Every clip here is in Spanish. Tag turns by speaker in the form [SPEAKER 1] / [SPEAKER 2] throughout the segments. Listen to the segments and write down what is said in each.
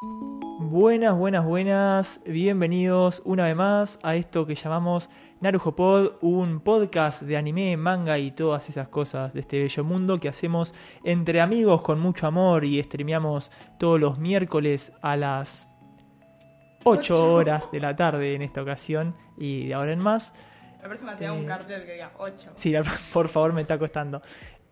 [SPEAKER 1] Buenas, buenas, buenas. Bienvenidos una vez más a esto que llamamos Narujo Pod, un podcast de anime, manga y todas esas cosas de este bello mundo que hacemos entre amigos con mucho amor y streameamos todos los miércoles a las 8 horas de la tarde en esta ocasión y de ahora en más.
[SPEAKER 2] La próxima te hago
[SPEAKER 1] Eh,
[SPEAKER 2] un cartel que diga 8.
[SPEAKER 1] Sí, la- por favor, me está costando.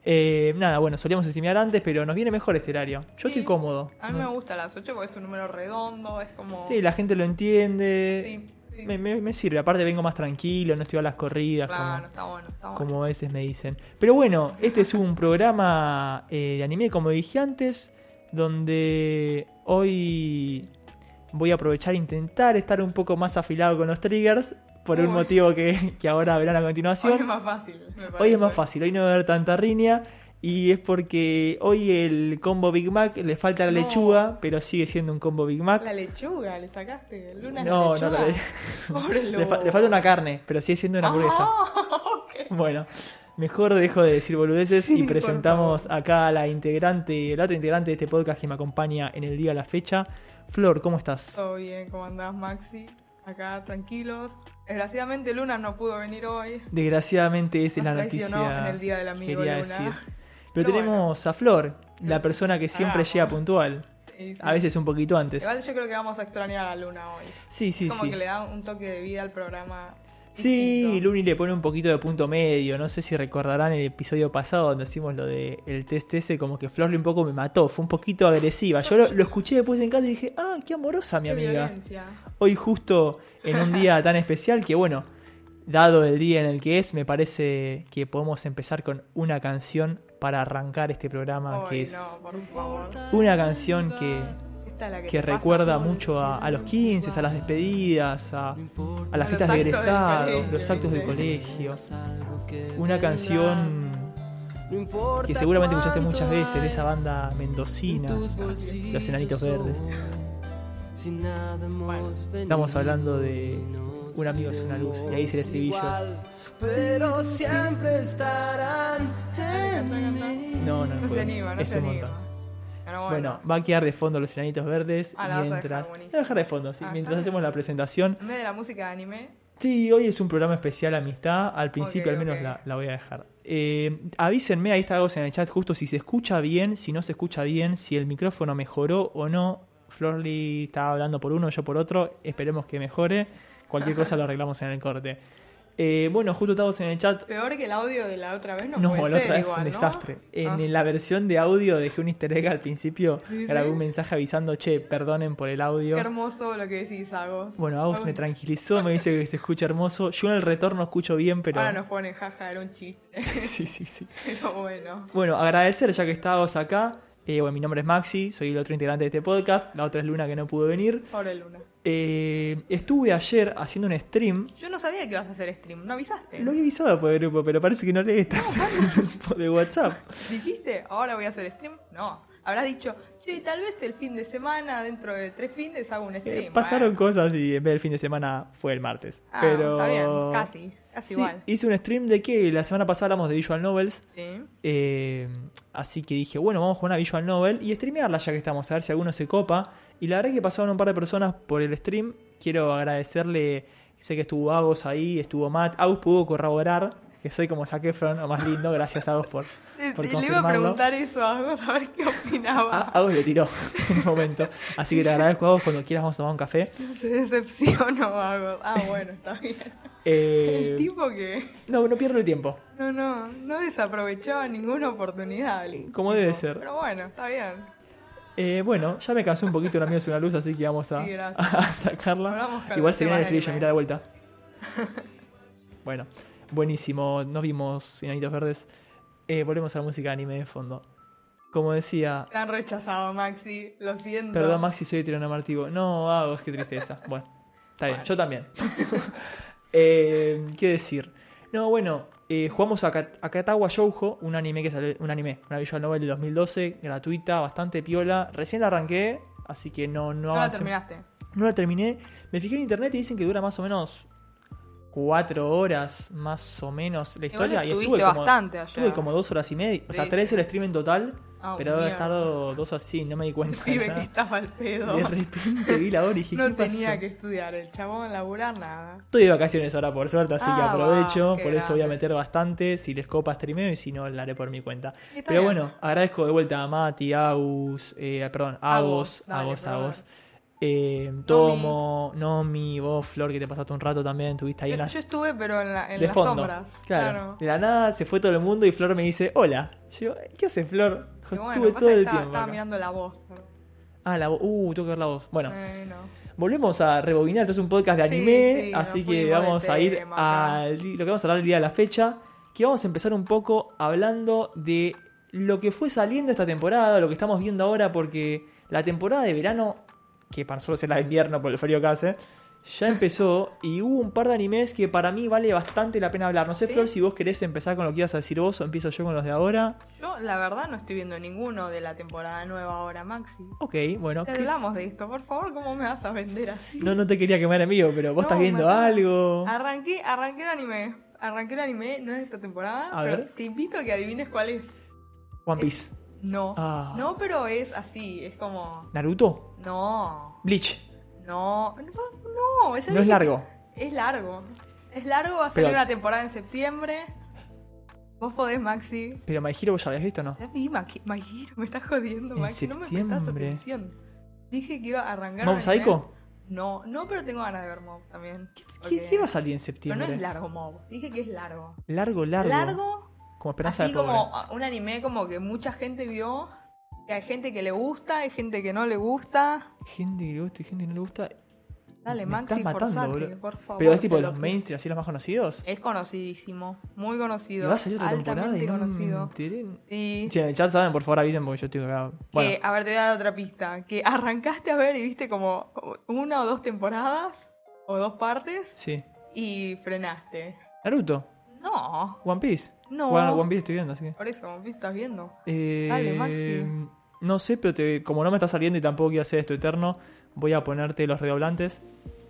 [SPEAKER 1] Eh, nada, bueno, solíamos streamear antes, pero nos viene mejor este horario. Yo estoy
[SPEAKER 2] Sí.
[SPEAKER 1] cómodo.
[SPEAKER 2] A mí
[SPEAKER 1] No-
[SPEAKER 2] me gusta las 8 porque es un número redondo, es como.
[SPEAKER 1] Sí, la gente lo entiende.
[SPEAKER 2] Sí, sí.
[SPEAKER 1] Me, me- me sirve, aparte vengo más tranquilo, no estoy a las corridas
[SPEAKER 2] Claro, está bueno, está
[SPEAKER 1] como,
[SPEAKER 2] bueno.
[SPEAKER 1] como a veces me dicen. Pero bueno, este es un programa eh, de anime, como dije antes, donde hoy voy a aprovechar e intentar estar un poco más afilado con los triggers, por un
[SPEAKER 2] Uy.
[SPEAKER 1] motivo que, que ahora verán a
[SPEAKER 2] Hoy
[SPEAKER 1] continuación.
[SPEAKER 2] es más fácil. me parece.
[SPEAKER 1] Hoy es más fácil, hoy no va a haber tanta riña. Y es porque hoy el combo Big Mac le falta la
[SPEAKER 2] No.
[SPEAKER 1] lechuga, pero sigue siendo un combo Big Mac.
[SPEAKER 2] La lechuga, le sacaste. Luna es
[SPEAKER 1] No,
[SPEAKER 2] la
[SPEAKER 1] no,
[SPEAKER 2] lechuga.
[SPEAKER 1] la le-
[SPEAKER 2] Pobre
[SPEAKER 1] Le,
[SPEAKER 2] lobo.
[SPEAKER 1] fa- le falta una carne, pero sigue siendo una hamburguesa.
[SPEAKER 2] Ah, ok.
[SPEAKER 1] Bueno, mejor dejo de decir boludeces y
[SPEAKER 2] Sí, por
[SPEAKER 1] presentamos acá a la integrante, la otra integrante de este podcast que me acompaña en el día a la fecha. Flor, ¿cómo estás?
[SPEAKER 2] Todo bien, ¿cómo andás, Maxi? Acá, tranquilos. Desgraciadamente, Luna no pudo venir hoy.
[SPEAKER 1] Desgraciadamente esa es la
[SPEAKER 2] Nos traicionó
[SPEAKER 1] noticia.
[SPEAKER 2] en el día del amigo,
[SPEAKER 1] quería
[SPEAKER 2] Luna.
[SPEAKER 1] decir. Pero
[SPEAKER 2] Pero
[SPEAKER 1] tenemos a Flor, la persona que siempre
[SPEAKER 2] Ah,
[SPEAKER 1] llega
[SPEAKER 2] bueno.
[SPEAKER 1] puntual,
[SPEAKER 2] Sí, sí.
[SPEAKER 1] a veces un poquito antes.
[SPEAKER 2] Igual yo creo que vamos a extrañar a Luna hoy.
[SPEAKER 1] Sí, sí,
[SPEAKER 2] como
[SPEAKER 1] sí.
[SPEAKER 2] que le da un toque de vida al programa.
[SPEAKER 1] Sí,
[SPEAKER 2] distinto.
[SPEAKER 1] Luni le pone un poquito de punto medio. No sé si recordarán el episodio pasado donde hicimos lo del test ese, como que Flor un poco me mató, fue un poquito agresiva. Yo lo, lo escuché después en casa y dije, ah, qué amorosa mi
[SPEAKER 2] Qué
[SPEAKER 1] amiga.
[SPEAKER 2] violencia.
[SPEAKER 1] Hoy justo en un día tan especial que bueno, dado el día en el que es, me parece que podemos empezar con una canción para arrancar este programa,
[SPEAKER 2] Ay,
[SPEAKER 1] que es
[SPEAKER 2] no, por favor.
[SPEAKER 1] una canción que
[SPEAKER 2] Esta es la que,
[SPEAKER 1] que
[SPEAKER 2] te pasa
[SPEAKER 1] recuerda
[SPEAKER 2] solo.
[SPEAKER 1] mucho a, a los 15, a las despedidas, a, a las fiestas
[SPEAKER 2] los
[SPEAKER 1] de
[SPEAKER 2] actos del
[SPEAKER 1] egresados,
[SPEAKER 2] colegio,
[SPEAKER 1] los actos del
[SPEAKER 2] ¿viste?
[SPEAKER 1] colegio. Una canción que seguramente escuchaste muchas veces de esa banda mendocina, Los Enanitos Verdes. Estamos hablando de Un amigo es una luz, y ahí dice el estribillo.
[SPEAKER 3] Pero siempre estarán en mí.
[SPEAKER 1] No, no,
[SPEAKER 2] No se
[SPEAKER 1] puedo.
[SPEAKER 2] anima, no
[SPEAKER 1] es
[SPEAKER 2] se
[SPEAKER 1] un
[SPEAKER 2] anima.
[SPEAKER 1] montón.
[SPEAKER 2] Pero
[SPEAKER 1] Bueno, va a quedar de fondo Los Enanitos Verdes
[SPEAKER 2] Ah, la vas a dejar,
[SPEAKER 1] mientras...
[SPEAKER 2] buenísimo.
[SPEAKER 1] la voy a dejar de fondo, sí,
[SPEAKER 2] Ah,
[SPEAKER 1] mientras
[SPEAKER 2] está
[SPEAKER 1] hacemos la presentación.
[SPEAKER 2] En vez de la música de anime,
[SPEAKER 1] Sí, hoy es un programa especial amistad. Al principio al
[SPEAKER 2] Ok,
[SPEAKER 1] menos
[SPEAKER 2] ok.
[SPEAKER 1] la, la voy a dejar. Eh, avísenme, ahí está algo en el chat, justo si se escucha bien, si no se escucha bien, si el micrófono mejoró o no. Florly estaba hablando por uno, yo por otro. Esperemos que mejore. Cualquier cosa lo arreglamos en el corte. Eh, bueno, justo estamos en el chat.
[SPEAKER 2] peor que el audio de la otra vez no,
[SPEAKER 1] No,
[SPEAKER 2] puede
[SPEAKER 1] la
[SPEAKER 2] ser
[SPEAKER 1] otra vez fue
[SPEAKER 2] igual,
[SPEAKER 1] un
[SPEAKER 2] ¿no?
[SPEAKER 1] desastre. En
[SPEAKER 2] Ah.
[SPEAKER 1] la versión de audio dejé un easter egg al principio.
[SPEAKER 2] Sí, sí.
[SPEAKER 1] grabé un mensaje avisando, che, perdonen por el audio.
[SPEAKER 2] Qué hermoso lo que decís, Agos.
[SPEAKER 1] Bueno, Agus me
[SPEAKER 2] Agos-
[SPEAKER 1] tranquilizó, me dice que se escucha hermoso. Yo en el retorno escucho bien, pero.
[SPEAKER 2] Ahora nos ponen jaja, era un chiste.
[SPEAKER 1] sí, sí, sí.
[SPEAKER 2] Pero bueno.
[SPEAKER 1] Bueno, agradecer ya que estabas acá. Eh, bueno, mi nombre es Maxi, soy el otro integrante de este podcast. La otra es Luna que no pudo venir.
[SPEAKER 2] Pobre Luna.
[SPEAKER 1] Eh, estuve ayer haciendo un stream.
[SPEAKER 2] Yo no sabía que ibas a hacer stream, ¿no avisaste?
[SPEAKER 1] Lo he avisado por el grupo, pero parece que no leí tanto el grupo de WhatsApp.
[SPEAKER 2] ¿Dijiste, ahora voy a hacer stream? No. Habrás dicho, che, tal vez el fin de semana, dentro de tres fines, hago un
[SPEAKER 1] Eh,
[SPEAKER 2] stream.
[SPEAKER 1] pasaron
[SPEAKER 2] Bueno.
[SPEAKER 1] cosas y en vez del fin de semana fue el martes.
[SPEAKER 2] Ah,
[SPEAKER 1] pero.
[SPEAKER 2] Está bien, casi, casi
[SPEAKER 1] Sí,
[SPEAKER 2] igual.
[SPEAKER 1] Hice un stream de que la semana pasada hablamos de Visual Novels.
[SPEAKER 2] Sí.
[SPEAKER 1] Eh, así que dije, bueno, vamos a jugar una Visual Novel y streamearla ya que estamos, a ver si alguno se copa. Y la verdad que pasaron un par de personas por el stream. Quiero agradecerle, sé que estuvo Agos ahí, estuvo Matt. Agus pudo corroborar que soy como Zac Efron, o más lindo, gracias Agos por,
[SPEAKER 2] Eh,
[SPEAKER 1] por
[SPEAKER 2] y le iba a
[SPEAKER 1] confirmarlo.
[SPEAKER 2] preguntar eso a Agos, a ver qué opinaba.
[SPEAKER 1] A- Ah, Agus le tiró en un momento. Así que te agradezco, Agos, cuando quieras vamos a tomar un café.
[SPEAKER 2] Se decepcionó Agos. Ah, bueno, está bien.
[SPEAKER 1] Eh,
[SPEAKER 2] El tipo que
[SPEAKER 1] no, no pierdo el tiempo.
[SPEAKER 2] no, no, no desaprovechaba ninguna oportunidad. el
[SPEAKER 1] Como
[SPEAKER 2] tipo.
[SPEAKER 1] debe ser.
[SPEAKER 2] Pero bueno, está bien.
[SPEAKER 1] Eh, bueno, ya me cansé un poquito, la mía es una luz, así que vamos a,
[SPEAKER 2] Sí, gracias.
[SPEAKER 1] a sacarla.
[SPEAKER 2] Volvamos con
[SPEAKER 1] Igual
[SPEAKER 2] el
[SPEAKER 1] se viene el
[SPEAKER 2] tema del
[SPEAKER 1] estribillo,
[SPEAKER 2] anime.
[SPEAKER 1] mira de vuelta. Bueno, buenísimo, nos vimos, Enanitos Verdes. Eh, volvemos a la música anime de fondo. Como decía,
[SPEAKER 2] Te han rechazado, Maxi. Lo siento.
[SPEAKER 1] perdón Maxi, soy heteronormativo. No, Agos, qué tristeza. Bueno, está bien,
[SPEAKER 2] Bueno.
[SPEAKER 1] yo también. Eh, ¿Qué decir? No, bueno, eh, jugamos a, Kat- a Katawa Shoujo, un anime que salió, un anime, una visual novel de 2012, gratuita, bastante piola. Recién la arranqué, así que no, no,
[SPEAKER 2] No la
[SPEAKER 1] avancé-
[SPEAKER 2] terminaste.
[SPEAKER 1] no la terminé. Me fijé en internet y dicen que dura más o menos cuatro horas, más o menos, la
[SPEAKER 2] Igual
[SPEAKER 1] historia. y
[SPEAKER 2] estuviste
[SPEAKER 1] estuve como,
[SPEAKER 2] bastante ayer.
[SPEAKER 1] estuve como dos horas y media, o sea,
[SPEAKER 2] Sí,
[SPEAKER 1] tres
[SPEAKER 2] sí.
[SPEAKER 1] el stream en total.
[SPEAKER 2] Ah,
[SPEAKER 1] Pero debe haber
[SPEAKER 2] mierda.
[SPEAKER 1] estado dos así, no me di cuenta. de
[SPEAKER 2] Pibe que
[SPEAKER 1] nada.
[SPEAKER 2] estaba al pedo.
[SPEAKER 1] de repente vi la hora y dije,
[SPEAKER 2] No
[SPEAKER 1] ¿qué pasó?
[SPEAKER 2] tenía que estudiar, el chabón laburar nada.
[SPEAKER 1] Estoy de vacaciones ahora, por suerte, así que
[SPEAKER 2] Ah,
[SPEAKER 1] aprovecho.
[SPEAKER 2] va, qué
[SPEAKER 1] por eso voy a
[SPEAKER 2] grande.
[SPEAKER 1] meter bastante. Si les copa, streameo y si no, la haré por mi cuenta.
[SPEAKER 2] Está
[SPEAKER 1] Pero
[SPEAKER 2] bien.
[SPEAKER 1] bueno, agradezco de vuelta a Mati, Agus, eh, perdón, Agos,
[SPEAKER 2] Agus, dale,
[SPEAKER 1] Agos,
[SPEAKER 2] perdón.
[SPEAKER 1] Agos. eh, Tomo, Nomi, vos, Flor, que te pasaste un rato también. Tuviste ahí
[SPEAKER 2] Yo,
[SPEAKER 1] unas
[SPEAKER 2] yo estuve, pero en, la- en
[SPEAKER 1] de
[SPEAKER 2] las
[SPEAKER 1] fondo.
[SPEAKER 2] sombras.
[SPEAKER 1] Claro. De la nada se fue todo el mundo y Flor me dice, hola. Yo, ¿qué haces, Flor? Yo
[SPEAKER 2] Y bueno,
[SPEAKER 1] estuve
[SPEAKER 2] pasa
[SPEAKER 1] todo
[SPEAKER 2] que
[SPEAKER 1] el
[SPEAKER 2] estaba,
[SPEAKER 1] tiempo.
[SPEAKER 2] Estaba
[SPEAKER 1] acá.
[SPEAKER 2] mirando la voz. pero-
[SPEAKER 1] Ah, la voz. Uh, tengo que ver la voz. Bueno,
[SPEAKER 2] eh, no.
[SPEAKER 1] volvemos a rebobinar. Esto es un podcast de
[SPEAKER 2] Sí,
[SPEAKER 1] anime,
[SPEAKER 2] sí, nos
[SPEAKER 1] así que
[SPEAKER 2] fuimos
[SPEAKER 1] vamos
[SPEAKER 2] de
[SPEAKER 1] a ir
[SPEAKER 2] tema acá.
[SPEAKER 1] a lo que vamos a hablar el día de la fecha. Que vamos a empezar un poco hablando de lo que fue saliendo esta temporada, lo que estamos viendo ahora, porque la temporada de verano, que para nosotros es la de invierno por el frío que hace, ya empezó y hubo un par de animes que para mí vale bastante la pena hablar. No sé,
[SPEAKER 2] Sí.
[SPEAKER 1] Flor, si vos querés empezar con lo que ibas a decir vos o empiezo yo con los de ahora.
[SPEAKER 2] Yo, la verdad, no estoy viendo ninguno de la temporada nueva ahora, Maxi.
[SPEAKER 1] Ok, bueno.
[SPEAKER 2] Te
[SPEAKER 1] ¿qué-
[SPEAKER 2] hablamos de esto, por favor, ¿cómo me vas a vender así?
[SPEAKER 1] No, no te quería quemar en vivo, pero vos
[SPEAKER 2] No, Ah,
[SPEAKER 1] estás viendo
[SPEAKER 2] Mateo.
[SPEAKER 1] algo.
[SPEAKER 2] Arranqué, arranqué un anime. Arranqué un anime, no es esta temporada,
[SPEAKER 1] A
[SPEAKER 2] pero
[SPEAKER 1] ver.
[SPEAKER 2] te invito a que adivines cuál es.
[SPEAKER 1] One Piece.
[SPEAKER 2] eh, No.
[SPEAKER 1] Ah.
[SPEAKER 2] No, pero es así, es como.
[SPEAKER 1] Naruto.
[SPEAKER 2] No,
[SPEAKER 1] Bleach.
[SPEAKER 2] no, no, no. ya
[SPEAKER 1] No es
[SPEAKER 2] dije-
[SPEAKER 1] largo.
[SPEAKER 2] Es largo. Es largo, va a salir
[SPEAKER 1] Pero-
[SPEAKER 2] una temporada en septiembre. Vos podés, Maxi.
[SPEAKER 1] Pero My Hero vos ya lo habías visto, ¿no?
[SPEAKER 2] Ya vi, Maqui- Magiro, me estás jodiendo,
[SPEAKER 1] En
[SPEAKER 2] Maxi. No me prestas
[SPEAKER 1] septiembre.
[SPEAKER 2] atención. Dije que iba a arrancar.
[SPEAKER 1] ¿Mob
[SPEAKER 2] un anime.
[SPEAKER 1] Psycho?
[SPEAKER 2] No, no, pero tengo ganas de ver Mob también.
[SPEAKER 1] ¿Qué, qué-
[SPEAKER 2] Porque-
[SPEAKER 1] qué va a salir en
[SPEAKER 2] Pero no
[SPEAKER 1] septiembre?
[SPEAKER 2] es largo Mob. Dije que es largo.
[SPEAKER 1] largo, largo.
[SPEAKER 2] Largo,
[SPEAKER 1] Como esperanza
[SPEAKER 2] así
[SPEAKER 1] de pobre.
[SPEAKER 2] como ah, un anime como que mucha gente vio. Que hay gente que le gusta, hay gente que no le gusta.
[SPEAKER 1] Gente que le gusta y gente que no le gusta.
[SPEAKER 2] Dale,
[SPEAKER 1] Me
[SPEAKER 2] Maxi,
[SPEAKER 1] estás matando,
[SPEAKER 2] forzate,
[SPEAKER 1] boludo.
[SPEAKER 2] por favor.
[SPEAKER 1] Pero es tipo
[SPEAKER 2] te
[SPEAKER 1] de
[SPEAKER 2] lo
[SPEAKER 1] los
[SPEAKER 2] pido.
[SPEAKER 1] mainstream, así los más conocidos.
[SPEAKER 2] Es conocidísimo, muy
[SPEAKER 1] Y
[SPEAKER 2] conocido.
[SPEAKER 1] va a salir otra temporada
[SPEAKER 2] altamente
[SPEAKER 1] y no me
[SPEAKER 2] conocido.
[SPEAKER 1] enteré.
[SPEAKER 2] Sí.
[SPEAKER 1] Si en el chat saben, por favor avisen porque yo estoy acá. Bueno,
[SPEAKER 2] Que, a ver, te voy a dar otra pista. Que arrancaste a ver y viste como una o dos temporadas o dos partes
[SPEAKER 1] sí.
[SPEAKER 2] y frenaste.
[SPEAKER 1] Naruto,
[SPEAKER 2] No,
[SPEAKER 1] One Piece.
[SPEAKER 2] no.
[SPEAKER 1] One, One Piece estoy viendo, así que.
[SPEAKER 2] Por eso, ¿qué estás viendo?
[SPEAKER 1] Eh,
[SPEAKER 2] Dale, Maxi.
[SPEAKER 1] No sé, pero te- como no me está saliendo y tampoco quiero hacer esto eterno, voy a ponerte los redoblantes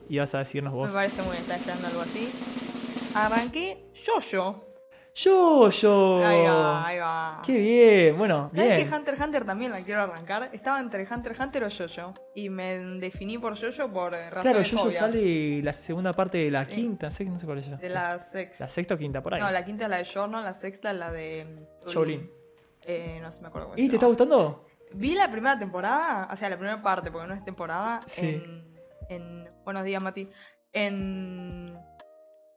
[SPEAKER 1] y vas a decirnos vos.
[SPEAKER 2] Me parece muy bien, estás esperando algo así. Arranqué yo-yo.
[SPEAKER 1] Yo, yo.
[SPEAKER 2] Ahí va, ahí va.
[SPEAKER 1] Oh. Qué bien, bueno,
[SPEAKER 2] ¿Sabes
[SPEAKER 1] bien.
[SPEAKER 2] que Hunter x Hunter también la quiero arrancar? Estaba entre Hunter x Hunter o Yo-Yo. Y me definí por Yo-Yo por eh,
[SPEAKER 1] Claro,
[SPEAKER 2] razones
[SPEAKER 1] yo, yo
[SPEAKER 2] obvias.
[SPEAKER 1] sale la segunda parte de la
[SPEAKER 2] Sí.
[SPEAKER 1] quinta, sé que no sé cuál es ya.
[SPEAKER 2] De
[SPEAKER 1] Sí.
[SPEAKER 2] la sexta.
[SPEAKER 1] La sexta o quinta, por ahí.
[SPEAKER 2] No, la quinta es la de Jorno, la sexta es la de.
[SPEAKER 1] Shaolin.
[SPEAKER 2] Eh, no se me acuerdo. cómo se
[SPEAKER 1] ¿Y te está
[SPEAKER 2] llama.
[SPEAKER 1] gustando?
[SPEAKER 2] Vi la primera temporada, o sea, la primera parte, porque no es temporada.
[SPEAKER 1] Sí.
[SPEAKER 2] En, en- Buenos días, Mati. En.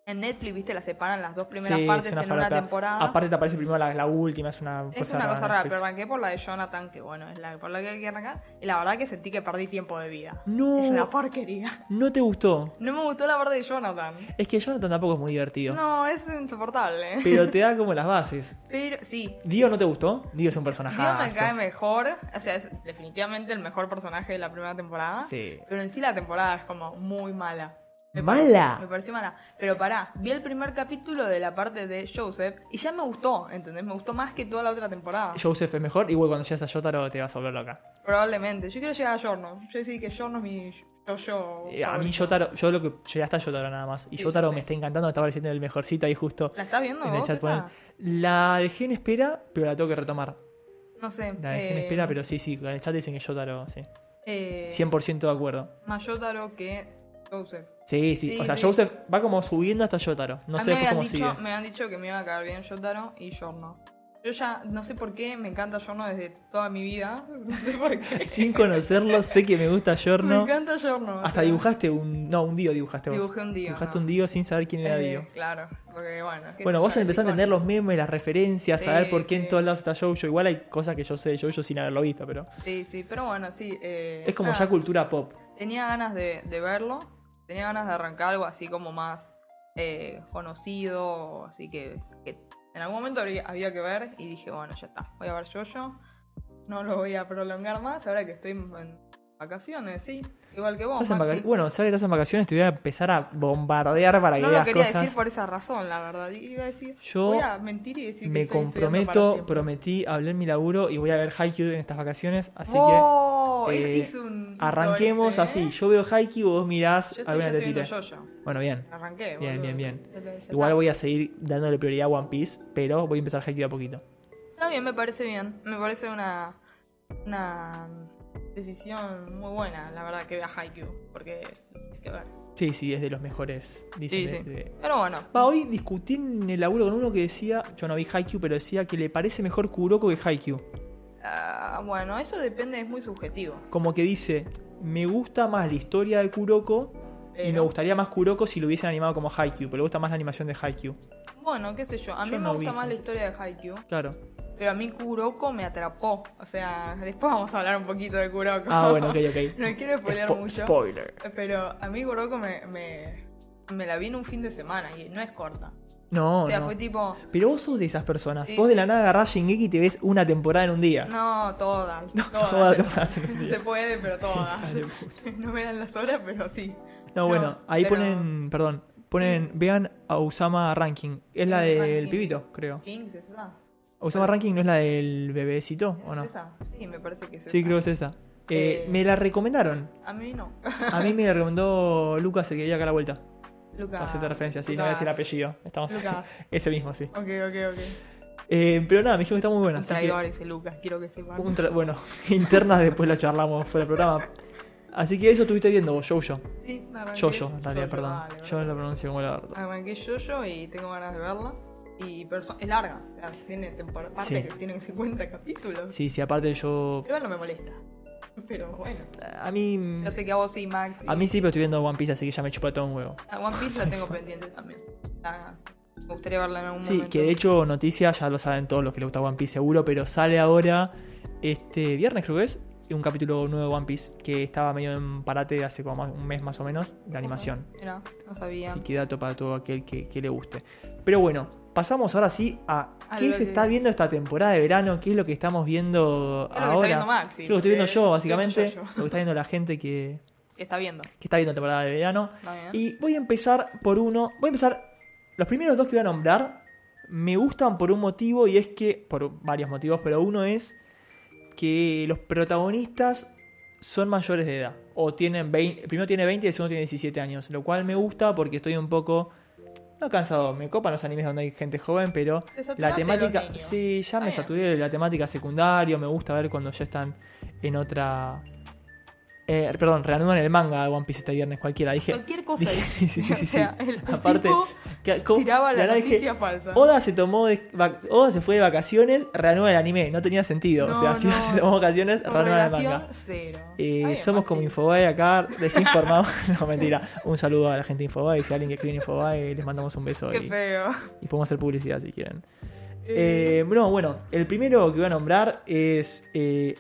[SPEAKER 2] En Netflix, viste, la separan las dos primeras
[SPEAKER 1] Sí, es
[SPEAKER 2] partes en una
[SPEAKER 1] falopa.
[SPEAKER 2] temporada.
[SPEAKER 1] Aparte te aparece primero la, la última, es una
[SPEAKER 2] es
[SPEAKER 1] cosa
[SPEAKER 2] una
[SPEAKER 1] rara.
[SPEAKER 2] cosa rara, pero
[SPEAKER 1] Netflix.
[SPEAKER 2] arranqué por la de Jonathan, que bueno, es la por la que hay que arrancar. Y la verdad que sentí que perdí tiempo de vida.
[SPEAKER 1] No.
[SPEAKER 2] Es una porquería.
[SPEAKER 1] No te gustó.
[SPEAKER 2] No me gustó la parte de Jonathan.
[SPEAKER 1] Es que Jonathan tampoco es muy divertido.
[SPEAKER 2] No, es insoportable.
[SPEAKER 1] Pero te da como las bases.
[SPEAKER 2] Pero sí,
[SPEAKER 1] Dio no te gustó. Dio es un personaje.
[SPEAKER 2] Dio me cae mejor, o sea, es definitivamente el mejor personaje de la primera temporada.
[SPEAKER 1] Sí.
[SPEAKER 2] Pero en sí la temporada es como muy mala. Me
[SPEAKER 1] ¿Mala?
[SPEAKER 2] pare- me pareció mala. Pero pará, vi el primer capítulo de la parte de Joseph y ya me gustó, ¿entendés? Me gustó más que toda la otra temporada.
[SPEAKER 1] Joseph es mejor. Igual cuando llegas a Yotaro te vas a volver loca.
[SPEAKER 2] Probablemente. Yo quiero llegar a Jorno. Yo decir que Jorno es mi yo-yo.
[SPEAKER 1] Eh, a mí
[SPEAKER 2] favorito.
[SPEAKER 1] Yotaro, yo lo que llegué hasta Yotaro nada más. Y
[SPEAKER 2] Sí,
[SPEAKER 1] Yotaro
[SPEAKER 2] sí, sí.
[SPEAKER 1] me está encantando, me está pareciendo el mejorcito ahí justo.
[SPEAKER 2] ¿La estás viendo
[SPEAKER 1] en el
[SPEAKER 2] vos?
[SPEAKER 1] chat
[SPEAKER 2] esa?
[SPEAKER 1] ponen. La dejé en espera, pero la tengo que retomar.
[SPEAKER 2] No sé.
[SPEAKER 1] La dejé en
[SPEAKER 2] eh,
[SPEAKER 1] espera, pero sí, sí, en el chat dicen que Yotaro, sí.
[SPEAKER 2] eh,
[SPEAKER 1] 100% de acuerdo.
[SPEAKER 2] Más Yotaro que Joseph.
[SPEAKER 1] Sí, sí,
[SPEAKER 2] Sí,
[SPEAKER 1] o sea,
[SPEAKER 2] sí.
[SPEAKER 1] Joseph va como subiendo hasta Yotaro. No
[SPEAKER 2] a
[SPEAKER 1] sé
[SPEAKER 2] mí me
[SPEAKER 1] después
[SPEAKER 2] han,
[SPEAKER 1] cómo
[SPEAKER 2] dicho,
[SPEAKER 1] sigue.
[SPEAKER 2] me han dicho que me iba a caer bien Yotaro y Yorno. Yo ya no sé por qué me encanta Yorno desde toda mi vida. No sé por qué.
[SPEAKER 1] Sin conocerlo, sé que me gusta
[SPEAKER 2] me
[SPEAKER 1] Yorno.
[SPEAKER 2] encanta Yorno.
[SPEAKER 1] Hasta dibujaste un. No, un Dio dibujaste vos.
[SPEAKER 2] Dibujé un Dio,
[SPEAKER 1] Dibujaste
[SPEAKER 2] no.
[SPEAKER 1] un Dio sin saber quién era Dio.
[SPEAKER 2] Eh, claro, porque bueno. qué
[SPEAKER 1] Bueno,
[SPEAKER 2] sé
[SPEAKER 1] vos
[SPEAKER 2] yo,
[SPEAKER 1] empezás a
[SPEAKER 2] es
[SPEAKER 1] entender los
[SPEAKER 2] icónico.
[SPEAKER 1] memes, las referencias, a ver
[SPEAKER 2] Sí,
[SPEAKER 1] por qué en
[SPEAKER 2] sí.
[SPEAKER 1] todos lados está Jojo. Igual hay cosas que yo sé de Jojo sin haberlo visto, pero.
[SPEAKER 2] Sí, sí, pero bueno, sí. eh,
[SPEAKER 1] Es como
[SPEAKER 2] nada,
[SPEAKER 1] ya cultura pop.
[SPEAKER 2] Tenía ganas de, de verlo. Tenía ganas de arrancar algo así como más eh, conocido. Así que, que en algún momento habría- había que ver. Y dije, bueno, ya está. Voy a ver Yoyo. No lo voy a prolongar más. Ahora que estoy en vacaciones, sí. Igual que vos.
[SPEAKER 1] Estás en
[SPEAKER 2] Maxi.
[SPEAKER 1] vaca- Bueno, sabes que estás en vacaciones, te voy a empezar a bombardear para que
[SPEAKER 2] no lo
[SPEAKER 1] veas
[SPEAKER 2] quería
[SPEAKER 1] cosas.
[SPEAKER 2] decir por esa razón, la verdad. Iba a decir,
[SPEAKER 1] Yo
[SPEAKER 2] voy a mentir y decir que
[SPEAKER 1] Me
[SPEAKER 2] estoy estudiando
[SPEAKER 1] comprometo,
[SPEAKER 2] para siempre.
[SPEAKER 1] prometí, hablé en mi laburo y voy a ver Haikyuu en estas vacaciones, así
[SPEAKER 2] ¡Oh!
[SPEAKER 1] que eh,
[SPEAKER 2] hice un-
[SPEAKER 1] arranquemos
[SPEAKER 2] ¿eh?
[SPEAKER 1] así. Yo veo Haikyuu, vos mirás,
[SPEAKER 2] Yo estoy, yo
[SPEAKER 1] alguna
[SPEAKER 2] estoy
[SPEAKER 1] te tiré.
[SPEAKER 2] viendo Yoyo.
[SPEAKER 1] Bueno, bien.
[SPEAKER 2] Arranqué.
[SPEAKER 1] Bien,
[SPEAKER 2] boludo.
[SPEAKER 1] bien, bien.
[SPEAKER 2] Ya- ya está.
[SPEAKER 1] Igual voy a seguir dándole prioridad a One Piece, pero voy a empezar Haikyuu de a poquito.
[SPEAKER 2] Está bien, me parece bien. Me parece una, una decisión muy buena, la verdad, que vea Haikyuu. Porque hay que ver.
[SPEAKER 1] Sí, sí, es de los mejores. dicen,
[SPEAKER 2] Sí,
[SPEAKER 1] de-
[SPEAKER 2] sí.
[SPEAKER 1] de-
[SPEAKER 2] Pero bueno,
[SPEAKER 1] Va, hoy discutí en el laburo con uno que decía, yo no vi Haikyuu, pero decía que le parece mejor Kuroko que Haikyuu.
[SPEAKER 2] ah, bueno, eso depende, es muy subjetivo.
[SPEAKER 1] Como que dice, me gusta más la historia de Kuroko y me
[SPEAKER 2] Pero-
[SPEAKER 1] gustaría más Kuroko si lo hubiesen animado como Haikyuu, pero le gusta más la animación de Haikyuu.
[SPEAKER 2] Bueno, qué sé yo. A mí
[SPEAKER 1] Yo
[SPEAKER 2] me
[SPEAKER 1] no
[SPEAKER 2] gusta
[SPEAKER 1] vi
[SPEAKER 2] más la
[SPEAKER 1] Haikyuu.
[SPEAKER 2] historia de Haikyuu.
[SPEAKER 1] Claro.
[SPEAKER 2] Pero a mí Kuroko me atrapó. O sea, después vamos a hablar un poquito de Kuroko.
[SPEAKER 1] Ah, bueno, ok, ok.
[SPEAKER 2] no quiero spoilear
[SPEAKER 1] Spo-
[SPEAKER 2] mucho.
[SPEAKER 1] Spoiler.
[SPEAKER 2] Pero a mí Kuroko me, me, me la vi en un fin de semana y no es corta.
[SPEAKER 1] No,
[SPEAKER 2] o sea,
[SPEAKER 1] no.
[SPEAKER 2] fue tipo,
[SPEAKER 1] Pero vos sos de esas personas.
[SPEAKER 2] Sí,
[SPEAKER 1] vos de
[SPEAKER 2] sí.
[SPEAKER 1] la nada agarrás Shingeki y te ves una temporada en un día.
[SPEAKER 2] no, todas. todas.
[SPEAKER 1] toda la temporada en un día.
[SPEAKER 2] Se puede, pero todas.
[SPEAKER 1] Hija de puta.
[SPEAKER 2] no me dan las horas, pero sí.
[SPEAKER 1] No,
[SPEAKER 2] No,
[SPEAKER 1] bueno, ahí
[SPEAKER 2] pero-
[SPEAKER 1] ponen, perdón, ponen, vean a Usama Ranking. Es la
[SPEAKER 2] Sí,
[SPEAKER 1] del
[SPEAKER 2] Ranking.
[SPEAKER 1] pibito, creo.
[SPEAKER 2] 15, ¿es esa?
[SPEAKER 1] Usama Ranking no es la del bebecito, ¿o no?
[SPEAKER 2] ¿Es esa? Sí, me parece que es
[SPEAKER 1] Sí,
[SPEAKER 2] esa.
[SPEAKER 1] creo que es esa. Eh,
[SPEAKER 2] Eh,
[SPEAKER 1] Me la recomendaron.
[SPEAKER 2] A mí no.
[SPEAKER 1] A mí me la recomendó Lucas, el que vive acá a la vuelta.
[SPEAKER 2] Lucas.
[SPEAKER 1] Para hacerte referencia, sí, no voy a decir el
[SPEAKER 2] Lucas.
[SPEAKER 1] apellido. Estamos
[SPEAKER 2] Lucas.
[SPEAKER 1] Ese mismo, sí.
[SPEAKER 2] Ok, ok, ok.
[SPEAKER 1] Eh, pero nada, me dijo que está muy buena.
[SPEAKER 2] Un
[SPEAKER 1] así que-
[SPEAKER 2] traidor ese Lucas, quiero que sepan.
[SPEAKER 1] un tra- bueno, internas después la charlamos fuera del programa. Así que eso estuviste viendo vos, Jojo.
[SPEAKER 2] ¿Ah, Sí, me arranqué.
[SPEAKER 1] Jojo, en realidad,
[SPEAKER 2] Yo-Yo,
[SPEAKER 1] perdón.
[SPEAKER 2] vale,
[SPEAKER 1] Yo la pronuncio como la verdad.
[SPEAKER 2] Arranqué Jojo y tengo ganas de verla. Y pero so- es larga, o sea, tiene tempor- partes
[SPEAKER 1] Sí.
[SPEAKER 2] que tienen 50 capítulos.
[SPEAKER 1] Sí, sí, aparte yo.
[SPEAKER 2] Igual no me molesta. Pero bueno,
[SPEAKER 1] A mí.
[SPEAKER 2] yo sé que a vos sí, Max. y-
[SPEAKER 1] Mm. A mí sí, pero estoy viendo One Piece, así que ya me chupa todo un huevo.
[SPEAKER 2] a One Piece la tengo pendiente también. La- me gustaría verla en algún
[SPEAKER 1] Sí,
[SPEAKER 2] momento.
[SPEAKER 1] que de hecho, noticias ya lo saben todos los que les gusta One Piece seguro, pero sale ahora, este viernes creo que es, un capítulo nuevo de One Piece que estaba medio en parate hace como más- un mes más o menos de animación.
[SPEAKER 2] Mira, no sabía.
[SPEAKER 1] Así que dato para todo aquel que, que le guste. Pero bueno, pasamos ahora sí a
[SPEAKER 2] Algo
[SPEAKER 1] qué se
[SPEAKER 2] que-
[SPEAKER 1] está viendo esta temporada de verano, qué es lo que estamos viendo
[SPEAKER 2] Es lo que está
[SPEAKER 1] ahora.
[SPEAKER 2] viendo
[SPEAKER 1] Creo
[SPEAKER 2] Maxi,
[SPEAKER 1] que estoy viendo
[SPEAKER 2] porque
[SPEAKER 1] yo,
[SPEAKER 2] estoy viendo
[SPEAKER 1] básicamente,
[SPEAKER 2] yo, yo.
[SPEAKER 1] lo que está viendo la gente que,
[SPEAKER 2] Que está viendo.
[SPEAKER 1] que está viendo temporada de verano.
[SPEAKER 2] Está bien.
[SPEAKER 1] Y voy a empezar por uno. Voy a empezar. Los primeros dos que voy a nombrar me gustan por un motivo y es que. Por varios motivos, pero uno es que los protagonistas son mayores de edad. O tienen 20. El primero tiene 20 y el segundo tiene 17 años. Lo cual me gusta porque estoy un poco. No cansado. Me copan los animes donde hay gente joven, pero.
[SPEAKER 2] Te saturaste
[SPEAKER 1] La
[SPEAKER 2] de los
[SPEAKER 1] temática.
[SPEAKER 2] niños.
[SPEAKER 1] Sí, ya
[SPEAKER 2] Está
[SPEAKER 1] me
[SPEAKER 2] bien.
[SPEAKER 1] saturé de la temática secundaria. Me gusta ver cuando ya están en otra. Eh, perdón, reanudan el manga de One Piece este viernes, cualquiera. Dije,
[SPEAKER 2] Cualquier cosa.
[SPEAKER 1] Dije- sí, sí, sí,
[SPEAKER 2] O
[SPEAKER 1] sí, sí.
[SPEAKER 2] sea, el, el
[SPEAKER 1] Aparte,
[SPEAKER 2] tipo
[SPEAKER 1] que- co-
[SPEAKER 2] tiraba la,
[SPEAKER 1] verdad dije,
[SPEAKER 2] noticia falsa.
[SPEAKER 1] Oda se tomó de- vac- Oda se fue de vacaciones, reanuda el anime, no tenía sentido. o
[SPEAKER 2] No,
[SPEAKER 1] sea, si
[SPEAKER 2] no.
[SPEAKER 1] Oda se tomó vacaciones, reanuda el
[SPEAKER 2] Correlación
[SPEAKER 1] manga.
[SPEAKER 2] cero.
[SPEAKER 1] Eh,
[SPEAKER 2] Está bien,
[SPEAKER 1] somos como
[SPEAKER 2] Maxi.
[SPEAKER 1] Infobae acá, desinformados. no, mentira. Un saludo a la gente de Infobae. Si hay alguien que escribe en Infobae, les mandamos un beso
[SPEAKER 2] Qué
[SPEAKER 1] y,
[SPEAKER 2] feo.
[SPEAKER 1] y podemos hacer publicidad si quieren. Eh, no, bueno, el primero que voy a nombrar es eh,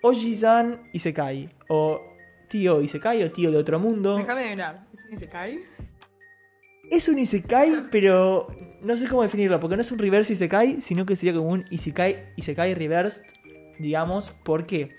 [SPEAKER 1] Oji-san Isekai. O tío Isekai o tío de otro mundo.
[SPEAKER 2] Déjame adivinar. ¿Es un Isekai?
[SPEAKER 1] Es un isekai, pero no sé cómo definirlo, porque no es un reverse isekai, sino que sería como un isekai, isekai reversed, digamos, ¿por qué?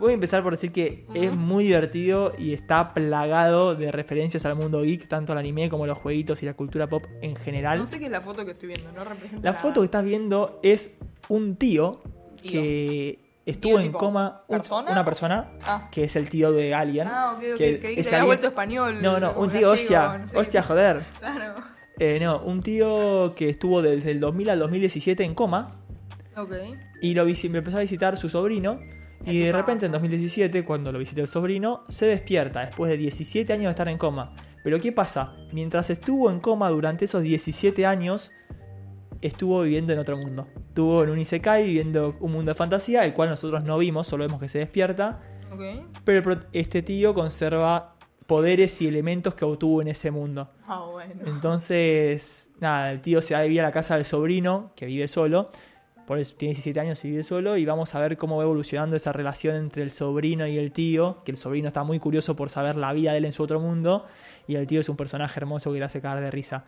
[SPEAKER 1] Voy a empezar por decir que
[SPEAKER 2] Ujú.
[SPEAKER 1] es muy divertido y está plagado de referencias al mundo geek, tanto al anime como a los jueguitos y la cultura pop en general.
[SPEAKER 2] No sé qué es la foto que estoy viendo, no representa.
[SPEAKER 1] La foto que estás viendo es un tío,
[SPEAKER 2] Tío.
[SPEAKER 1] que estuvo
[SPEAKER 2] Tío
[SPEAKER 1] en
[SPEAKER 2] tipo,
[SPEAKER 1] coma, un-
[SPEAKER 2] ¿persona?
[SPEAKER 1] una persona,
[SPEAKER 2] Ah,
[SPEAKER 1] que es el tío de alguien.
[SPEAKER 2] ah ok, ok.
[SPEAKER 1] que
[SPEAKER 2] Creí que
[SPEAKER 1] es
[SPEAKER 2] te había
[SPEAKER 1] alguien-
[SPEAKER 2] vuelto español.
[SPEAKER 1] No, no, un tío,
[SPEAKER 2] gallego,
[SPEAKER 1] hostia,
[SPEAKER 2] no sé.
[SPEAKER 1] hostia, joder.
[SPEAKER 2] Claro.
[SPEAKER 1] Eh, no, un tío que estuvo desde el 2000 al 2017 en coma
[SPEAKER 2] Ok.
[SPEAKER 1] y lo, visi- lo empezó a visitar su sobrino. Y
[SPEAKER 2] ¿Qué
[SPEAKER 1] de
[SPEAKER 2] pasa?
[SPEAKER 1] repente en 2017, cuando lo visita el sobrino, se despierta después de 17 años de estar en coma. Pero ¿qué pasa? Mientras estuvo en coma durante esos 17 años, estuvo viviendo en otro mundo. Estuvo en un Isekai viviendo un mundo de fantasía, el cual nosotros no vimos, solo vemos que se despierta.
[SPEAKER 2] Ok.
[SPEAKER 1] Pero el pro- este tío conserva poderes y elementos que obtuvo en ese mundo.
[SPEAKER 2] Ah, bueno.
[SPEAKER 1] Entonces, nada, el tío se va a vivir a la casa del sobrino, que vive solo. Por eso tiene 17 años y vive solo. Y vamos a ver cómo va evolucionando esa relación entre el sobrino y el tío. Que el sobrino está muy curioso por saber la vida de él en su otro mundo. Y el tío es un personaje hermoso que le hace cagar de risa.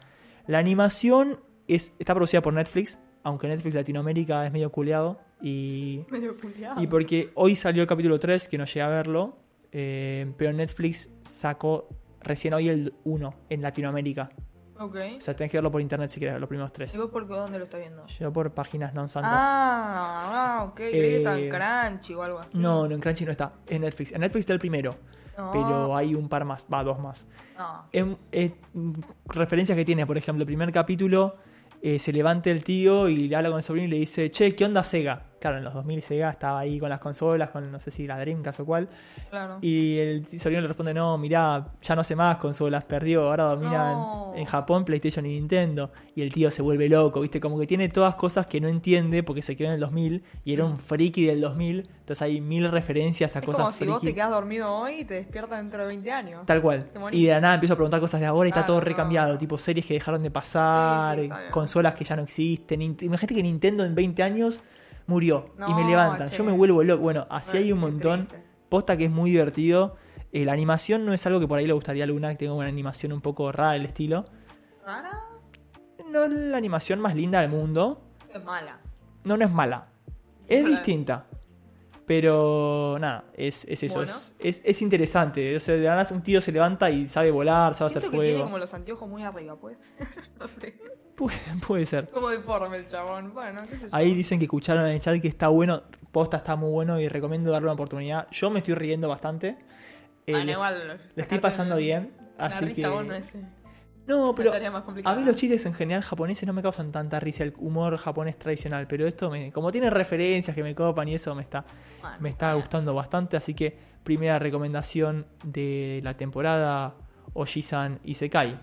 [SPEAKER 1] La animación es, está producida por Netflix. Aunque Netflix Latinoamérica es medio culeado. Y
[SPEAKER 2] Medio culiado.
[SPEAKER 1] y porque hoy salió el capítulo 3, que no llegué a verlo, eh, pero Netflix sacó recién hoy el 1 en Latinoamérica.
[SPEAKER 2] Ok.
[SPEAKER 1] O sea, tenés que verlo por internet si querés ver los primeros
[SPEAKER 2] ¿Y
[SPEAKER 1] 3.
[SPEAKER 2] vos por qué dónde lo estás viendo?
[SPEAKER 1] Yo por páginas non santas.
[SPEAKER 2] Ah, ah, ok. Creí que estaba en
[SPEAKER 1] Eh,
[SPEAKER 2] Crunchy o algo así.
[SPEAKER 1] No, no, en Crunchy no está. En Netflix. En Netflix está el primero,
[SPEAKER 2] No,
[SPEAKER 1] pero hay un par más, va, dos más.
[SPEAKER 2] no.
[SPEAKER 1] Em- eh, mm, referencias que tiene, por ejemplo, el primer capítulo eh, se levante el tío y le habla con el sobrino y le dice, che, ¿qué onda Sega? Claro, en los 2000 Sega estaba ahí con las consolas, con no sé si la Dreamcast o cuál.
[SPEAKER 2] Claro.
[SPEAKER 1] Y el sobrino le responde, no, mirá, ya no hace más consolas, perdió, ahora dominan
[SPEAKER 2] No.
[SPEAKER 1] en Japón PlayStation y Nintendo. Y el tío se vuelve loco, ¿viste? Como que tiene todas cosas que no entiende porque se quedó en el 2000 y era un friki del 2000. Entonces hay mil referencias a
[SPEAKER 2] Mm. Es
[SPEAKER 1] cosas
[SPEAKER 2] como si vos
[SPEAKER 1] friki.
[SPEAKER 2] te quedas dormido hoy y te despiertas dentro de 20 años.
[SPEAKER 1] Tal cual.
[SPEAKER 2] Qué bonito.
[SPEAKER 1] Y de la nada empiezo a preguntar cosas de ahora y está
[SPEAKER 2] Claro,
[SPEAKER 1] todo
[SPEAKER 2] no.
[SPEAKER 1] recambiado. Tipo series que dejaron de pasar,
[SPEAKER 2] Sí, sí, está bien.
[SPEAKER 1] consolas que ya no existen. Int- Imagínate que Nintendo en 20 años murió y me
[SPEAKER 2] No,
[SPEAKER 1] levanta.
[SPEAKER 2] che.
[SPEAKER 1] Yo me vuelvo loco. Bueno, así
[SPEAKER 2] Ay,
[SPEAKER 1] hay un
[SPEAKER 2] qué
[SPEAKER 1] montón.
[SPEAKER 2] triste.
[SPEAKER 1] Posta que es muy divertido. Eh, la animación no es algo que por ahí le gustaría a Luna, que tenga una animación un poco rara el estilo.
[SPEAKER 2] ¿Rara?
[SPEAKER 1] No es la animación más linda del mundo.
[SPEAKER 2] Es mala.
[SPEAKER 1] No, no es mala. Es
[SPEAKER 2] Claro.
[SPEAKER 1] distinta. Pero nada, es, es eso.
[SPEAKER 2] Bueno.
[SPEAKER 1] Es, es- es interesante. O sea, de la nada un tío se levanta y sabe volar, sabe
[SPEAKER 2] Siento
[SPEAKER 1] hacer
[SPEAKER 2] que
[SPEAKER 1] fuego.
[SPEAKER 2] tiene como los anteojos muy arriba, pues. no sé.
[SPEAKER 1] Pu- puede ser.
[SPEAKER 2] Como deforme el chabón. Bueno, qué sé yo.
[SPEAKER 1] Ahí dicen que escucharon en el chat que está bueno. Posta está muy bueno y recomiendo darle una oportunidad. Yo me estoy riendo bastante. Eh,
[SPEAKER 2] Ah, no,
[SPEAKER 1] le,
[SPEAKER 2] igual,
[SPEAKER 1] le
[SPEAKER 2] sacarte
[SPEAKER 1] estoy pasando
[SPEAKER 2] el-
[SPEAKER 1] bien.
[SPEAKER 2] La
[SPEAKER 1] Así
[SPEAKER 2] risa
[SPEAKER 1] que...
[SPEAKER 2] vos no es.
[SPEAKER 1] No, pero
[SPEAKER 2] tarea más
[SPEAKER 1] a
[SPEAKER 2] complicada.
[SPEAKER 1] mí los chistes en general japoneses no me causan tanta risa el humor japonés tradicional, pero esto me- como tiene referencias que me copan y eso me está
[SPEAKER 2] Bueno,
[SPEAKER 1] me está gustando bastante, así que primera recomendación de la temporada Ojisan Isekai.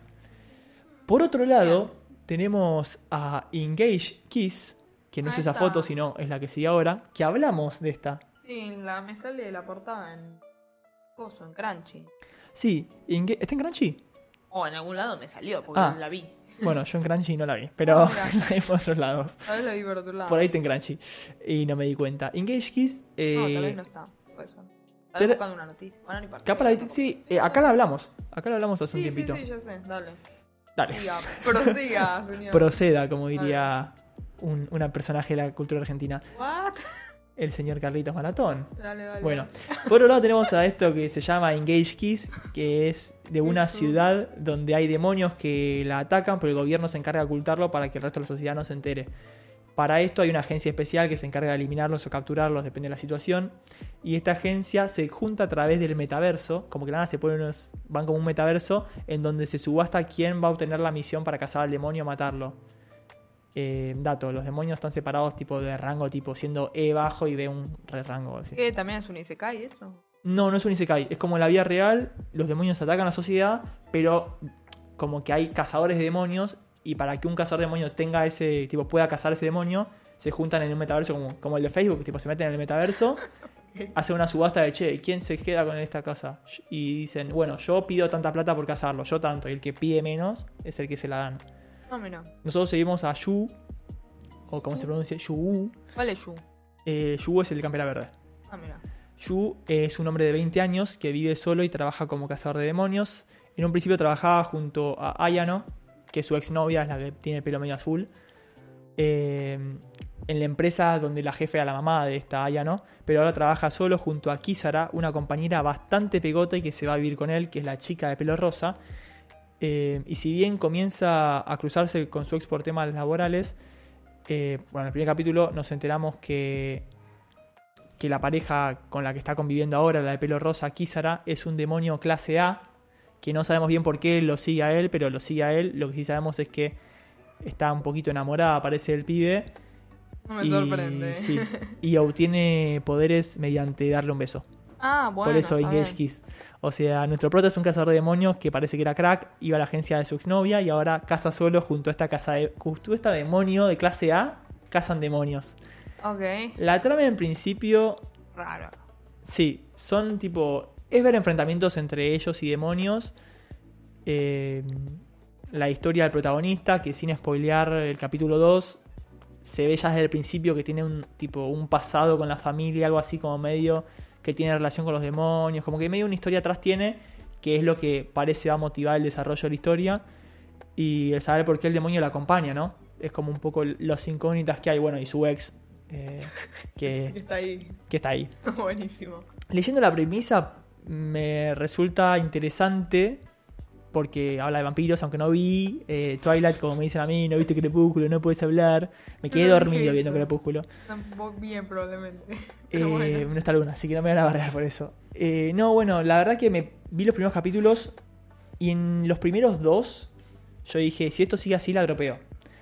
[SPEAKER 1] Por otro lado, tenemos a Engage Kiss, que no es
[SPEAKER 2] Ahí
[SPEAKER 1] esa
[SPEAKER 2] está.
[SPEAKER 1] foto, sino es la que sigue ahora, que hablamos de esta.
[SPEAKER 2] Sí, la, me sale la portada en. Coso, en Crunchy.
[SPEAKER 1] Sí, Enga- ¿está en Crunchy?
[SPEAKER 2] O en algún lado me salió, porque
[SPEAKER 1] Ah.
[SPEAKER 2] la vi.
[SPEAKER 1] Bueno, yo en Crunchy no la vi, pero
[SPEAKER 2] Ah,
[SPEAKER 1] la vi por otros lados.
[SPEAKER 2] Tal vez la vi por otro lado.
[SPEAKER 1] Por ahí está en Crunchy y no me di cuenta. Engage Kiss, eh,
[SPEAKER 2] No, tal vez no está. Por eso. Tal
[SPEAKER 1] pero-
[SPEAKER 2] vez buscando una noticia. Bueno, no importa.
[SPEAKER 1] capaz la vi- sí, eh, acá la hablamos, acá la hablamos hace un
[SPEAKER 2] Sí, sí,
[SPEAKER 1] tiempito.
[SPEAKER 2] sí, ya sé. Dale.
[SPEAKER 1] Dale.
[SPEAKER 2] Siga, prosiga, señor.
[SPEAKER 1] proceda, como diría un, una personaje de la cultura argentina,
[SPEAKER 2] What?
[SPEAKER 1] el señor Carlitos Maratón.
[SPEAKER 2] Dale, dale.
[SPEAKER 1] Bueno, por otro lado tenemos a esto que se llama Engage Kiss, que es de una
[SPEAKER 2] Eso.
[SPEAKER 1] ciudad donde hay demonios que la atacan, pero el gobierno se encarga de ocultarlo para que el resto de la sociedad no se entere. Para esto hay una agencia especial que se encarga de eliminarlos o capturarlos, depende de la situación. Y esta agencia se junta a través del metaverso, como que nada, se ponen unos, van como un metaverso en donde se subasta quién va a obtener la misión para cazar al demonio o matarlo. Eh, dato, los demonios están separados tipo de rango, tipo siendo E bajo y B un re rango. así.
[SPEAKER 2] ¿Qué? ¿También es un Isekai eso?
[SPEAKER 1] No, no es un isekai. Es como en la vida real, los demonios atacan a la sociedad, pero como que hay cazadores de demonios y para que un cazador de demonios tenga ese, tipo, pueda cazar ese demonio, se juntan en un metaverso como, como el de Facebook, tipo, se meten en el metaverso, hacen una subasta de, che, ¿quién se queda con esta casa? Y dicen, bueno, yo pido tanta plata por cazarlo, yo tanto, y el que pide menos es el que se la dan.
[SPEAKER 2] No, mira.
[SPEAKER 1] Nosotros seguimos a Yu, o como se pronuncia, Yu.
[SPEAKER 2] ¿Cuál es Yu?
[SPEAKER 1] Eh, Yu es el de campera verde.
[SPEAKER 2] Ah, mira.
[SPEAKER 1] Yu es un hombre de 20 años que vive solo y trabaja como cazador de demonios. En un principio trabajaba junto a Ayano, que es su exnovia, es la que tiene el pelo medio azul, eh, en la empresa donde la jefe era la mamá de esta Ayano, pero ahora trabaja solo junto a Kisara, una compañera bastante pegota y que se va a vivir con él, que es la chica de pelo rosa. Eh, y si bien comienza a cruzarse con su ex por temas laborales, eh, bueno, en el primer capítulo nos enteramos que que la pareja con la que está conviviendo ahora, la de pelo rosa, Kisara, es un demonio clase A, que no sabemos bien por qué lo sigue a él, pero lo sigue a él. Lo que sí sabemos es que está un poquito enamorada, parece del pibe.
[SPEAKER 2] No me
[SPEAKER 1] y,
[SPEAKER 2] sorprende.
[SPEAKER 1] sí, y obtiene poderes mediante darle un beso.
[SPEAKER 2] Ah, bueno.
[SPEAKER 1] por eso
[SPEAKER 2] está
[SPEAKER 1] Engage
[SPEAKER 2] bien.
[SPEAKER 1] Kiss. O sea, nuestro prota es un cazador de demonios que parece que era crack, iba a la agencia de su exnovia y ahora caza solo junto a esta casa de, junto a esta demonio de clase A, cazan demonios.
[SPEAKER 2] Ok.
[SPEAKER 1] La trama en principio
[SPEAKER 2] Raro.
[SPEAKER 1] Sí, son tipo. Es ver enfrentamientos entre ellos y demonios. Eh, la historia del protagonista, que sin spoilear el capítulo 2, se ve ya desde el principio que tiene un tipo un pasado con la familia, algo así como medio que tiene relación con los demonios, como que medio una historia atrás tiene, que es lo que parece va a motivar el desarrollo de la historia y el saber por qué el demonio la acompaña, ¿no? Es como un poco los incógnitas que hay, bueno, y su ex, eh, que-
[SPEAKER 2] Está ahí.
[SPEAKER 1] que está ahí
[SPEAKER 2] Buenísimo.
[SPEAKER 1] leyendo la premisa me resulta interesante porque habla de vampiros, aunque no vi eh, Twilight, como me dicen a mí, no viste Crepúsculo, no puedes hablar. Me quedé
[SPEAKER 2] No,
[SPEAKER 1] dormido
[SPEAKER 2] eso.
[SPEAKER 1] viendo Crepúsculo.
[SPEAKER 2] Tampoco bien, probablemente.
[SPEAKER 1] Eh,
[SPEAKER 2] Pero bueno.
[SPEAKER 1] No está luna, así que no me van a bardear por eso. Eh, no, bueno, la verdad que me vi los primeros capítulos y en los primeros dos yo dije, si esto sigue así, la dropeo.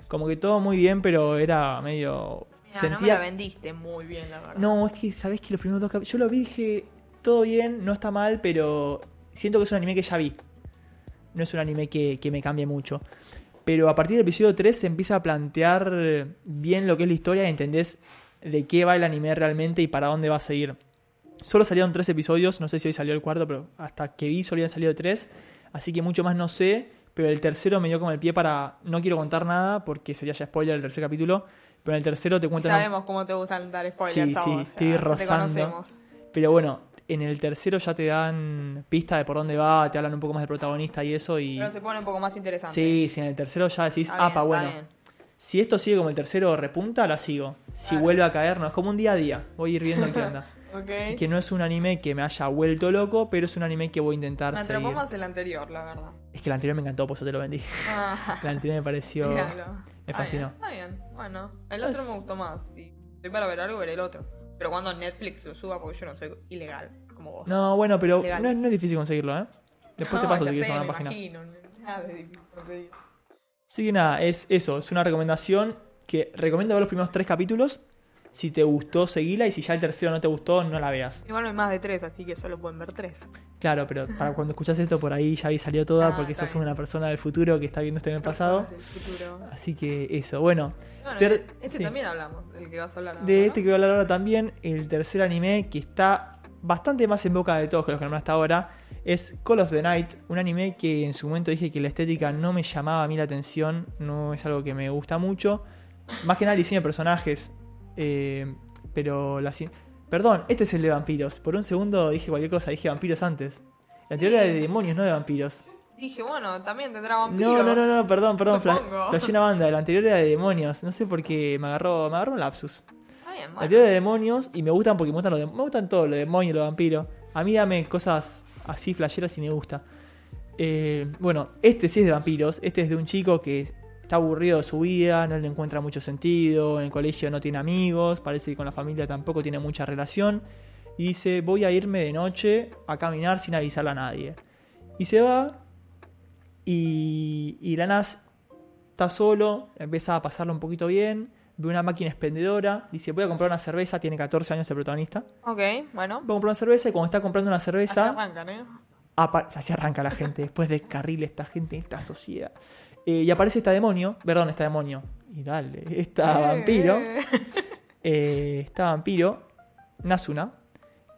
[SPEAKER 1] Como que todo muy bien, pero era medio.
[SPEAKER 2] Mirá, no me la
[SPEAKER 1] sentía.
[SPEAKER 2] vendiste muy bien, la verdad.
[SPEAKER 1] No, es que sabés que los primeros dos capítulos. Yo lo vi y dije. Todo bien, no está mal, pero siento que es un anime que ya vi. No es un anime que, que me cambie mucho. Pero a partir del episodio 3 se empieza a plantear bien lo que es la historia y entendés de qué va el anime realmente y para dónde va a seguir. Solo salieron tres episodios, no sé si hoy salió el cuarto, pero hasta que vi solo habían salido tres, así que mucho más no sé, pero el tercero me dio como el pie para, no quiero contar nada porque sería ya spoiler el tercer capítulo, pero en el tercero te
[SPEAKER 2] Y
[SPEAKER 1] cuentan...
[SPEAKER 2] Sabemos cómo te gustan dar spoilers
[SPEAKER 1] Sí,
[SPEAKER 2] a
[SPEAKER 1] sí,
[SPEAKER 2] vos,
[SPEAKER 1] estoy
[SPEAKER 2] ya te
[SPEAKER 1] rozando.
[SPEAKER 2] conocemos.
[SPEAKER 1] Pero bueno, en el tercero ya te dan pista de por dónde va, te hablan un poco más del protagonista y eso y...
[SPEAKER 2] Pero se pone un poco más interesante.
[SPEAKER 1] Sí, sí, en el tercero ya decís,
[SPEAKER 2] Está bien,
[SPEAKER 1] ah, pa,
[SPEAKER 2] está
[SPEAKER 1] bueno.
[SPEAKER 2] bien.
[SPEAKER 1] Si esto sigue como el tercero repunta, la sigo. Si
[SPEAKER 2] Claro.
[SPEAKER 1] vuelve a caer, no, es como un día a día. Voy a ir viendo qué onda.
[SPEAKER 2] Ok.
[SPEAKER 1] Así que no es un anime que me haya vuelto loco, pero es un anime que voy a intentar
[SPEAKER 2] Me atrapó
[SPEAKER 1] seguir.
[SPEAKER 2] más el anterior, la verdad.
[SPEAKER 1] Es que el anterior me encantó, por eso te lo vendí.
[SPEAKER 2] Ah,
[SPEAKER 1] El anterior me pareció...
[SPEAKER 2] míralo. Está
[SPEAKER 1] fascinó.
[SPEAKER 2] bien, Está bien, bueno. El
[SPEAKER 1] Pues-
[SPEAKER 2] otro me gustó más. Y estoy para ver algo, veré el otro. Pero cuando Netflix lo suba, porque yo no soy ilegal, como vos.
[SPEAKER 1] No, bueno, pero
[SPEAKER 2] Legal.
[SPEAKER 1] no es, no es difícil conseguirlo, ¿eh? Después te
[SPEAKER 2] No,
[SPEAKER 1] paso
[SPEAKER 2] ya
[SPEAKER 1] si quieres
[SPEAKER 2] sé,
[SPEAKER 1] una
[SPEAKER 2] me
[SPEAKER 1] página.
[SPEAKER 2] imagino, nada de difícil conseguir.
[SPEAKER 1] Así que nada, es eso, es una recomendación que recomiendo ver los primeros tres capítulos. Si te gustó, seguila y si ya el tercero no te gustó, no la veas.
[SPEAKER 2] Igual no hay más de tres, así que solo pueden ver tres.
[SPEAKER 1] Claro, pero para cuando escuchas esto por ahí ya habéis salido toda
[SPEAKER 2] Ah,
[SPEAKER 1] porque
[SPEAKER 2] está
[SPEAKER 1] sos
[SPEAKER 2] bien.
[SPEAKER 1] una persona del futuro que está viendo este en el pasado.
[SPEAKER 2] Del futuro.
[SPEAKER 1] Así que eso, bueno.
[SPEAKER 2] Bueno,
[SPEAKER 1] Ter-
[SPEAKER 2] de este
[SPEAKER 1] sí.
[SPEAKER 2] también hablamos, del que vas a hablar. ahora,
[SPEAKER 1] De
[SPEAKER 2] ¿no?
[SPEAKER 1] este que voy a hablar ahora también, el tercer anime que está bastante más en boca de todos que los que nombré hasta ahora, es Call of the Night, un anime que en su momento dije que la estética no me llamaba a mí la atención, no es algo que me gusta mucho. Más que nada el diseño de personajes, eh, pero la... cin- Perdón, este es el de vampiros. Por un segundo dije cualquier cosa, dije vampiros antes. La anterior era de demonios, no de vampiros.
[SPEAKER 2] Dije, bueno, también tendrá vampiros.
[SPEAKER 1] No, no, no, no, perdón, perdón, fla-
[SPEAKER 2] Supongo.
[SPEAKER 1] flasheé una banda, la anterior era de demonios. No sé por qué me agarró, me agarró un lapsus.
[SPEAKER 2] Está bien,
[SPEAKER 1] La
[SPEAKER 2] bueno.
[SPEAKER 1] teoría de demonios y me gustan porque me gustan, los de- me gustan todo, los demonios, los vampiros. A mí dame cosas así flasheras y me gusta. Eh, bueno, este sí es de vampiros, este es de un chico que está aburrido de su vida, no le encuentra mucho sentido, en el colegio no tiene amigos, parece que con la familia tampoco tiene mucha relación. Y dice, voy a irme de noche a caminar sin avisarle a nadie. Y se va y, y la Nas está solo, empieza a pasarlo un poquito bien, ve una máquina expendedora, dice voy a comprar una cerveza, tiene 14 años el protagonista, va
[SPEAKER 2] Ok,
[SPEAKER 1] a
[SPEAKER 2] bueno.
[SPEAKER 1] comprar una cerveza y cuando está comprando una
[SPEAKER 2] Así
[SPEAKER 1] cerveza,
[SPEAKER 2] arrancan, ¿eh?
[SPEAKER 1] apa- así arranca la gente, después descarrila esta gente, esta sociedad. Eh, y aparece esta demonio, perdón, esta demonio, y dale, esta
[SPEAKER 2] Eh,
[SPEAKER 1] vampiro,
[SPEAKER 2] eh.
[SPEAKER 1] eh, esta vampiro, Nasuna,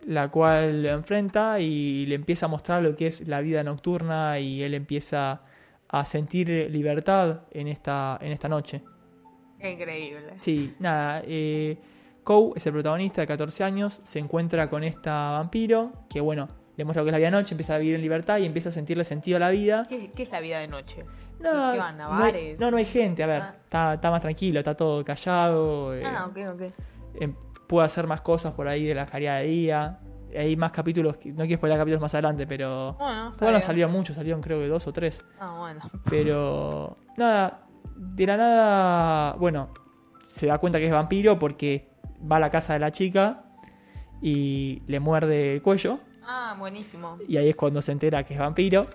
[SPEAKER 1] la cual lo enfrenta y le empieza a mostrar lo que es la vida nocturna y él empieza a sentir libertad en esta, en esta noche.
[SPEAKER 2] Qué increíble.
[SPEAKER 1] Sí, nada. Eh, Kou es el protagonista de 14 años. Se encuentra con esta vampiro. Que bueno, le muestra lo que es la vida de noche. Empieza a vivir en libertad y empieza a sentirle sentido a la vida.
[SPEAKER 2] ¿Qué, qué es la vida de noche?
[SPEAKER 1] No,
[SPEAKER 2] ¿Qué van a
[SPEAKER 1] no, hay,
[SPEAKER 2] bares?
[SPEAKER 1] no, no hay gente. A ver,
[SPEAKER 2] Ah.
[SPEAKER 1] está, está más tranquilo, está todo callado. eh,
[SPEAKER 2] Ah, ok, ok.
[SPEAKER 1] em, puede hacer más cosas por ahí de la calidad de día. Hay más capítulos. que- No quiero spoiler capítulos más adelante, pero.
[SPEAKER 2] Bueno, está
[SPEAKER 1] Bueno,
[SPEAKER 2] bien.
[SPEAKER 1] salieron muchos, salieron creo que dos o tres.
[SPEAKER 2] Ah, bueno.
[SPEAKER 1] Pero nada, de la nada, bueno, se da cuenta que es vampiro porque va a la casa de la chica y le muerde el cuello.
[SPEAKER 2] Ah, buenísimo.
[SPEAKER 1] Y ahí es cuando se entera que es vampiro.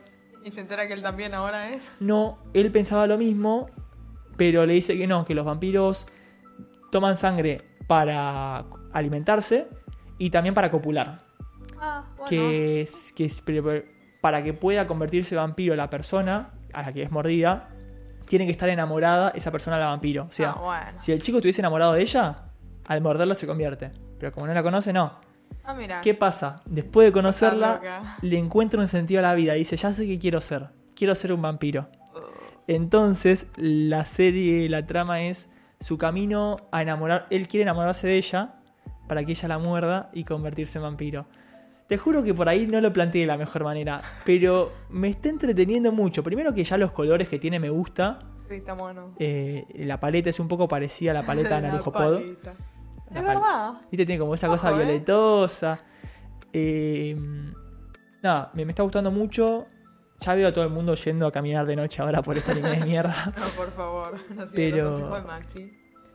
[SPEAKER 2] Y se entera que él también ahora es.
[SPEAKER 1] No, él pensaba lo mismo, pero le dice que no, que los vampiros toman sangre para alimentarse y también para copular.
[SPEAKER 2] Ah, bueno.
[SPEAKER 1] que, es- que es- pero para que pueda convertirse vampiro la persona a la que es mordida, tiene que estar enamorada esa persona la vampiro. O sea,
[SPEAKER 2] Ah, bueno.
[SPEAKER 1] si el chico estuviese enamorado de ella, al morderla se convierte. Pero como no la conoce, no.
[SPEAKER 2] Ah, mira.
[SPEAKER 1] ¿Qué pasa? Después de
[SPEAKER 2] loca.
[SPEAKER 1] conocerla, le encuentra un sentido a la vida. Dice, ya sé qué quiero ser. Quiero ser un vampiro.
[SPEAKER 2] Uh,
[SPEAKER 1] Entonces, la serie, la trama es su camino a enamorar. Él quiere enamorarse de ella para que ella la muerda y convertirse en vampiro. Te juro que por ahí no lo planteé de la mejor manera, pero me está entreteniendo mucho. Primero que ya los colores que tiene me gusta.
[SPEAKER 2] Sí, está bueno.
[SPEAKER 1] Eh, la paleta es un poco parecida a la paleta de
[SPEAKER 2] La
[SPEAKER 1] Narujo Pod.
[SPEAKER 2] palita. Es
[SPEAKER 1] La pal-
[SPEAKER 2] verdad.
[SPEAKER 1] Viste, tiene como esa cosa
[SPEAKER 2] Ojo, eh.
[SPEAKER 1] violetosa. Eh, nada, me, me está gustando mucho. Ya veo a todo el mundo yendo a caminar de noche ahora por esta anime de mierda.
[SPEAKER 2] No, por favor. No sigas
[SPEAKER 1] Pero-
[SPEAKER 2] los consejos de Maxi.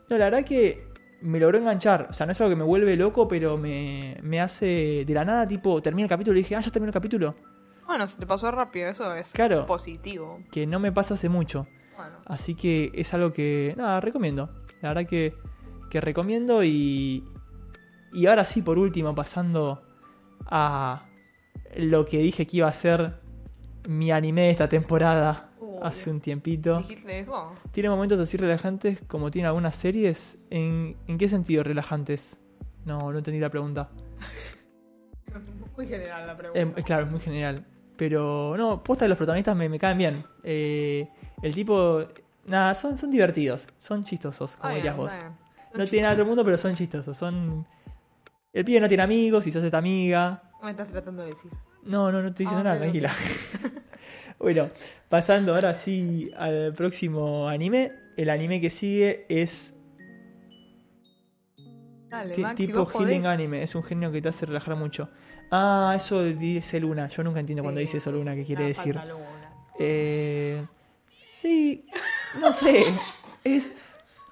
[SPEAKER 1] No, la verdad que me logró enganchar. O sea, no es algo que me vuelve loco, pero me, me hace de la nada, tipo, termina el capítulo y dije, ah, ya terminó el capítulo.
[SPEAKER 2] Bueno, se te pasó rápido, eso es
[SPEAKER 1] Claro.
[SPEAKER 2] positivo.
[SPEAKER 1] Que no me pasa hace mucho.
[SPEAKER 2] Bueno,
[SPEAKER 1] Así que es algo que, nada, recomiendo. La verdad que, que recomiendo y, y ahora sí, por último, pasando a lo que dije que iba a ser mi anime de esta temporada
[SPEAKER 2] Oh.
[SPEAKER 1] hace un tiempito.
[SPEAKER 2] dijiste eso.
[SPEAKER 1] ¿Tiene momentos así relajantes como tiene algunas series? ¿En, en qué sentido relajantes? No, no entendí la pregunta.
[SPEAKER 2] Muy general la pregunta.
[SPEAKER 1] Eh, claro, es muy general. Pero no, posta de los protagonistas me, me caen bien. Eh, el tipo. Nada, son, son divertidos. Son chistosos,
[SPEAKER 2] Está
[SPEAKER 1] como
[SPEAKER 2] bien,
[SPEAKER 1] dirías vos.
[SPEAKER 2] está bien.
[SPEAKER 1] No tiene nada del mundo, pero son chistosos. Son. El pibe no tiene amigos y se hace esta amiga.
[SPEAKER 2] ¿Qué me estás tratando de decir?
[SPEAKER 1] No, no, no estoy diciendo
[SPEAKER 2] Ah,
[SPEAKER 1] nada,
[SPEAKER 2] ok, ok.
[SPEAKER 1] tranquila. bueno, pasando ahora sí al próximo anime. El anime que sigue es
[SPEAKER 2] Dale,
[SPEAKER 1] ti-
[SPEAKER 2] Maxi,
[SPEAKER 1] tipo
[SPEAKER 2] vos podés.
[SPEAKER 1] healing anime. Es un género que te hace relajar mucho. Ah, eso dice Luna. Yo nunca entiendo cuando
[SPEAKER 2] Sí.
[SPEAKER 1] dice eso Luna qué quiere
[SPEAKER 2] Ah,
[SPEAKER 1] decir.
[SPEAKER 2] falta alguna.
[SPEAKER 1] Eh, sí, no sé. Es,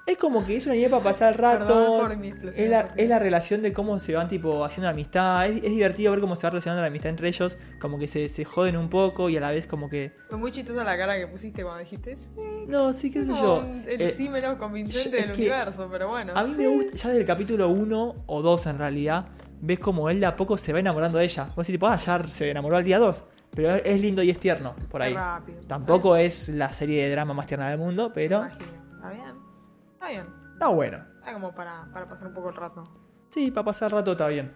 [SPEAKER 1] es como que es una idea para pasar el
[SPEAKER 2] Perdón
[SPEAKER 1] rato.
[SPEAKER 2] por mi explosión
[SPEAKER 1] Es la,
[SPEAKER 2] rápida.
[SPEAKER 1] es la relación de cómo se van tipo haciendo la amistad. Es, es divertido ver cómo se va relacionando la amistad entre ellos. Como que se, se joden un poco y a la vez como que...
[SPEAKER 2] Fue muy chistosa la cara que pusiste cuando dijiste eso.
[SPEAKER 1] No, sí, qué sé
[SPEAKER 2] Como
[SPEAKER 1] yo.
[SPEAKER 2] un- El
[SPEAKER 1] Eh,
[SPEAKER 2] sí menos convincente
[SPEAKER 1] es
[SPEAKER 2] del
[SPEAKER 1] que
[SPEAKER 2] universo, pero bueno.
[SPEAKER 1] a mí
[SPEAKER 2] sí.
[SPEAKER 1] me gusta, ya desde el capítulo 1 o 2 en realidad, ves como él de a poco se va enamorando de ella. Vos decís tipo, ah, ya se enamoró al día 2. Pero es- es lindo y es tierno, por ahí.
[SPEAKER 2] Rápido.
[SPEAKER 1] Tampoco es la serie de drama más tierna del mundo, pero
[SPEAKER 2] Me imagino. Está bien. Está bien.
[SPEAKER 1] está bueno.
[SPEAKER 2] Está como para, para pasar un poco el rato.
[SPEAKER 1] Sí, para pasar rato está bien.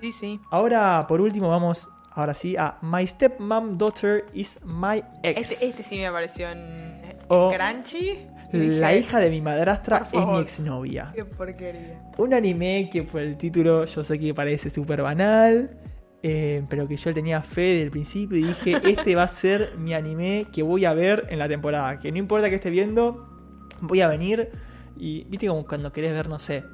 [SPEAKER 2] Sí, sí.
[SPEAKER 1] Ahora, por último, vamos, ahora sí, a My Stepmom Daughter is My Ex.
[SPEAKER 2] Este, este sí me apareció en
[SPEAKER 1] O
[SPEAKER 2] Crunchy.
[SPEAKER 1] La
[SPEAKER 2] Dije,
[SPEAKER 1] hija de mi madrastra
[SPEAKER 2] Por
[SPEAKER 1] es mi
[SPEAKER 2] favor.
[SPEAKER 1] exnovia.
[SPEAKER 2] Qué porquería.
[SPEAKER 1] Un anime que por el título yo sé que parece súper banal, eh, pero que yo le tenía fe desde el principio y dije, este va a ser mi anime que voy a ver en la temporada. Que no importa que esté viendo, voy a venir y viste como cuando querés ver, no sé,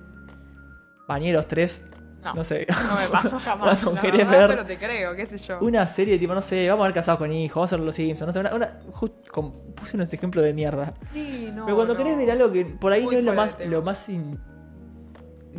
[SPEAKER 1] Bañeros 3,
[SPEAKER 2] No,
[SPEAKER 1] no
[SPEAKER 2] no,
[SPEAKER 1] sé.
[SPEAKER 2] me pasó jamás.
[SPEAKER 1] Cuando
[SPEAKER 2] la
[SPEAKER 1] querés
[SPEAKER 2] verdad,
[SPEAKER 1] ver
[SPEAKER 2] pero te creo, qué sé yo.
[SPEAKER 1] Una serie tipo, no sé, vamos a haber casado con hijos, vamos a ver los Simpsons, no sé, una, una- just- con- puse unos ejemplos de mierda.
[SPEAKER 2] Sí, no,
[SPEAKER 1] Pero cuando
[SPEAKER 2] no.
[SPEAKER 1] querés ver algo que por ahí
[SPEAKER 2] Muy
[SPEAKER 1] no es lo
[SPEAKER 2] fuera de
[SPEAKER 1] más,
[SPEAKER 2] tema.
[SPEAKER 1] lo más in-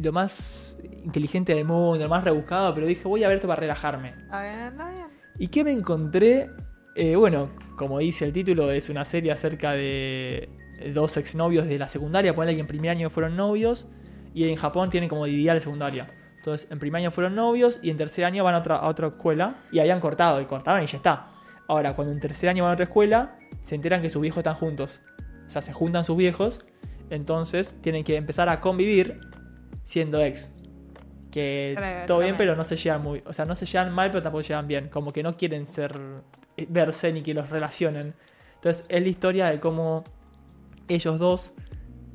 [SPEAKER 1] lo más inteligente del mundo, lo más rebuscado, pero dije, voy a ver esto para relajarme.
[SPEAKER 2] Está bien, está bien.
[SPEAKER 1] ¿Y qué me encontré? Eh, bueno, como dice el título, es una serie acerca de eh, dos exnovios de la secundaria. Ponle que en primer año fueron novios y en Japón tienen como dividida la secundaria. Entonces, en primer año fueron novios y en tercer año van a otra, a otra escuela y habían cortado y cortaron y ya está. Ahora, cuando en tercer año van a otra escuela, se enteran que sus viejos están juntos. O sea, se juntan sus viejos, entonces tienen que empezar a convivir siendo ex. Que
[SPEAKER 2] Tre-
[SPEAKER 1] todo bien,
[SPEAKER 2] tremendo.
[SPEAKER 1] pero no se llevan muy. O sea, no se llevan mal, pero tampoco se llevan bien. Como que no quieren ser. eh, verse ni que los relacionen. Entonces, es la historia de cómo ellos dos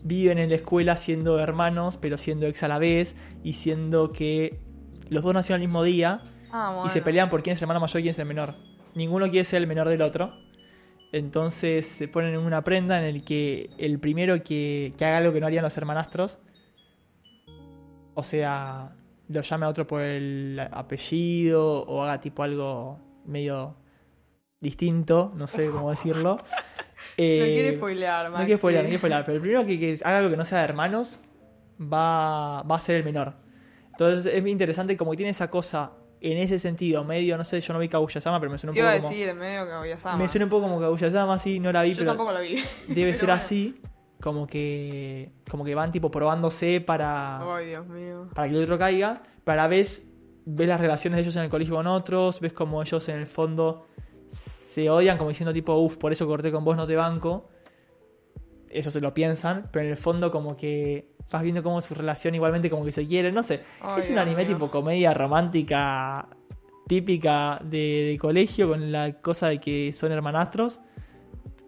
[SPEAKER 1] viven en la escuela siendo hermanos, pero siendo ex a la vez, y siendo que los dos nacieron el mismo día,
[SPEAKER 2] Ah, bueno.
[SPEAKER 1] y se pelean por quién es el hermano mayor y quién es el menor. Ninguno quiere ser el menor del otro. Entonces se ponen en una prenda en el que el primero que, que haga algo que no harían los hermanastros, o sea, lo llame a otro por el apellido o haga tipo algo medio distinto, no sé cómo decirlo.
[SPEAKER 2] No
[SPEAKER 1] Eh,
[SPEAKER 2] quiere spoilear,
[SPEAKER 1] no quiero spoilear, no quiero spoilear, pero el primero que, que haga algo que no sea de hermanos va, va a ser el menor. Entonces es muy interesante como que tiene esa cosa en ese sentido, medio, no sé, yo no vi Kaguya-sama, pero me suena un
[SPEAKER 2] Iba a
[SPEAKER 1] poco como...
[SPEAKER 2] decir, en medio que voy a
[SPEAKER 1] Me suena un poco como Kaguya-sama, sí, no la vi,
[SPEAKER 2] Yo
[SPEAKER 1] pero
[SPEAKER 2] tampoco la vi.
[SPEAKER 1] debe
[SPEAKER 2] pero
[SPEAKER 1] ser
[SPEAKER 2] bueno.
[SPEAKER 1] así, como que como que van tipo probándose para
[SPEAKER 2] Ay, Dios mío.
[SPEAKER 1] para que el otro caiga, para vez ves las relaciones de ellos en el colegio con otros, ves como ellos en el fondo se odian como diciendo tipo, uff, por eso corté con vos, no te banco. Eso se lo piensan, pero en el fondo como que vas viendo como su relación igualmente como que se quieren, no sé.
[SPEAKER 2] Ay,
[SPEAKER 1] es un
[SPEAKER 2] Dios
[SPEAKER 1] anime
[SPEAKER 2] mío.
[SPEAKER 1] tipo comedia romántica típica de, de colegio con la cosa de que son hermanastros,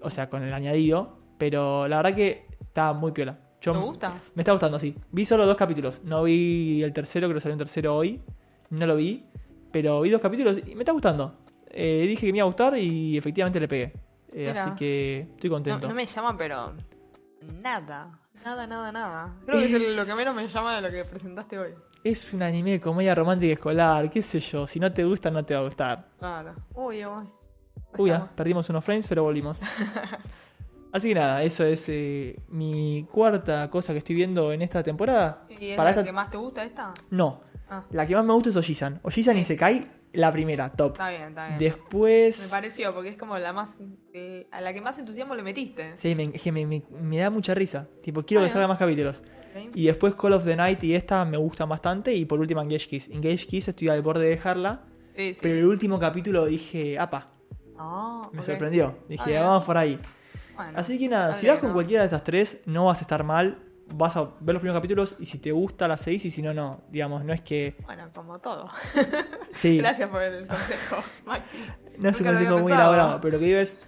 [SPEAKER 1] o sea, con el añadido, pero la verdad que está muy piola. Yo
[SPEAKER 2] ¿Te gusta?
[SPEAKER 1] me está gustando, sí. Vi solo dos capítulos. No vi el tercero, creo que salió un tercero hoy. No lo vi. Pero vi dos capítulos y me está gustando. Eh, dije que me iba a gustar y efectivamente le pegué. Eh,
[SPEAKER 2] Mirá.
[SPEAKER 1] así que estoy
[SPEAKER 2] No,
[SPEAKER 1] contento.
[SPEAKER 2] no me llama, pero. Nada. Nada, nada, nada. Creo que es el- lo que menos me llama de lo que presentaste hoy.
[SPEAKER 1] Es un anime de comedia romántica escolar, qué sé yo. Si no te gusta, no te va a gustar.
[SPEAKER 2] Claro. Uy, uy.
[SPEAKER 1] Uy, ah,
[SPEAKER 2] Pues Estamos.
[SPEAKER 1] perdimos unos frames, pero volvimos. Así que nada, eso es eh, mi cuarta cosa que estoy viendo en esta temporada.
[SPEAKER 2] ¿Y es
[SPEAKER 1] Para
[SPEAKER 2] la
[SPEAKER 1] esta-
[SPEAKER 2] que más te gusta esta?
[SPEAKER 1] No,
[SPEAKER 2] Ah.
[SPEAKER 1] La que más me gusta es Ojisan. Ojisan y
[SPEAKER 2] Sí.
[SPEAKER 1] Sekai, la primera, top.
[SPEAKER 2] Está bien, está bien. Me
[SPEAKER 1] Después.
[SPEAKER 2] pareció, porque es como la más. eh, a la que más entusiasmo le metiste.
[SPEAKER 1] Sí, me, que me- me- me da mucha risa. Tipo, quiero
[SPEAKER 2] Ah,
[SPEAKER 1] que
[SPEAKER 2] no.
[SPEAKER 1] salgan más capítulos. Y después Call of the Night y esta me gustan bastante. Y por último, Engage Kiss. Engage Kiss estoy al borde de dejarla.
[SPEAKER 2] Sí, sí.
[SPEAKER 1] Pero el último capítulo dije, apa,
[SPEAKER 2] Ah,
[SPEAKER 1] me
[SPEAKER 2] ok.
[SPEAKER 1] sorprendió.
[SPEAKER 2] Ah,
[SPEAKER 1] Dije,
[SPEAKER 2] bien.
[SPEAKER 1] vamos por ahí.
[SPEAKER 2] Bueno,
[SPEAKER 1] Así que nada,
[SPEAKER 2] está
[SPEAKER 1] si vas
[SPEAKER 2] bien,
[SPEAKER 1] con
[SPEAKER 2] ¿no?
[SPEAKER 1] cualquiera de estas tres, no vas a estar mal. Vas a ver los primeros capítulos y si te gusta, las seguís y si no, no. Digamos, no es que.
[SPEAKER 2] Bueno, como todo.
[SPEAKER 1] Sí,
[SPEAKER 2] Gracias por el consejo, Maxi.
[SPEAKER 1] no es un
[SPEAKER 2] nunca lo había
[SPEAKER 1] consejo muy
[SPEAKER 2] pensado.
[SPEAKER 1] elaborado, pero lo que digo es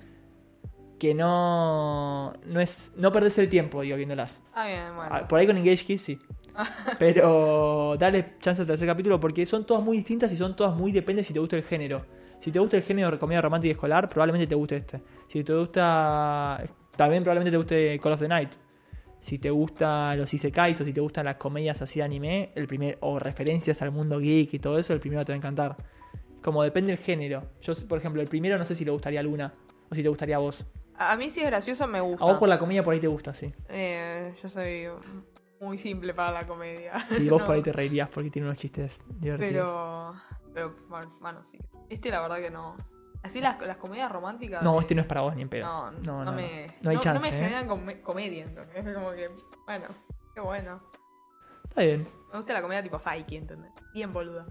[SPEAKER 1] que no. No es no perdés el tiempo, digo, viéndolas.
[SPEAKER 2] Ah, bien, bueno.
[SPEAKER 1] Ah, Por ahí con Engage Kids sí. Pero dale chance al tercer capítulo porque son todas muy distintas y son todas muy depende si te gusta el género. Si te gusta el género de comedia romántica y escolar, probablemente te guste este. Si te gusta. También probablemente te guste Call of the Night. Si te gusta los isekais o si te gustan las comedias así de anime, el primer, o referencias al mundo geek y todo eso, el primero te va a encantar. Como depende el género. Yo, por ejemplo, el primero no sé si le gustaría a Luna o si te gustaría a vos.
[SPEAKER 2] A mí sí es gracioso, me gusta.
[SPEAKER 1] A vos por la comedia por ahí te gusta, sí.
[SPEAKER 2] Eh, yo soy muy simple para la comedia.
[SPEAKER 1] Sí, vos
[SPEAKER 2] No,
[SPEAKER 1] por ahí te reirías porque tiene unos chistes divertidos.
[SPEAKER 2] Pero. Pero, bueno, bueno, sí. Este, la verdad que no. Así las, las comedias románticas.
[SPEAKER 1] No,
[SPEAKER 2] de-
[SPEAKER 1] este no es para vos ni en pedo.
[SPEAKER 2] No, no,
[SPEAKER 1] no, no,
[SPEAKER 2] me.
[SPEAKER 1] no hay chance.
[SPEAKER 2] me
[SPEAKER 1] ¿eh?
[SPEAKER 2] generan come- comedia, entonces. Es como que. Bueno, qué bueno.
[SPEAKER 1] Está bien.
[SPEAKER 2] Me gusta la comedia tipo Psyche, ¿entendés? Bien boluda.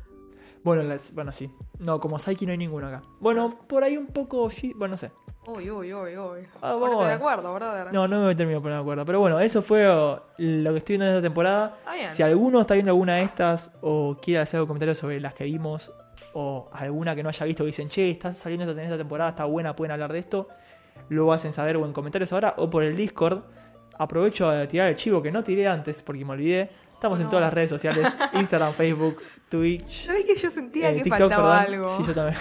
[SPEAKER 1] Bueno, las- bueno, sí. No, como Saiki no hay ninguno acá. Bueno, por ahí un poco. sí, Bueno, no sé.
[SPEAKER 2] Uy, uy, uy, uy.
[SPEAKER 1] Ah,
[SPEAKER 2] Ponete
[SPEAKER 1] vamos.
[SPEAKER 2] de acuerdo, brother.
[SPEAKER 1] No, no me termino de poner de acuerdo. Pero bueno, eso fue oh, lo que estoy viendo en esta temporada.
[SPEAKER 2] Está bien.
[SPEAKER 1] Si alguno está viendo alguna de estas o quiere hacer algún comentario sobre las que vimos o alguna que no haya visto, dicen, che, está saliendo esta, esta temporada, está buena, pueden hablar de esto, lo hacen saber o en comentarios ahora o por el Discord. Aprovecho a tirar el chivo que no tiré antes porque me olvidé. Estamos en
[SPEAKER 2] No.
[SPEAKER 1] todas las redes sociales, Instagram, Facebook, Twitch,
[SPEAKER 2] Yo vi que yo sentía
[SPEAKER 1] eh,
[SPEAKER 2] que
[SPEAKER 1] TikTok,
[SPEAKER 2] faltaba
[SPEAKER 1] perdón.
[SPEAKER 2] algo.
[SPEAKER 1] Sí, yo también.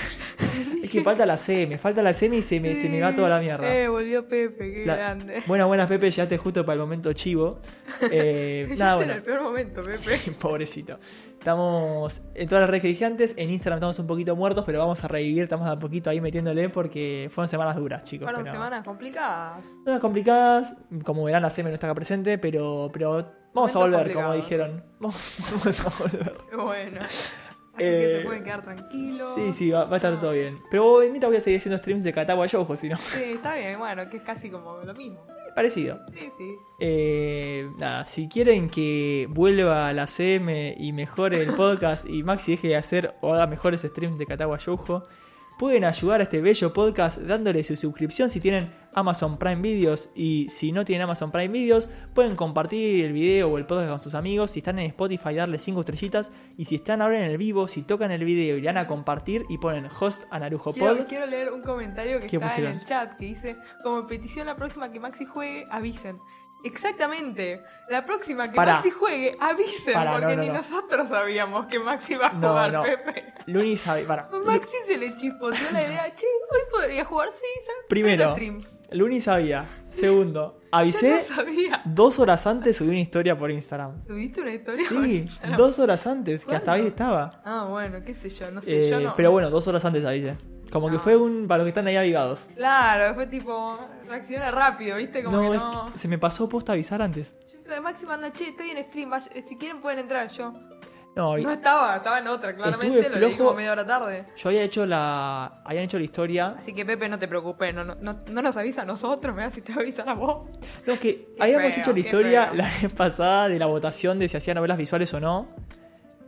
[SPEAKER 1] es que falta la C, me falta la C y se me, se me va toda la mierda.
[SPEAKER 2] Eh, volvió Pepe, qué
[SPEAKER 1] La-
[SPEAKER 2] grande.
[SPEAKER 1] Buenas, buenas, Pepe, llegaste justo para el momento chivo. Eh,
[SPEAKER 2] Este
[SPEAKER 1] nada,
[SPEAKER 2] era
[SPEAKER 1] bueno.
[SPEAKER 2] el peor momento, Pepe.
[SPEAKER 1] Sí, pobrecito. Estamos en todas las redes que dije antes. En Instagram estamos un poquito muertos, pero vamos a revivir. Estamos a poquito ahí metiéndole porque fueron semanas duras, chicos.
[SPEAKER 2] Fueron
[SPEAKER 1] pero-
[SPEAKER 2] semanas complicadas.
[SPEAKER 1] Semanas complicadas. Como verán, la SEME no está acá presente, pero, pero vamos a
[SPEAKER 2] Momentos
[SPEAKER 1] volver, como
[SPEAKER 2] complicados.
[SPEAKER 1] dijeron. Vamos a volver.
[SPEAKER 2] Bueno. Así
[SPEAKER 1] Eh,
[SPEAKER 2] que se pueden quedar tranquilos.
[SPEAKER 1] Sí, sí, va, va a estar todo bien. Pero mira, voy a seguir haciendo streams de Catagua Yojo, si no.
[SPEAKER 2] Sí, está bien, bueno, que es casi como lo mismo.
[SPEAKER 1] Parecido.
[SPEAKER 2] Sí, sí.
[SPEAKER 1] Eh, nada, si quieren que vuelva a la CM y mejore el podcast y Maxi deje de hacer o haga mejores streams de Catagua Yojo, pueden ayudar a este bello podcast dándole su suscripción si tienen Amazon Prime Videos y si no tienen Amazon Prime Videos, pueden compartir el video o el podcast con sus amigos, si están en Spotify darle 5 estrellitas y si están ahora en el vivo, si tocan el video y le dan a compartir y ponen host a Narujo Pod.
[SPEAKER 2] Quiero, quiero leer un comentario que
[SPEAKER 1] ¿Qué
[SPEAKER 2] está
[SPEAKER 1] pusieron?
[SPEAKER 2] en el chat que dice: Como petición la próxima que Maxi juegue, avisen. Exactamente. La próxima que
[SPEAKER 1] Pará.
[SPEAKER 2] Maxi juegue, avisen.
[SPEAKER 1] Pará,
[SPEAKER 2] porque
[SPEAKER 1] no, no,
[SPEAKER 2] ni
[SPEAKER 1] no.
[SPEAKER 2] nosotros sabíamos que Maxi iba a
[SPEAKER 1] No,
[SPEAKER 2] jugar,
[SPEAKER 1] no.
[SPEAKER 2] Pepe.
[SPEAKER 1] Luni sabe, para.
[SPEAKER 2] A Maxi se le chispoteó la idea. Che, hoy podría jugar, sí, ¿sabes?
[SPEAKER 1] Primero,
[SPEAKER 2] Stream.
[SPEAKER 1] Luni sabía. Segundo,
[SPEAKER 2] Yo
[SPEAKER 1] avisé.
[SPEAKER 2] no sabía.
[SPEAKER 1] Dos horas antes subí una historia por Instagram.
[SPEAKER 2] ¿Subiste una historia?
[SPEAKER 1] Sí,
[SPEAKER 2] No.
[SPEAKER 1] dos horas antes, que hasta ahí
[SPEAKER 2] ¿Cuándo?
[SPEAKER 1] estaba.
[SPEAKER 2] Ah, bueno, qué sé yo, no sé, yo
[SPEAKER 1] Eh,
[SPEAKER 2] no.
[SPEAKER 1] Pero bueno, dos horas antes avisé. Como que
[SPEAKER 2] No.
[SPEAKER 1] fue un. para los que están ahí avivados.
[SPEAKER 2] Claro, fue tipo, reacciona rápido, ¿viste? Como
[SPEAKER 1] No,
[SPEAKER 2] que
[SPEAKER 1] es
[SPEAKER 2] no.
[SPEAKER 1] que se me pasó posta avisar antes.
[SPEAKER 2] Yo creo que Maxi manda, che, estoy en stream, vaya- eh, si quieren pueden entrar yo.
[SPEAKER 1] No, y-
[SPEAKER 2] No estaba, estaba en otra, claramente,
[SPEAKER 1] Estuve
[SPEAKER 2] lo leí
[SPEAKER 1] flojo.
[SPEAKER 2] como media hora tarde.
[SPEAKER 1] yo había hecho la. habían hecho la historia.
[SPEAKER 2] Así que Pepe, no te preocupes, no, no, no, no nos avisa a nosotros, me da si te avisan a vos.
[SPEAKER 1] No, que
[SPEAKER 2] Qué
[SPEAKER 1] habíamos
[SPEAKER 2] feo,
[SPEAKER 1] hecho la
[SPEAKER 2] qué
[SPEAKER 1] historia
[SPEAKER 2] feo.
[SPEAKER 1] la vez pasada de la votación de si hacía novelas visuales o no.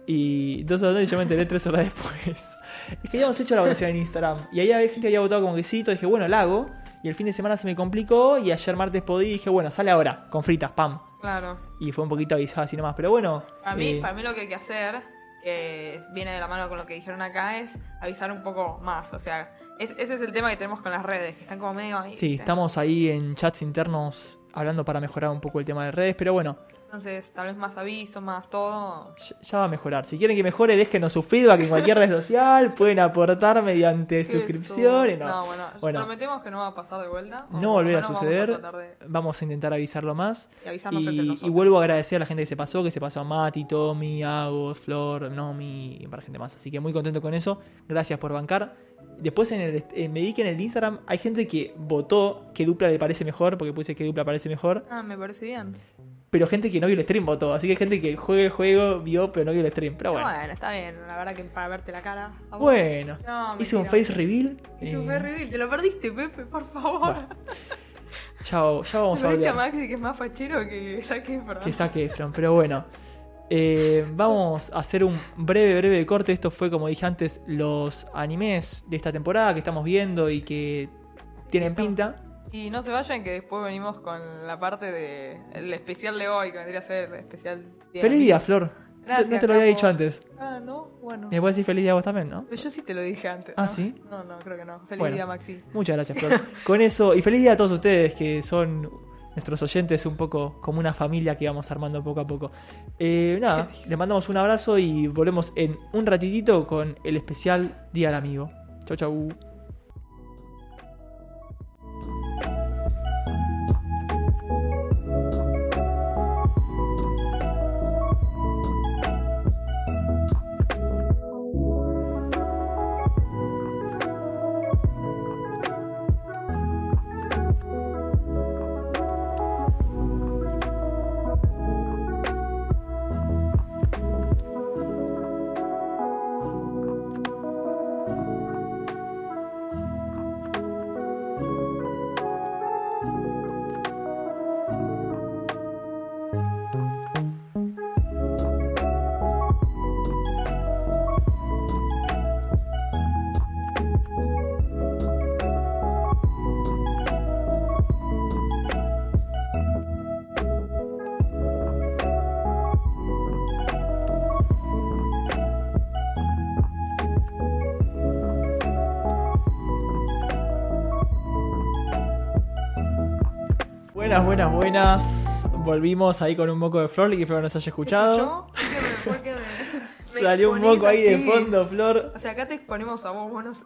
[SPEAKER 1] Y dos horas antes yo me enteré tres horas después. Es que habíamos hecho la votación en Instagram. Y ahí había gente que había votado como que sí, todo dije, bueno, la hago. Y el fin de semana se me complicó y ayer martes podí y dije, bueno, sale ahora, con fritas, pam.
[SPEAKER 2] Claro.
[SPEAKER 1] Y fue un poquito avisada así nomás, pero bueno.
[SPEAKER 2] Para mí,
[SPEAKER 1] eh,
[SPEAKER 2] para mí lo que hay que hacer, que es- viene de la mano con lo que dijeron acá, es avisar un poco más. O sea, es- ese es el tema que tenemos con las redes, que están como medio ahí.
[SPEAKER 1] Sí,
[SPEAKER 2] ¿viste?
[SPEAKER 1] estamos ahí en chats internos hablando para mejorar un poco el tema de redes, pero bueno,
[SPEAKER 2] Entonces, tal vez más aviso, más todo.
[SPEAKER 1] ya- ya va a mejorar. Si quieren que mejore, déjenos su feedback en cualquier red social, pueden aportar mediante
[SPEAKER 2] Eso.
[SPEAKER 1] suscripciones. No.
[SPEAKER 2] No, bueno,
[SPEAKER 1] Bueno.
[SPEAKER 2] prometemos que no va a pasar de vuelta. o
[SPEAKER 1] no volver a
[SPEAKER 2] por lo menos
[SPEAKER 1] suceder.
[SPEAKER 2] Vamos a tratar
[SPEAKER 1] Vamos a intentar avisarlo más.
[SPEAKER 2] de, de avisarnos entre
[SPEAKER 1] Y,
[SPEAKER 2] nosotros.
[SPEAKER 1] y vuelvo a agradecer a la gente que se pasó, que se pasó a Mati, Tommy, Agos, Flor, Nomi, y para gente más. Así que muy contento con eso. Gracias por bancar. Después en el, eh, me di que en el Instagram hay gente que votó qué dupla le parece mejor, porque puse qué dupla parece mejor.
[SPEAKER 2] Ah, me parece bien.
[SPEAKER 1] pero gente que no vio el stream votó. Así que gente que juega el juego, vio, pero no vio el stream. Pero bueno.
[SPEAKER 2] Bueno. está bien, la verdad que para verte la cara. a vos.
[SPEAKER 1] Bueno,
[SPEAKER 2] No,
[SPEAKER 1] hice un
[SPEAKER 2] mentira.
[SPEAKER 1] face reveal.
[SPEAKER 2] Hizo un
[SPEAKER 1] eh,
[SPEAKER 2] fair reveal, te lo perdiste, Pepe, por favor.
[SPEAKER 1] bueno. ya, ya vamos
[SPEAKER 2] Te
[SPEAKER 1] a
[SPEAKER 2] perdiste a
[SPEAKER 1] hablar.
[SPEAKER 2] Maxi, que es más fachero que Zac Efron.
[SPEAKER 1] que saque Efron. Pero bueno, eh, vamos a hacer un breve, breve corte. Esto fue, como dije antes, los animes de esta temporada que estamos viendo y que tienen pinta.
[SPEAKER 2] Y no se vayan, que después venimos con la parte de el especial de hoy, que vendría a ser el especial. de
[SPEAKER 1] Feliz
[SPEAKER 2] Ami-
[SPEAKER 1] día, Flor.
[SPEAKER 2] Gracias,
[SPEAKER 1] no te lo había
[SPEAKER 2] Capo.
[SPEAKER 1] dicho antes.
[SPEAKER 2] Ah, no, bueno.
[SPEAKER 1] Me puedes decir feliz día a vos también, ¿no?
[SPEAKER 2] Yo sí te lo dije antes.
[SPEAKER 1] Ah,
[SPEAKER 2] ¿no?
[SPEAKER 1] ¿sí?
[SPEAKER 2] No, no, creo que no. Feliz
[SPEAKER 1] Bueno.
[SPEAKER 2] día, Maxi.
[SPEAKER 1] Muchas gracias, Flor. Con eso, y feliz día a todos ustedes que son nuestros oyentes, un poco como una familia que vamos armando poco a poco. Eh, nada, les mandamos un abrazo y volvemos en un ratitito con el especial Día al Amigo. Chau, chau. Buenas, buenas, buenas. Volvimos ahí con un moco de Flor y que espero nos haya escuchado.
[SPEAKER 2] ¿Yo? ¿Por qué me- por qué me- me
[SPEAKER 1] Salió un moco ahí de
[SPEAKER 2] exponés así?
[SPEAKER 1] fondo, Flor.
[SPEAKER 2] O sea, acá te exponemos a vos, vos nos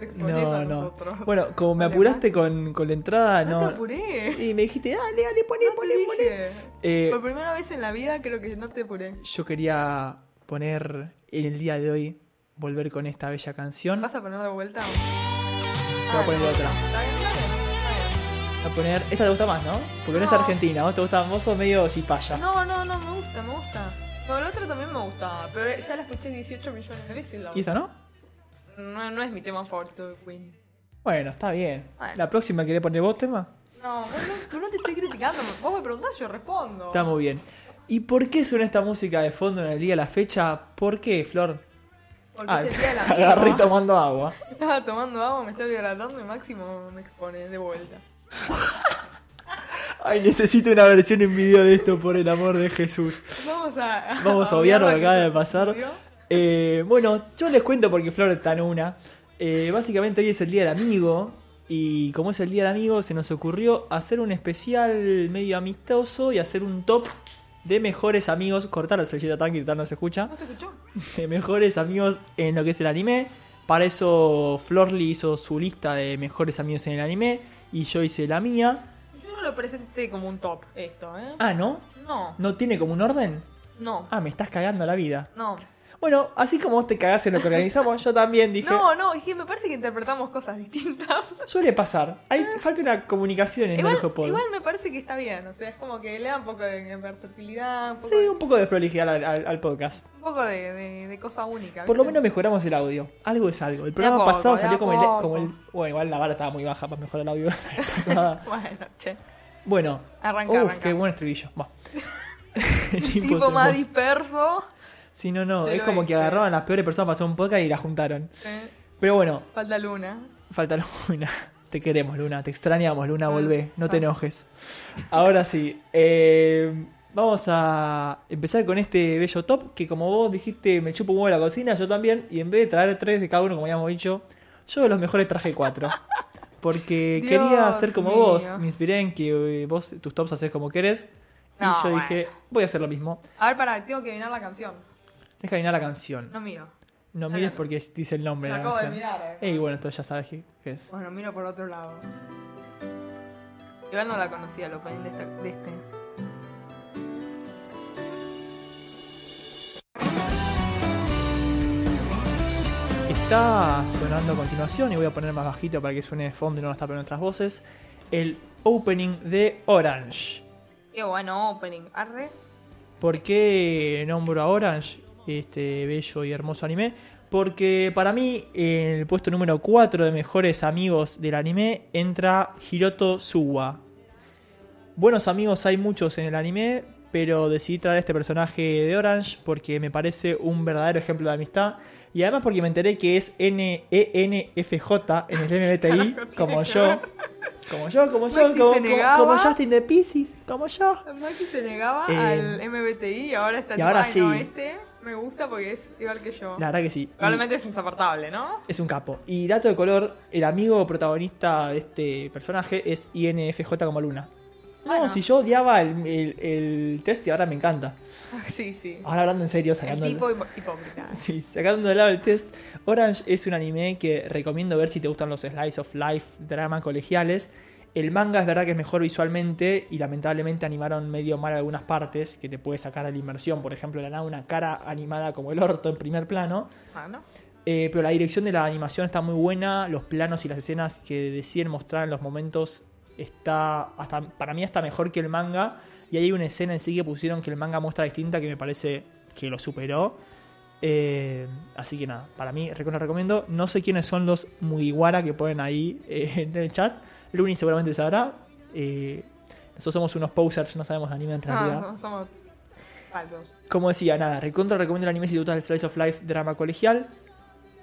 [SPEAKER 2] exponés
[SPEAKER 1] No,
[SPEAKER 2] a
[SPEAKER 1] no.
[SPEAKER 2] nosotros.
[SPEAKER 1] Bueno, como me
[SPEAKER 2] Vale,
[SPEAKER 1] apuraste con, con la entrada,
[SPEAKER 2] Max. No, te
[SPEAKER 1] no.
[SPEAKER 2] apuré.
[SPEAKER 1] Y me dijiste, dale, dale, poné,
[SPEAKER 2] No te
[SPEAKER 1] poné, poné.
[SPEAKER 2] dije.
[SPEAKER 1] Eh,
[SPEAKER 2] Por primera vez en la vida creo que no te apuré.
[SPEAKER 1] Yo quería poner en el día de hoy, volver con esta bella canción. Voy
[SPEAKER 2] ¿Vas a poner de vuelta? Ah,
[SPEAKER 1] a poner otra.
[SPEAKER 2] Está bien, está bien, está
[SPEAKER 1] Voy a poner. Esta te gusta más, ¿no? Porque no es
[SPEAKER 2] No.
[SPEAKER 1] argentina, ¿no? Te gusta, vos sos medio cipaya.
[SPEAKER 2] bien. No, no, no, me gusta, me gusta. No, el otro también me gustaba, pero ya la escuché 18 millones de veces. La
[SPEAKER 1] ¿Y esta no?
[SPEAKER 2] No, no es mi tema favorito de Queen.
[SPEAKER 1] Bueno, está bien.
[SPEAKER 2] Bueno.
[SPEAKER 1] La próxima, ¿querés poner vos tema?
[SPEAKER 2] No, vos no, yo no te estoy criticando, vos me preguntás, yo respondo.
[SPEAKER 1] Está muy bien. ¿Y por qué suena esta música de fondo en el día de la fecha? ¿Por qué, Flor?
[SPEAKER 2] Porque
[SPEAKER 1] Ah,
[SPEAKER 2] es el día de la
[SPEAKER 1] agarré
[SPEAKER 2] mierda.
[SPEAKER 1] tomando agua.
[SPEAKER 2] Estaba tomando agua, me estaba hidratando y máximo me expone de vuelta.
[SPEAKER 1] Ay, necesito una versión en video de esto, por el amor de Jesús.
[SPEAKER 2] Vamos a.
[SPEAKER 1] Vamos a obviar lo que
[SPEAKER 2] lo
[SPEAKER 1] acaba
[SPEAKER 2] se
[SPEAKER 1] de pasar.
[SPEAKER 2] sucedió.
[SPEAKER 1] Eh, bueno, yo les cuento porque Flor está en una. Eh, básicamente hoy es el Día del Amigo. Y como es el Día del Amigo, se nos ocurrió hacer un especial medio amistoso y hacer un top de mejores amigos. Cortar la servilleta tranqui, total no se escucha.
[SPEAKER 2] ¿No se escuchó?
[SPEAKER 1] De mejores amigos en lo que es el anime. Para eso Florly hizo su lista de mejores amigos en el anime. Y yo hice la mía.
[SPEAKER 2] Yo no lo presenté como un top esto, ¿eh?
[SPEAKER 1] Ah, ¿no?
[SPEAKER 2] No,
[SPEAKER 1] ¿No tiene como un orden?
[SPEAKER 2] no,
[SPEAKER 1] Ah, me estás cagando la vida.
[SPEAKER 2] no.
[SPEAKER 1] Bueno, así como vos te cagás en lo que organizamos, yo también dije...
[SPEAKER 2] No, no, es que me parece que interpretamos cosas distintas.
[SPEAKER 1] Suele pasar. Hay, falta una comunicación en
[SPEAKER 2] Igual,
[SPEAKER 1] el Pod.
[SPEAKER 2] igual me parece que está bien, o sea, es como que le da un poco de versatilidad, un poco,
[SPEAKER 1] Sí, un poco de prolijidad al, al- al podcast.
[SPEAKER 2] un poco de, de- de cosa única.
[SPEAKER 1] Por lo
[SPEAKER 2] ¿viste?
[SPEAKER 1] menos mejoramos el audio. Algo es algo. El programa
[SPEAKER 2] poco,
[SPEAKER 1] pasado
[SPEAKER 2] de
[SPEAKER 1] salió
[SPEAKER 2] a
[SPEAKER 1] como el,
[SPEAKER 2] poco.
[SPEAKER 1] como el- Bueno, igual la vara estaba muy baja para mejorar el audio. la vez pasada.
[SPEAKER 2] Bueno, che.
[SPEAKER 1] bueno.
[SPEAKER 2] Arranca,
[SPEAKER 1] Uf,
[SPEAKER 2] arranca.
[SPEAKER 1] qué buen estribillo. Va.
[SPEAKER 2] Tipo,
[SPEAKER 1] Tipo
[SPEAKER 2] más
[SPEAKER 1] hermoso.
[SPEAKER 2] disperso.
[SPEAKER 1] Sí, no, no.
[SPEAKER 2] del
[SPEAKER 1] Es como que
[SPEAKER 2] oeste.
[SPEAKER 1] agarraron a las peores personas para hacer un podcast y la juntaron.
[SPEAKER 2] Eh,
[SPEAKER 1] Pero bueno,
[SPEAKER 2] falta luna.
[SPEAKER 1] falta Luna. Te queremos, Luna. Te extrañamos, Luna.
[SPEAKER 2] Ah,
[SPEAKER 1] Volvé. No te
[SPEAKER 2] ah.
[SPEAKER 1] enojes. Ahora sí. eh, vamos a empezar con este bello top. Que como vos dijiste, me chupo un huevo la cocina. Yo también. Y en vez de traer tres de cada uno, como habíamos dicho, yo de los mejores traje cuatro. Porque
[SPEAKER 2] Dios
[SPEAKER 1] quería hacer como
[SPEAKER 2] mío.
[SPEAKER 1] vos. Me inspiré en que eh, vos tus tops haces como querés. Y
[SPEAKER 2] No,
[SPEAKER 1] yo
[SPEAKER 2] bueno.
[SPEAKER 1] dije, voy a hacer lo mismo.
[SPEAKER 2] A ver, pará, tengo que mirar la canción.
[SPEAKER 1] Deja que adivinar la canción.
[SPEAKER 2] No miro.
[SPEAKER 1] No mires
[SPEAKER 2] no.
[SPEAKER 1] porque dice el nombre
[SPEAKER 2] Lo
[SPEAKER 1] de la
[SPEAKER 2] acabo de
[SPEAKER 1] canción.
[SPEAKER 2] mirar, eh.
[SPEAKER 1] Ey, bueno, entonces ya sabes qué qué es.
[SPEAKER 2] Bueno, miro por otro lado. Igual no la conocía, lo ponen de, esta- de este.
[SPEAKER 1] Está sonando a continuación y voy a poner más bajito para que suene de fondo y no nos tapen nuestras voces. El opening de Orange.
[SPEAKER 2] Qué bueno opening, arre.
[SPEAKER 1] ¿Por qué nombro a Orange, este bello y hermoso anime? Porque para mí, en el puesto número 4 de mejores amigos del anime entra Hiroto Suwa. Buenos amigos hay muchos en el anime, pero decidí traer este personaje de Orange porque me parece un verdadero ejemplo de amistad. Y además porque me enteré que es E N-E-N-F-J en el MBTI,
[SPEAKER 2] Carajo,
[SPEAKER 1] como
[SPEAKER 2] tiene que
[SPEAKER 1] yo.
[SPEAKER 2] ver.
[SPEAKER 1] Como yo, como yo,
[SPEAKER 2] Maxi
[SPEAKER 1] como,
[SPEAKER 2] se
[SPEAKER 1] como-
[SPEAKER 2] negaba.
[SPEAKER 1] como Justin de Pisces, como yo.
[SPEAKER 2] Maxi se negaba
[SPEAKER 1] Eh,
[SPEAKER 2] al MBTI y ahora está
[SPEAKER 1] y ahora
[SPEAKER 2] tipo, "Ay, no,
[SPEAKER 1] sí.
[SPEAKER 2] este me gusta porque es igual que yo.
[SPEAKER 1] La verdad que sí. Y-
[SPEAKER 2] Probablemente es insoportable, ¿no?
[SPEAKER 1] Es un capo. Y dato de color, el amigo protagonista de este personaje es INFJ como Luna. No,
[SPEAKER 2] Bueno.
[SPEAKER 1] si yo odiaba el, el- el test y ahora me encanta.
[SPEAKER 2] Sí, sí.
[SPEAKER 1] Ahora hablando en serio,
[SPEAKER 2] El
[SPEAKER 1] Ah, sacando...
[SPEAKER 2] tipo hipo- hipócrita.
[SPEAKER 1] Sí, sacando de lado el test, Orange es un anime que recomiendo ver si te gustan los slice of life, drama, colegiales. El manga es verdad que es mejor visualmente y lamentablemente animaron medio mal algunas partes que te puede sacar de la inmersión. Por ejemplo, de la nada una cara animada como el orto en primer plano.
[SPEAKER 2] Ah, ¿no?
[SPEAKER 1] Eh, pero la dirección de la animación está muy buena, los planos y las escenas que deciden mostrar en los momentos está hasta para mí hasta mejor que el manga y hay una escena en sí que pusieron que el manga muestra distinta que me parece que lo superó. Eh, así que nada, para mí rec- lo recomiendo. No sé quiénes son los Mugiwara que ponen ahí eh, en el chat. Luni seguramente sabrá. Eh, nosotros somos unos posers, no sabemos de anime en realidad.
[SPEAKER 2] Ah, somos falsos.
[SPEAKER 1] Como decía, nada, recontra recomiendo el anime si te gusta el Slice of Life drama colegial.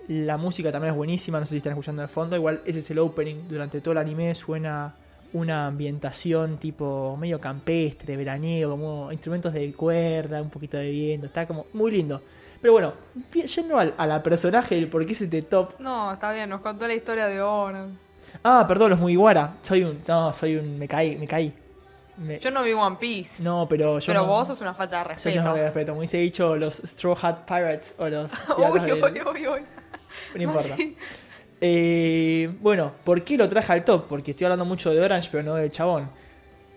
[SPEAKER 1] La música también es buenísima, no sé si están escuchando en el fondo. Igual ese es el opening. Durante todo el anime suena una ambientación tipo medio campestre, veraniego, como instrumentos de cuerda, un poquito de viento. Está como muy lindo. Pero bueno, bien, yendo al, a la personaje del por qué es este top.
[SPEAKER 2] No, está bien, nos contó la historia de Oran.
[SPEAKER 1] Ah, perdón, los Mugiwara. Soy un. No, soy un. Me caí, me caí. Me-
[SPEAKER 2] Yo no vi One Piece.
[SPEAKER 1] Eh. no, pero yo.
[SPEAKER 2] pero
[SPEAKER 1] no-
[SPEAKER 2] vos sos una falta de
[SPEAKER 1] Yo no
[SPEAKER 2] respeto.
[SPEAKER 1] me respeto. Me hubiese dicho los Straw Hat Pirates o los. piratas
[SPEAKER 2] uy,
[SPEAKER 1] del-
[SPEAKER 2] uy, uy, uy.
[SPEAKER 1] No importa.
[SPEAKER 2] Sí.
[SPEAKER 1] Eh, bueno, ¿por qué lo traje al top? Porque estoy hablando mucho de Orange, pero no del chabón.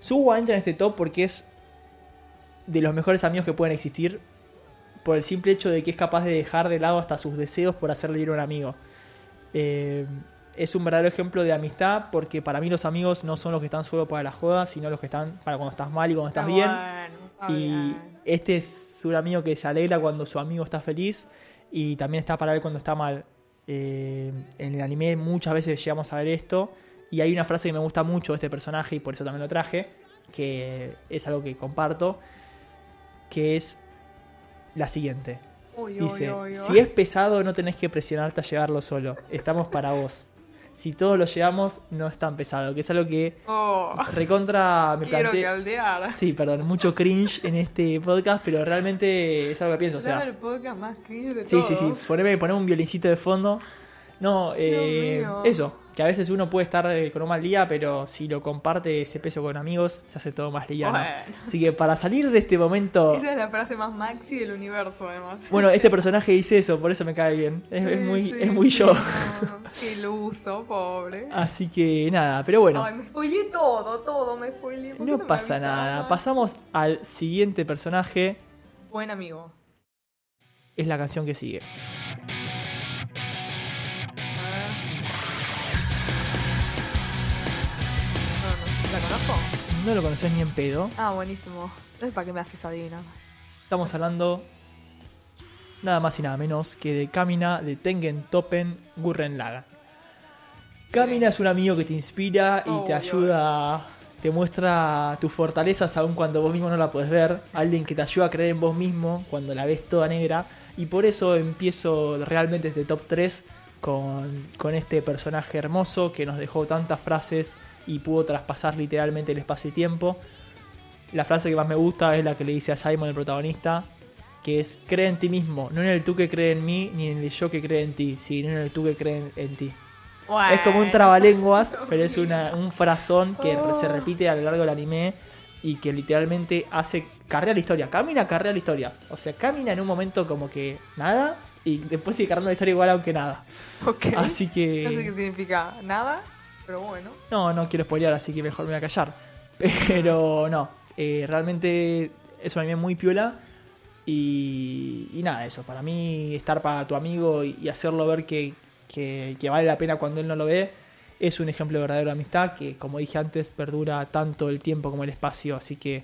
[SPEAKER 1] Suwa entra en este top porque es de los mejores amigos que pueden existir. Por el simple hecho de que es capaz de dejar de lado hasta sus deseos por hacerle ir a un amigo. Eh, es un verdadero ejemplo de amistad porque para mí los amigos no son los que están solo para la joda, sino los que están para cuando estás mal y cuando estás
[SPEAKER 2] Está
[SPEAKER 1] bien.
[SPEAKER 2] bueno, está
[SPEAKER 1] Y
[SPEAKER 2] bien.
[SPEAKER 1] este es un amigo que se alegra cuando su amigo está feliz y también está para él cuando está mal. Eh, en el anime muchas veces llegamos a ver esto y hay una frase que me gusta mucho de este personaje y por eso también lo traje, que es algo que comparto, que es la siguiente.
[SPEAKER 2] Uy, uy,
[SPEAKER 1] Dice,
[SPEAKER 2] uy, uy.
[SPEAKER 1] si es pesado no tenés que presionarte a llevarlo solo, estamos para vos. Si todos lo llevamos no es tan pesado, que es algo que
[SPEAKER 2] Oh,
[SPEAKER 1] recontra me
[SPEAKER 2] quiero
[SPEAKER 1] planteé.
[SPEAKER 2] caldear.
[SPEAKER 1] Sí, perdón, mucho cringe en este podcast, pero realmente es algo que pienso. O
[SPEAKER 2] Dame
[SPEAKER 1] sea,
[SPEAKER 2] el podcast más cringe de
[SPEAKER 1] sí, sí,
[SPEAKER 2] todos.
[SPEAKER 1] sí, poneme, poneme un violincito de fondo. No, eh,
[SPEAKER 2] mío.
[SPEAKER 1] eso, que a veces uno puede estar eh, con un mal día, pero si lo comparte ese peso con amigos, se hace todo más liviano.
[SPEAKER 2] Bueno.
[SPEAKER 1] Así que para salir de este momento,
[SPEAKER 2] Esa es la frase más maxi del universo, además.
[SPEAKER 1] bueno, este personaje dice eso, por eso me cae bien. Es, es
[SPEAKER 2] Sí,
[SPEAKER 1] muy,
[SPEAKER 2] sí,
[SPEAKER 1] es muy
[SPEAKER 2] sí,
[SPEAKER 1] yo.
[SPEAKER 2] no, no, Qué iluso, pobre.
[SPEAKER 1] Así que nada, pero bueno.
[SPEAKER 2] Ay, me spoileé todo, todo, me spoileé. ¿Por qué
[SPEAKER 1] no
[SPEAKER 2] me
[SPEAKER 1] pasa
[SPEAKER 2] avisaron?
[SPEAKER 1] nada. Pasamos al siguiente personaje.
[SPEAKER 2] Buen amigo.
[SPEAKER 1] Es la canción que sigue.
[SPEAKER 2] No, no, ¿La conozco?
[SPEAKER 1] No lo conoces ni en pedo.
[SPEAKER 2] Ah, buenísimo. Entonces, ¿para qué me haces adivinar?
[SPEAKER 1] Estamos hablando nada más y nada menos que de Kamina de Tengen Topen Gurren Lagann. Kamina es un amigo que te inspira y te
[SPEAKER 2] Obvio.
[SPEAKER 1] ayuda, te muestra tus fortalezas aun cuando vos mismo no la puedes ver. Alguien que te ayuda a creer en vos mismo cuando la ves toda negra. Y por eso empiezo realmente este top 3 con, con este personaje hermoso que nos dejó tantas frases y pudo traspasar literalmente el espacio y tiempo. La frase que más me gusta es la que le dice a Simon, el protagonista, que es cree en ti mismo, no en el tú que cree en mí, ni en el yo que cree en ti, sino en el tú que cree en, en ti. Es como un trabalenguas, pero es una- un frasón que
[SPEAKER 2] Oh.
[SPEAKER 1] se repite a lo largo del anime y que literalmente hace carrera la historia, camina carrera la historia. O sea, camina en un momento como que nada y después sigue cargando la historia igual aunque nada.
[SPEAKER 2] Ok.
[SPEAKER 1] Así que...
[SPEAKER 2] No sé qué significa nada, pero bueno.
[SPEAKER 1] No, no quiero spoilear, así que mejor me voy a callar. Pero no, eh, realmente es un anime muy piola. Y, y nada, eso. Para mí, estar para tu amigo y, y hacerlo ver que, que- que vale la pena cuando él no lo ve es un ejemplo de verdadera amistad que, como dije antes, perdura tanto el tiempo como el espacio. Así que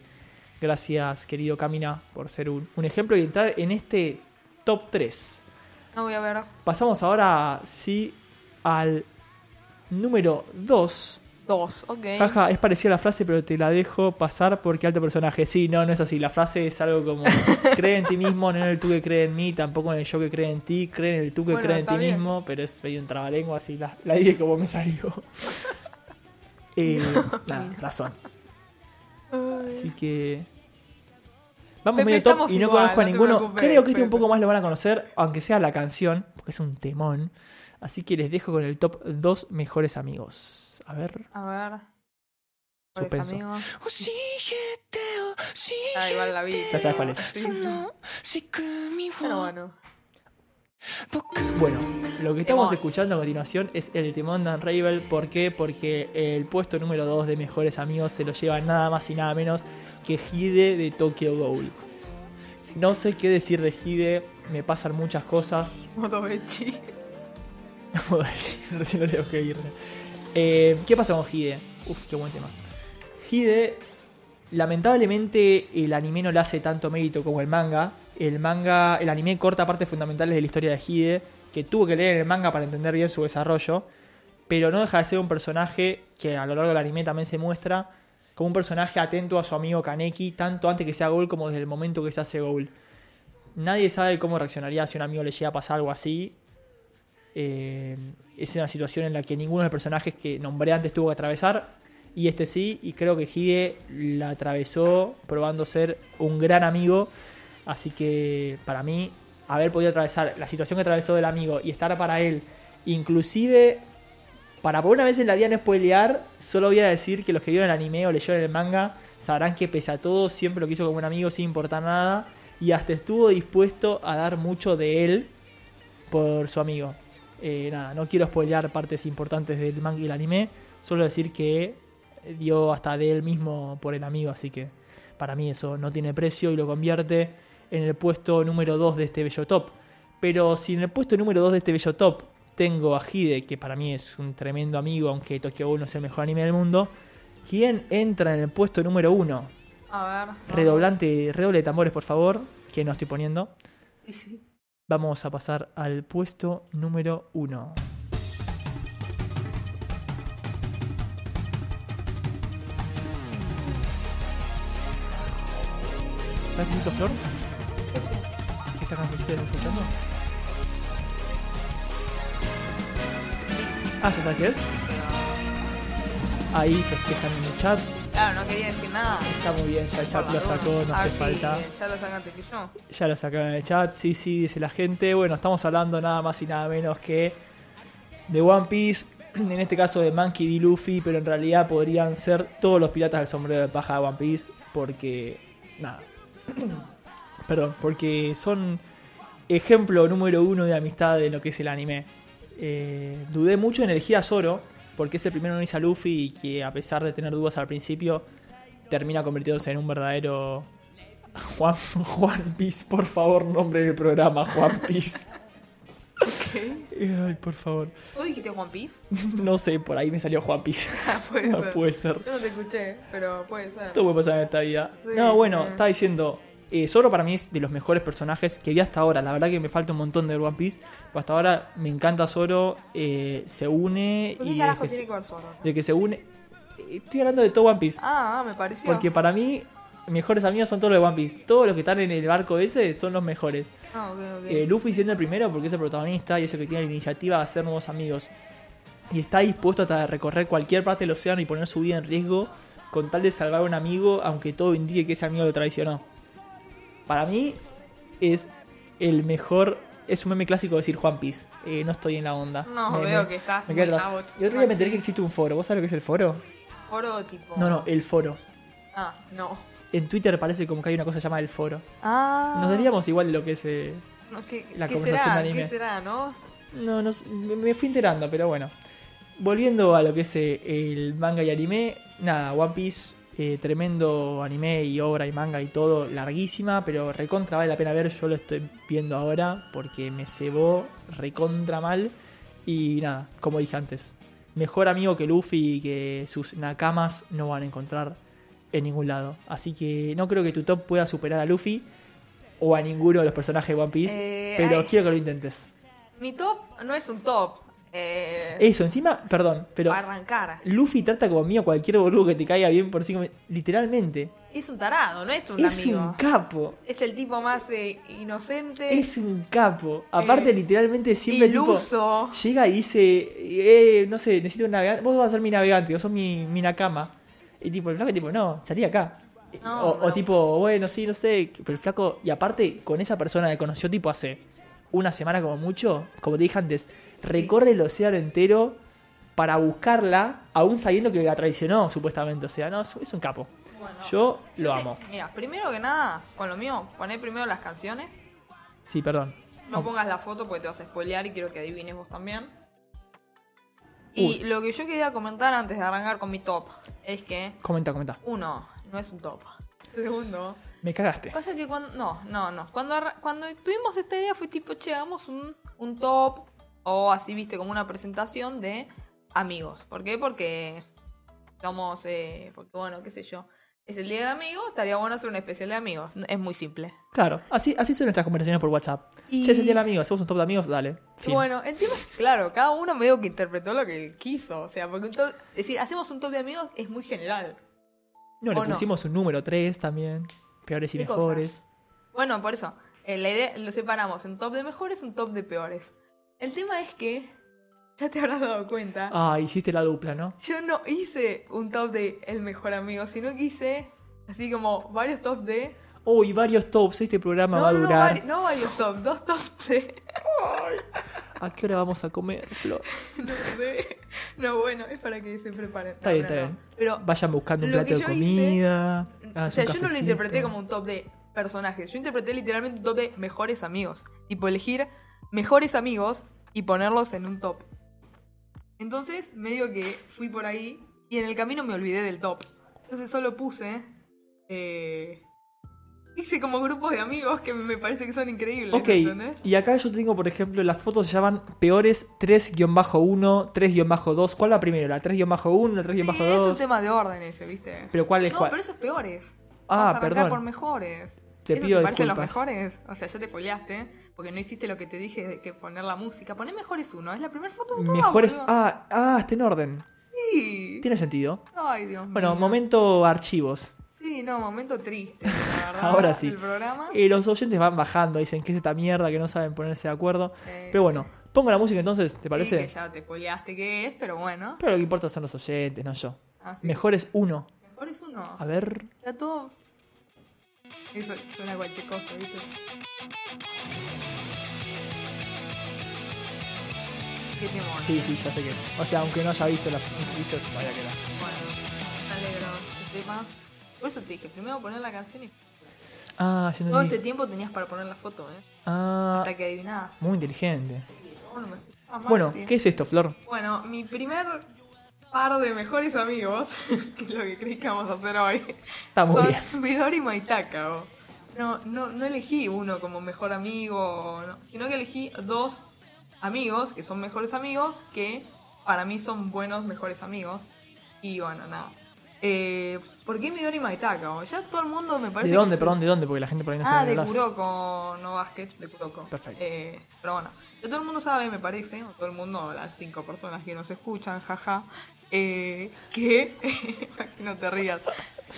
[SPEAKER 1] Gracias, querido Camina, por ser un, un ejemplo y entrar en este top 3.
[SPEAKER 2] No voy a ver.
[SPEAKER 1] Pasamos ahora, sí, al número 2.
[SPEAKER 2] Dos, ok.
[SPEAKER 1] Jaja, es parecida a la frase, pero te la dejo pasar porque alto personaje. Sí, no, no es así. La frase es algo como: cree en ti mismo, no en el tú que cree en mí, tampoco en el yo que cree en ti, cree en el tú que
[SPEAKER 2] Bueno,
[SPEAKER 1] cree en
[SPEAKER 2] está
[SPEAKER 1] ti
[SPEAKER 2] bien.
[SPEAKER 1] mismo, pero es medio un trabalengua, así la, la dije como me salió. eh, nada, razón.
[SPEAKER 2] Ah.
[SPEAKER 1] Así que. Vamos
[SPEAKER 2] Pepe,
[SPEAKER 1] medio top
[SPEAKER 2] estamos
[SPEAKER 1] y no
[SPEAKER 2] igual,
[SPEAKER 1] conozco a
[SPEAKER 2] no te
[SPEAKER 1] ninguno.
[SPEAKER 2] preocupes,
[SPEAKER 1] Creo que este
[SPEAKER 2] Pepe.
[SPEAKER 1] un poco más lo van a conocer, aunque sea la canción, porque es un temón. Así que les dejo con el top dos mejores amigos. A ver.
[SPEAKER 2] A ver. Mejores
[SPEAKER 1] Suspenso.
[SPEAKER 2] amigos.
[SPEAKER 3] 教えてよ教
[SPEAKER 2] Ah, igual la vi.
[SPEAKER 1] Ya sabes cuál es.
[SPEAKER 3] えてよその仕組みを
[SPEAKER 2] Pero bueno.
[SPEAKER 3] 僕
[SPEAKER 1] Bueno, lo que estamos
[SPEAKER 2] Temón.
[SPEAKER 1] escuchando a continuación es el temón de Unravel. ¿Por qué? Porque el puesto número 2 de Mejores Amigos se lo lleva nada más y nada menos que Hide de Tokyo Ghoul. No sé qué decir de Hide, me pasan muchas cosas.
[SPEAKER 2] Modo Bechi.
[SPEAKER 1] Recién lo leo, qué birra. Eh, ¿Qué pasa con Hide? Uf, qué buen tema. Hide, lamentablemente el anime no le hace tanto mérito como el manga. El manga, el anime corta partes fundamentales de la historia de Hide, que tuvo que leer en el manga para entender bien su desarrollo. Pero no deja de ser un personaje que a lo largo del anime también se muestra como un personaje atento a su amigo Kaneki, tanto antes que sea Goal como desde el momento que se hace Goal. Nadie sabe cómo reaccionaría si a un amigo le llega a pasar algo así, eh, es una situación en la que ninguno de los personajes que nombré antes tuvo que atravesar. Y este sí, y creo que Hide la atravesó probando ser un gran amigo. Así que para mí, haber podido atravesar la situación que atravesó del amigo y estar para él, inclusive para por una vez en la vida no spoilear, solo voy a decir que los que vieron el anime o leyeron el manga sabrán que pese a todo siempre lo quiso como un amigo sin importar nada y hasta estuvo dispuesto a dar mucho de él por su amigo. Eh, nada, no quiero spoilear partes importantes del manga y el anime, solo decir que dio hasta de él mismo por el amigo, así que para mí eso no tiene precio y lo convierte en el puesto número 2 de este bello top. Pero si en el puesto número 2 de este bello top tengo a Hide, que para mí es un tremendo amigo, aunque Tokyo Ghoul no es el mejor anime del mundo, ¿quién entra en el puesto número 1?
[SPEAKER 2] A ver. no.
[SPEAKER 1] Redoblante, redoble de tambores, por favor, que no estoy poniendo.
[SPEAKER 2] Sí, sí.
[SPEAKER 1] Vamos a pasar al puesto número 1. ¿Estás escuchando, Flor? ¿Esta cancioncita la estás escuchando? Ah, ¿se qué es?
[SPEAKER 2] Pero...
[SPEAKER 1] Ahí festejan en el chat.
[SPEAKER 2] Claro, no quería decir nada.
[SPEAKER 1] Está muy bien, ya el chat
[SPEAKER 2] Por
[SPEAKER 1] lo
[SPEAKER 2] la duda.
[SPEAKER 1] sacó, no
[SPEAKER 2] A
[SPEAKER 1] hace
[SPEAKER 2] ver si
[SPEAKER 1] falta.
[SPEAKER 2] el chat lo saca antes que yo.
[SPEAKER 1] Ya lo sacaron en el chat, sí, sí, dice la gente. Bueno, estamos hablando nada más y nada menos que de One Piece, en este caso de Monkey D. Luffy, pero en realidad podrían ser todos los piratas del sombrero de paja de One Piece, porque. Nada. Perdón, porque son ejemplo número uno de amistad de lo que es el anime. Eh, dudé mucho en elegir a Zoro, porque es el primero en unirse a Luffy y que, a pesar de tener dudas al principio, termina convirtiéndose en un verdadero Juan, Juan Piz, por favor, nombre del programa, Juan Piz.
[SPEAKER 2] Ok.
[SPEAKER 1] Ay, por favor.
[SPEAKER 2] ¿Tú dijiste One Piece?
[SPEAKER 1] No sé, por ahí me salió Juan Piz.
[SPEAKER 2] Ah, puede
[SPEAKER 1] No
[SPEAKER 2] ser.
[SPEAKER 1] puede ser.
[SPEAKER 2] Yo no te escuché, pero puede ser.
[SPEAKER 1] Todo puede pasar en esta vida.
[SPEAKER 2] Sí,
[SPEAKER 1] no, bueno,
[SPEAKER 2] sí.
[SPEAKER 1] estaba diciendo. eh, Zoro para mí es de los mejores personajes que vi hasta ahora. La verdad que me falta un montón de One Piece. Pero hasta ahora me encanta Zoro. eh, se une
[SPEAKER 2] ¿Por
[SPEAKER 1] y.
[SPEAKER 2] qué carajo
[SPEAKER 1] desde que
[SPEAKER 2] tiene
[SPEAKER 1] se-
[SPEAKER 2] que ver Zorro?
[SPEAKER 1] desde que se une. eh, Estoy hablando de todo One Piece.
[SPEAKER 2] Ah, ah, me pareció.
[SPEAKER 1] Porque para mí, mejores amigos son todos los de One Piece. Todos los que están en el barco ese son los mejores.
[SPEAKER 2] Ah, ok, ok.
[SPEAKER 1] Eh, Luffy siendo el primero porque es el protagonista y es el que tiene la iniciativa de hacer nuevos amigos. Y está dispuesto hasta a recorrer cualquier parte del océano y poner su vida en riesgo con tal de salvar a un amigo, aunque todo indique que ese amigo lo traicionó. Para mí es el mejor... Es un meme clásico decir Juan Piece. Eh, no estoy en la onda.
[SPEAKER 2] No,
[SPEAKER 1] Me-
[SPEAKER 2] veo
[SPEAKER 1] me-
[SPEAKER 2] que estás
[SPEAKER 1] me queda
[SPEAKER 2] muy
[SPEAKER 1] atrás.
[SPEAKER 2] out.
[SPEAKER 1] Y otro día me enteré que existe un foro. ¿Vos sabés lo que es el foro?
[SPEAKER 2] Oro tipo.
[SPEAKER 1] No, no, el foro.
[SPEAKER 2] Ah, no.
[SPEAKER 1] En Twitter parece como que hay una cosa llamada el foro.
[SPEAKER 2] Ah.
[SPEAKER 1] Nos daríamos igual de lo que es... eh,
[SPEAKER 2] No, ¿qué,
[SPEAKER 1] la
[SPEAKER 2] qué
[SPEAKER 1] conversación
[SPEAKER 2] será?
[SPEAKER 1] de anime.
[SPEAKER 2] ¿Qué será, no?
[SPEAKER 1] No, no, s- me me fui enterando, pero bueno. Volviendo a lo que es eh, el manga y anime, nada, One Piece, eh, tremendo anime y obra y manga y todo, larguísima, pero recontra vale la pena ver, yo lo estoy viendo ahora porque me cebó recontra mal y nada, como dije antes, mejor amigo que Luffy y que sus nakamas no van a encontrar en ningún lado. Así que no creo que tu top pueda superar a Luffy o a ninguno de los personajes de One Piece,
[SPEAKER 2] Eh,
[SPEAKER 1] pero
[SPEAKER 2] ay.
[SPEAKER 1] quiero que lo intentes.
[SPEAKER 2] Mi top no es un top. Eh,
[SPEAKER 1] Eso, encima, perdón, pero
[SPEAKER 2] Arrancar.
[SPEAKER 1] Luffy trata como mío a cualquier boludo que te caiga bien por cinco minutos. Literalmente.
[SPEAKER 2] Es un tarado, no es un
[SPEAKER 1] es
[SPEAKER 2] amigo.
[SPEAKER 1] un capo.
[SPEAKER 2] es el tipo más eh, inocente.
[SPEAKER 1] Es un capo. Aparte,
[SPEAKER 2] Eh,
[SPEAKER 1] literalmente siempre tipo.
[SPEAKER 2] iluso.
[SPEAKER 1] Llega y dice, eh, no sé, necesito un navegante. Vos vas a ser mi navegante, vos sos mi, mi nakama. Y tipo, el flaco tipo, no, salí acá.
[SPEAKER 2] No,
[SPEAKER 1] o, o
[SPEAKER 2] no.
[SPEAKER 1] tipo, bueno, sí, no sé. Pero el flaco, y aparte, con esa persona que conoció tipo hace una semana como mucho, como te dije antes, recorre el océano entero para buscarla, aún sabiendo que la traicionó, supuestamente. O sea, no, es, es un capo.
[SPEAKER 2] Bueno,
[SPEAKER 1] Yo lo
[SPEAKER 2] te-
[SPEAKER 1] amo.
[SPEAKER 2] este, Mira, primero que nada, con lo mío, poné primero las canciones.
[SPEAKER 1] Sí, perdón.
[SPEAKER 2] No
[SPEAKER 1] Oh,
[SPEAKER 2] pongas la foto porque te vas a spoilear y quiero que adivines vos también. Y lo que yo quería comentar antes de arrancar con mi top es que,
[SPEAKER 1] comenta, comenta.
[SPEAKER 2] uno, no es un top. Segundo,
[SPEAKER 1] Me cagaste.
[SPEAKER 2] pasa que cuando. No, no, no. Cuando, arra- cuando tuvimos esta idea fue tipo, che, hagamos un, un top o así, viste, como una presentación de amigos. ¿Por qué? Porque somos. eh, porque bueno, qué sé yo. Es el día de amigos, estaría bueno hacer un especial de amigos. Es muy simple.
[SPEAKER 1] Claro, así, así son nuestras conversaciones por WhatsApp.
[SPEAKER 2] Y-
[SPEAKER 1] Che, es el día del amigo, hacemos un top de amigos, dale. Fin.
[SPEAKER 2] Bueno, el tema es que, claro, cada uno medio que interpretó lo que quiso. O sea, porque un top, es decir, hacemos un top de amigos es muy general.
[SPEAKER 1] No,
[SPEAKER 2] ¿O
[SPEAKER 1] le
[SPEAKER 2] no?
[SPEAKER 1] pusimos un número 3 también. Peores y
[SPEAKER 2] ¿Qué
[SPEAKER 1] mejores.
[SPEAKER 2] Bueno, por eso, eh, la idea lo separamos en top de mejores, un top de peores. El tema es que, ya te habrás dado cuenta,
[SPEAKER 1] Ah, hiciste la dupla, ¿no?
[SPEAKER 2] yo no hice un top de el mejor amigo, sino que hice así como varios tops de.
[SPEAKER 1] Uy, varios tops. Este programa va
[SPEAKER 2] No,
[SPEAKER 1] a
[SPEAKER 2] no, no,
[SPEAKER 1] durar.
[SPEAKER 2] vari- no varios tops, dos tops de.
[SPEAKER 1] ¿A qué hora vamos a comer, Flor?
[SPEAKER 2] No, sé. No, bueno, es para que se preparen.
[SPEAKER 1] Está
[SPEAKER 2] No,
[SPEAKER 1] bien,
[SPEAKER 2] no,
[SPEAKER 1] está
[SPEAKER 2] no.
[SPEAKER 1] bien.
[SPEAKER 2] Pero
[SPEAKER 1] Vayan buscando un
[SPEAKER 2] Ah, Lo
[SPEAKER 1] plato
[SPEAKER 2] que
[SPEAKER 1] de
[SPEAKER 2] yo hice-
[SPEAKER 1] comida.
[SPEAKER 2] O
[SPEAKER 1] háganse
[SPEAKER 2] sea,
[SPEAKER 1] Ah, un
[SPEAKER 2] yo no lo
[SPEAKER 1] cafecito.
[SPEAKER 2] interpreté como un top de personajes. Yo interpreté literalmente un top de mejores amigos. Tipo, elegir mejores amigos y ponerlos en un top. Entonces, medio que fui por ahí y en el camino me olvidé del top. Entonces solo puse... eh, hice como grupos de amigos que me parece que son increíbles.
[SPEAKER 1] Ok,
[SPEAKER 2] ¿entendés?
[SPEAKER 1] y acá yo tengo, por ejemplo, las fotos se llaman peores 3-1, 3-2. ¿Cuál la primera? ¿La 3-1, la
[SPEAKER 2] Sí, es un
[SPEAKER 1] 3-2?
[SPEAKER 2] tema de orden ese, ¿viste?
[SPEAKER 1] ¿Pero cuál es
[SPEAKER 2] no,
[SPEAKER 1] cuál?
[SPEAKER 2] pero esos peores.
[SPEAKER 1] Ah,
[SPEAKER 2] Vamos a arrancar
[SPEAKER 1] perdón.
[SPEAKER 2] por mejores.
[SPEAKER 1] Te
[SPEAKER 2] ¿Eso
[SPEAKER 1] pido
[SPEAKER 2] te parecen los
[SPEAKER 1] disculpas.
[SPEAKER 2] mejores? O sea, ya te foleaste porque no hiciste lo que te dije de que poner la música. Poné mejores uno, es la primera foto de todo.
[SPEAKER 1] Mejores.
[SPEAKER 2] boludo.
[SPEAKER 1] Ah, ah, está en orden.
[SPEAKER 2] Sí.
[SPEAKER 1] Tiene sentido.
[SPEAKER 2] Ay, Dios mío.
[SPEAKER 1] Bueno, momento archivos.
[SPEAKER 2] Sí, no, momento triste, la verdad.
[SPEAKER 1] Ahora sí.
[SPEAKER 2] El programa.
[SPEAKER 1] Eh, los oyentes van bajando, dicen que es esta mierda, que no saben ponerse de acuerdo.
[SPEAKER 2] Eh,
[SPEAKER 1] Pero bueno, pongo la música entonces, ¿te
[SPEAKER 2] Sí,
[SPEAKER 1] parece?
[SPEAKER 2] que ya te foleaste qué es, pero bueno.
[SPEAKER 1] Pero lo que importa son los oyentes, no yo.
[SPEAKER 2] Así.
[SPEAKER 1] Mejor es uno.
[SPEAKER 2] Mejores uno.
[SPEAKER 1] A ver.
[SPEAKER 2] Está todo. Eso suena a cualquier cosa, ¿viste? Qué temor.
[SPEAKER 1] Sí, sí, ya sé que es. O sea, aunque no haya visto la visto, sabía que era.
[SPEAKER 2] Bueno, me alegro este tema. Por eso te dije, primero poner la canción y
[SPEAKER 1] Ah, yo no
[SPEAKER 2] todo este
[SPEAKER 1] entendí.
[SPEAKER 2] tiempo tenías para poner la foto, ¿eh?
[SPEAKER 1] Ah,
[SPEAKER 2] Hasta que adivinás.
[SPEAKER 1] muy inteligente.
[SPEAKER 2] Bueno, me- ah, mal,
[SPEAKER 1] Bueno,
[SPEAKER 2] sí.
[SPEAKER 1] ¿qué es esto, Flor?
[SPEAKER 2] Bueno, mi primer par de mejores amigos, que es lo que creí que vamos a hacer hoy,
[SPEAKER 1] Está muy bien.
[SPEAKER 2] son Midori y Maitaka. o- No, no, no elegí uno como mejor amigo, o no, sino que elegí dos amigos que son mejores amigos, que para mí son buenos mejores amigos. Y bueno, nada. Eh, ¿Por qué Midori y Maitaka? o? Ya todo el mundo me parece...
[SPEAKER 1] ¿De dónde,
[SPEAKER 2] que-
[SPEAKER 1] perdón, de dónde? Porque la gente por ahí no
[SPEAKER 2] ah,
[SPEAKER 1] sabe
[SPEAKER 2] de
[SPEAKER 1] hablar.
[SPEAKER 2] Kuroko, no Vázquez, de Kuroko.
[SPEAKER 1] Perfecto.
[SPEAKER 2] Eh, pero bueno, ya todo el mundo sabe, me parece, o todo el mundo, las cinco personas que nos escuchan, jaja, eh, que, que no te rías,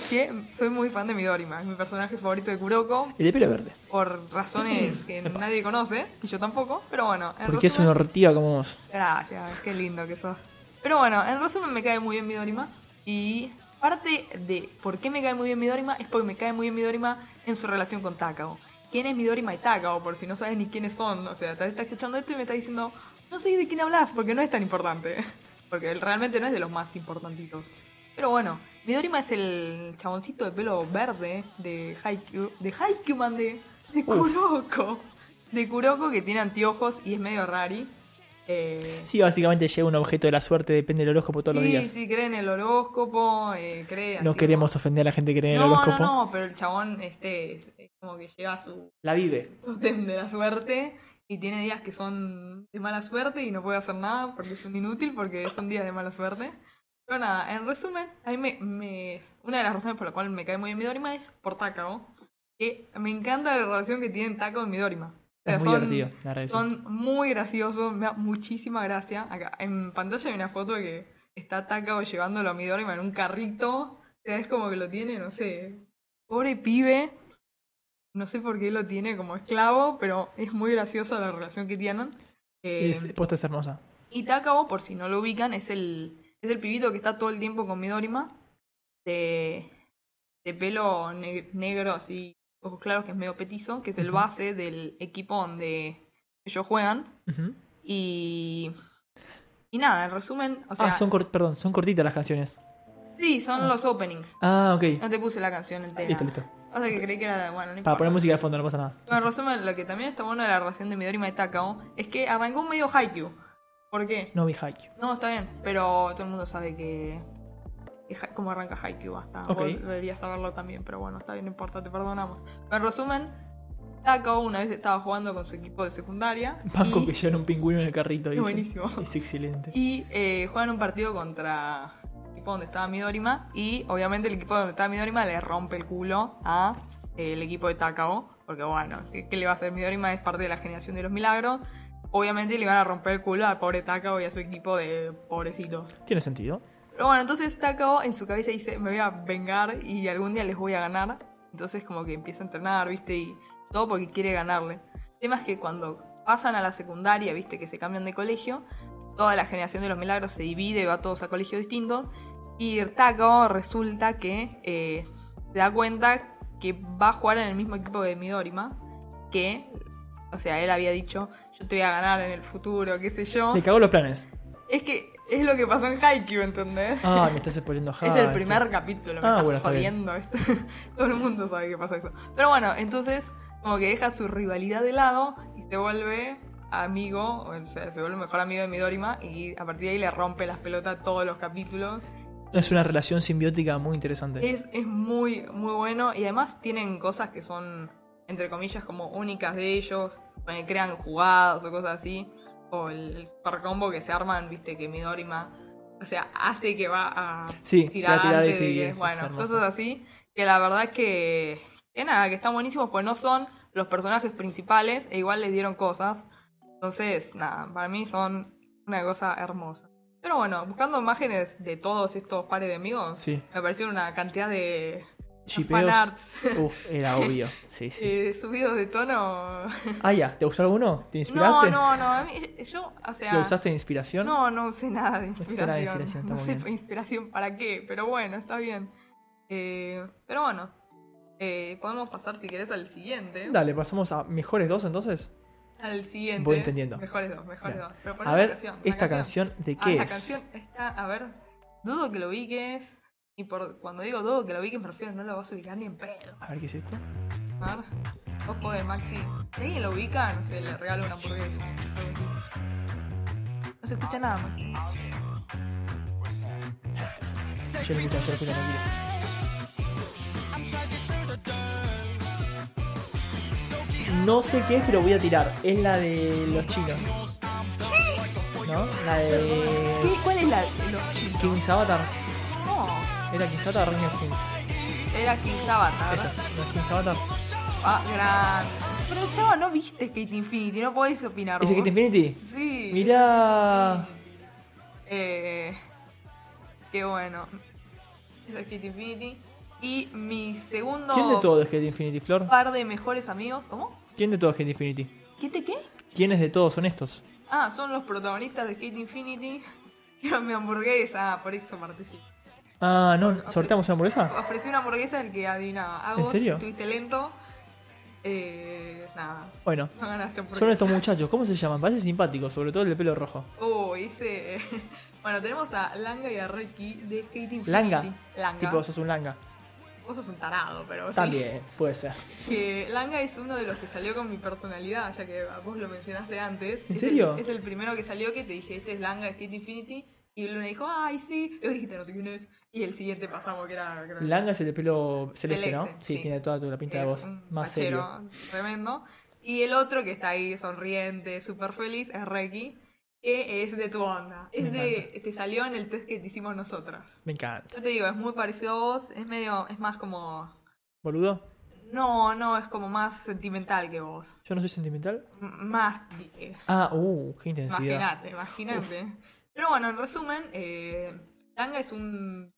[SPEAKER 2] que soy muy fan de Midorima, es mi personaje favorito de Kuroko,
[SPEAKER 1] El de pelo verde.
[SPEAKER 2] por razones que nadie conoce, y yo tampoco, pero bueno. en
[SPEAKER 1] Porque es
[SPEAKER 2] resumen-
[SPEAKER 1] una ortiga como vos.
[SPEAKER 2] Gracias, qué lindo que sos. Pero bueno, en resumen me cae muy bien Midorima. Y parte de por qué me cae muy bien Midorima es porque me cae muy bien Midorima en su relación con Takao. ¿Quién es Midorima y Takao? Por si no sabes ni quiénes son. O sea, te estás escuchando esto y me estás diciendo, no sé de quién hablas porque no es tan importante. Porque él realmente no es de los más importantitos. Pero bueno, Midorima es el chaboncito de pelo verde de Haikyuu, de Haikyuu, man, de, de Kuroko. De Kuroko que tiene anteojos y es medio rari. Eh,
[SPEAKER 1] Sí, básicamente llega un objeto de la suerte, depende del horóscopo todos los
[SPEAKER 2] sí,
[SPEAKER 1] días.
[SPEAKER 2] sí, cree en el horóscopo, eh, cree así
[SPEAKER 1] No
[SPEAKER 2] como-
[SPEAKER 1] queremos ofender a la gente que cree en el
[SPEAKER 2] No,
[SPEAKER 1] horóscopo.
[SPEAKER 2] No, no, pero el chabón este, es- es como que lleva su
[SPEAKER 1] La vive.
[SPEAKER 2] tótem de la suerte y tiene días que son de mala suerte y no puede hacer nada porque es un inútil, porque son días de mala suerte. Pero Pero nada, en resumen, a mí me, me- una de las razones por la cual me cae muy bien Midorima es por Takao. Que me encanta la relación que tienen Takao y Midorima. O sea,
[SPEAKER 1] Es muy
[SPEAKER 2] son-
[SPEAKER 1] divertido la relación.
[SPEAKER 2] Son muy graciosos, me da muchísima gracia. Acá, en pantalla hay una foto de que está Takao llevándolo a Midorima en un carrito. O sea, es como que lo tiene, no sé. Pobre pibe. No sé por qué lo tiene como esclavo, pero es muy graciosa la relación que tienen. Eh,
[SPEAKER 1] Es, posta es hermosa.
[SPEAKER 2] y Takao, por si no lo ubican, es el, es el pibito que está todo el tiempo con Midorima. De, de pelo neg- negro, así, ojos claros, que es medio petizo, que es el
[SPEAKER 1] Ujú.
[SPEAKER 2] base del equipo donde ellos juegan.
[SPEAKER 1] Ujú.
[SPEAKER 2] Y. Y nada, en resumen, o sea.
[SPEAKER 1] ah, son cort- perdón, son cortitas las canciones.
[SPEAKER 2] Sí, son los openings.
[SPEAKER 1] Ah, ok.
[SPEAKER 2] No te puse la canción entera.
[SPEAKER 1] Listo, listo.
[SPEAKER 2] O sea que creí que era de. Bueno, no
[SPEAKER 1] Para
[SPEAKER 2] importa.
[SPEAKER 1] poner música de fondo, no pasa nada.
[SPEAKER 2] Bueno, en resumen, lo que también está bueno de la relación de Midorima y Takao es que arrancó medio Haikyuu. ¿Por qué?
[SPEAKER 1] No vi Haikyuu.
[SPEAKER 2] No, está bien, pero todo el mundo sabe que. que Ha- cómo arranca Haikyuu hasta.
[SPEAKER 1] Ok.
[SPEAKER 2] Vos deberías saberlo también, pero bueno, está bien, no importa, te perdonamos. Pero en resumen, Takao una vez estaba jugando con su equipo de secundaria.
[SPEAKER 1] Banco
[SPEAKER 2] y,
[SPEAKER 1] que llevan un pingüino en el carrito.
[SPEAKER 2] Es
[SPEAKER 1] dice.
[SPEAKER 2] buenísimo.
[SPEAKER 1] Es excelente.
[SPEAKER 2] y, eh, juegan un partido contra el equipo donde estaba Midorima. Y obviamente el equipo donde estaba Midorima le rompe el culo a eh, el equipo de Takao. Porque bueno, ¿qué, qué le va a hacer Midorima? Es parte de la generación de los milagros. Obviamente le van a romper el culo al pobre Takao y a su equipo de pobrecitos.
[SPEAKER 1] Tiene sentido.
[SPEAKER 2] Pero bueno, entonces Takao en su cabeza dice, me voy a vengar y algún día les voy a ganar. Entonces como que empieza a entrenar, viste, y todo porque quiere ganarle. El tema es que cuando pasan a la secundaria, viste, que se cambian de colegio, toda la generación de los milagros se divide, va todos a colegios distintos. Y Takao resulta que eh, se da cuenta que va a jugar en el mismo equipo de Midorima, que, o sea, él había dicho, yo te voy a ganar en el futuro, qué sé yo.
[SPEAKER 1] Le cagó los planes.
[SPEAKER 2] Es que es lo que pasó en Haikyuu, ¿entendés?
[SPEAKER 1] Ah, me estás exponiendo a
[SPEAKER 2] Es el primer capítulo, me
[SPEAKER 1] Ah,
[SPEAKER 2] está
[SPEAKER 1] bueno, está bien.
[SPEAKER 2] jodiendo esto. Todo el mundo sabe que pasa eso. Pero bueno, entonces como que deja su rivalidad de lado y se vuelve amigo, o sea, se vuelve mejor amigo de Midorima y a partir de ahí le rompe las pelotas todos los capítulos.
[SPEAKER 1] Es una relación simbiótica muy interesante.
[SPEAKER 2] Es, es muy, muy bueno y además tienen cosas que son, entre comillas, como únicas de ellos, eh, crean jugadas o cosas así, o el, el super combo que se arman, viste, que Midorima, o sea, hace que va a
[SPEAKER 1] Sí, te va
[SPEAKER 2] tirar
[SPEAKER 1] a tirar
[SPEAKER 2] antes
[SPEAKER 1] ese
[SPEAKER 2] de
[SPEAKER 1] y
[SPEAKER 2] que-
[SPEAKER 1] es- es
[SPEAKER 2] bueno,
[SPEAKER 1] hermoso.
[SPEAKER 2] cosas así, que la verdad que, que nada, que están buenísimos, pues no son los personajes principales, e igual les dieron cosas, entonces, nada, para mí son una cosa hermosa. Pero bueno, buscando imágenes de todos estos pares de amigos,
[SPEAKER 1] Sí.
[SPEAKER 2] me aparecieron una cantidad de
[SPEAKER 1] Shipeos.
[SPEAKER 2] fanarts
[SPEAKER 1] Uf, era obvio. Sí, sí.
[SPEAKER 2] eh, subidos de tono.
[SPEAKER 1] Ah, ya. ¿Te gustó alguno? ¿Te
[SPEAKER 2] No,
[SPEAKER 1] inspiraste?
[SPEAKER 2] no, no. a mí- yo, o sea.
[SPEAKER 1] ¿Lo usaste de inspiración?
[SPEAKER 2] No, no usé nada de
[SPEAKER 1] usaste nada de
[SPEAKER 2] inspiración.
[SPEAKER 1] inspiración, está
[SPEAKER 2] no
[SPEAKER 1] muy
[SPEAKER 2] sé
[SPEAKER 1] bien.
[SPEAKER 2] inspiración para qué, pero bueno, está bien. Eh, pero bueno, eh, podemos pasar si querés al siguiente.
[SPEAKER 1] Dale, pasamos a mejores dos entonces.
[SPEAKER 2] Al siguiente.
[SPEAKER 1] Voy entendiendo.
[SPEAKER 2] Mejores dos, mejores
[SPEAKER 1] Bien.
[SPEAKER 2] dos. Pero poné
[SPEAKER 1] A
[SPEAKER 2] la
[SPEAKER 1] ver,
[SPEAKER 2] canción, la
[SPEAKER 1] esta canción, ¿de
[SPEAKER 2] Ah,
[SPEAKER 1] qué
[SPEAKER 2] la
[SPEAKER 1] es?
[SPEAKER 2] canción está, a ver, dudo que lo ubiques. Y por, cuando digo dudo que lo ubiques, me refiero, no lo vas a ubicar ni en pedo.
[SPEAKER 1] A ver qué es esto.
[SPEAKER 2] A ver, vos podés, Maxi. Si alguien lo ubica, no sé, le regalo una hamburguesa. No se escucha nada, Maxi.
[SPEAKER 1] Yo no me canso de escuchar la vida. No sé qué es, pero voy a tirar. Es la de los chinos. ¿No? La de.
[SPEAKER 2] ¿Qué? ¿Cuál es la los chinos?
[SPEAKER 1] King's Avatar.
[SPEAKER 2] No,
[SPEAKER 1] ¿Era King's Avatar o Reino of Kings?
[SPEAKER 2] era King Avatar.
[SPEAKER 1] Esa, ¿no es King's Avatar?
[SPEAKER 2] Ah, gran. Pero chavo, no viste Skate Infinity, no podés opinar.
[SPEAKER 1] ¿Es
[SPEAKER 2] vos.
[SPEAKER 1] Skate Infinity?
[SPEAKER 2] Sí.
[SPEAKER 1] Mirá.
[SPEAKER 2] Eh, qué bueno. Es Skate Infinity. Y mi segundo
[SPEAKER 1] ¿Quién de todo es Skate Infinity, Flor?
[SPEAKER 2] par de mejores amigos. ¿Cómo?
[SPEAKER 1] ¿Quién de todo es Skate Infinity?
[SPEAKER 2] ¿Qué te qué?
[SPEAKER 1] ¿Quiénes de todos son estos?
[SPEAKER 2] Ah, son los protagonistas de Skate Infinity. Quiero mi hamburguesa, ah, por eso participo.
[SPEAKER 1] Ah, no, ¿sorteamos una hamburguesa?
[SPEAKER 2] Ofrecí una hamburguesa al que adivinaba. Ah,
[SPEAKER 1] Ah. ¿En
[SPEAKER 2] vos
[SPEAKER 1] serio?
[SPEAKER 2] Estuviste lento. Eh, nada,
[SPEAKER 1] Bueno,
[SPEAKER 2] no ganaste hamburguesa.
[SPEAKER 1] son estos muchachos. ¿Cómo se llaman? Parece simpático, sobre todo el de pelo rojo.
[SPEAKER 2] Oh, hice. Bueno, tenemos a Langa y a Ricky de Skate Infinity.
[SPEAKER 1] Langa.
[SPEAKER 2] Langa.
[SPEAKER 1] Tipo, sos un langa.
[SPEAKER 2] Vos sos un tarado, pero. sí.
[SPEAKER 1] También, puede ser.
[SPEAKER 2] Que Langa es uno de los que salió con mi personalidad, ya que vos lo mencionaste antes.
[SPEAKER 1] ¿En
[SPEAKER 2] Es el-
[SPEAKER 1] serio?
[SPEAKER 2] es el primero que salió que te dije, este es Langa de Skate Infinity. Y Luna dijo, ay, sí. Y vos dijiste, no sé quién es. Y el siguiente pasamos, que era. creo-
[SPEAKER 1] Langa es el de pelo celeste, ¿no?
[SPEAKER 2] Ah. Celeste,
[SPEAKER 1] Sí,
[SPEAKER 2] sí.
[SPEAKER 1] tiene toda tu- la pinta de
[SPEAKER 2] es
[SPEAKER 1] voz.
[SPEAKER 2] un
[SPEAKER 1] Más serio.
[SPEAKER 2] fachero Tremendo. Y el otro que está ahí sonriente, súper feliz, es Reiki. que es de tu onda. Es
[SPEAKER 1] Me
[SPEAKER 2] de, te salió en el test que te hicimos nosotras.
[SPEAKER 1] Me encanta.
[SPEAKER 2] Yo te digo, es muy parecido a vos, es medio, es más como...
[SPEAKER 1] ¿Boludo?
[SPEAKER 2] No, no, es como más sentimental que vos.
[SPEAKER 1] ¿Yo no soy sentimental?
[SPEAKER 2] M- más, eh, dije.
[SPEAKER 1] Ah, uh, qué intensidad.
[SPEAKER 2] Imagínate, imagínate. Pero bueno, en resumen, eh, Tanga es un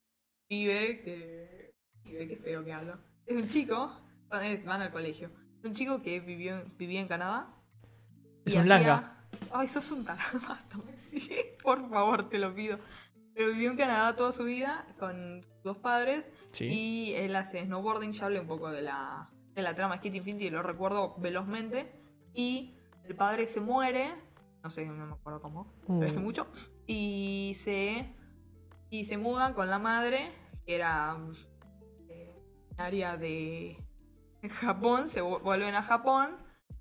[SPEAKER 2] pibe que. Pibe, qué feo que hablo. Es un chico, es- van al colegio. Es un chico que vivió, en- vivía en Canadá.
[SPEAKER 1] Es
[SPEAKER 2] y
[SPEAKER 1] un
[SPEAKER 2] hacía-
[SPEAKER 1] langa.
[SPEAKER 2] Ay, sos un tanga, basta, Maxi, Por favor, te lo pido. Pero vivió en Canadá toda su vida con sus dos padres
[SPEAKER 1] Sí.
[SPEAKER 2] y él hace snowboarding, ya hablé un poco de la, de la trama Skate Infinity, lo recuerdo velozmente. Y el padre se muere, no sé, no me acuerdo cómo, pero hace
[SPEAKER 1] Mm.
[SPEAKER 2] mucho. Y se, y se mudan con la madre, que era eh, área de Japón, se vu- vuelven a Japón.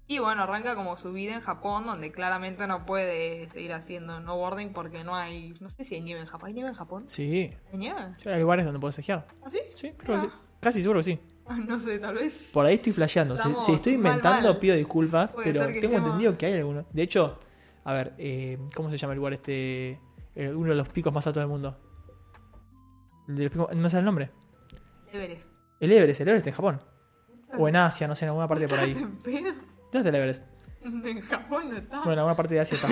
[SPEAKER 2] Y bueno, arranca como su vida en Japón, donde claramente no puede seguir haciendo snowboarding porque no hay. No sé si hay nieve en Japón. ¿Hay nieve en Japón?
[SPEAKER 1] Sí.
[SPEAKER 2] ¿Hay nieve?
[SPEAKER 1] Yo hay lugares donde puedo sejear.
[SPEAKER 2] ¿Ah, sí?
[SPEAKER 1] Sí, creo que sí.
[SPEAKER 2] Ah.
[SPEAKER 1] Casi seguro que sí.
[SPEAKER 2] No sé, tal vez.
[SPEAKER 1] Por ahí estoy flasheando. Si,
[SPEAKER 2] Estamos
[SPEAKER 1] si estoy
[SPEAKER 2] mal,
[SPEAKER 1] inventando,
[SPEAKER 2] mal.
[SPEAKER 1] pido disculpas,
[SPEAKER 2] Puede
[SPEAKER 1] pero
[SPEAKER 2] ser que
[SPEAKER 1] tengo
[SPEAKER 2] estemos-
[SPEAKER 1] entendido que hay alguno. De hecho, a ver, eh, ¿cómo se llama el lugar este? Eh, uno de los picos más altos del mundo. El de los picos- no me sale el nombre.
[SPEAKER 2] Everest.
[SPEAKER 1] El Everest, el Everest en Japón. O en Asia, no sé, en alguna parte por ahí.
[SPEAKER 2] ¿En pedo?
[SPEAKER 1] ¿Dónde está el Everest?
[SPEAKER 2] Ah. En Japón no está.
[SPEAKER 1] Bueno, en alguna parte de Asia está.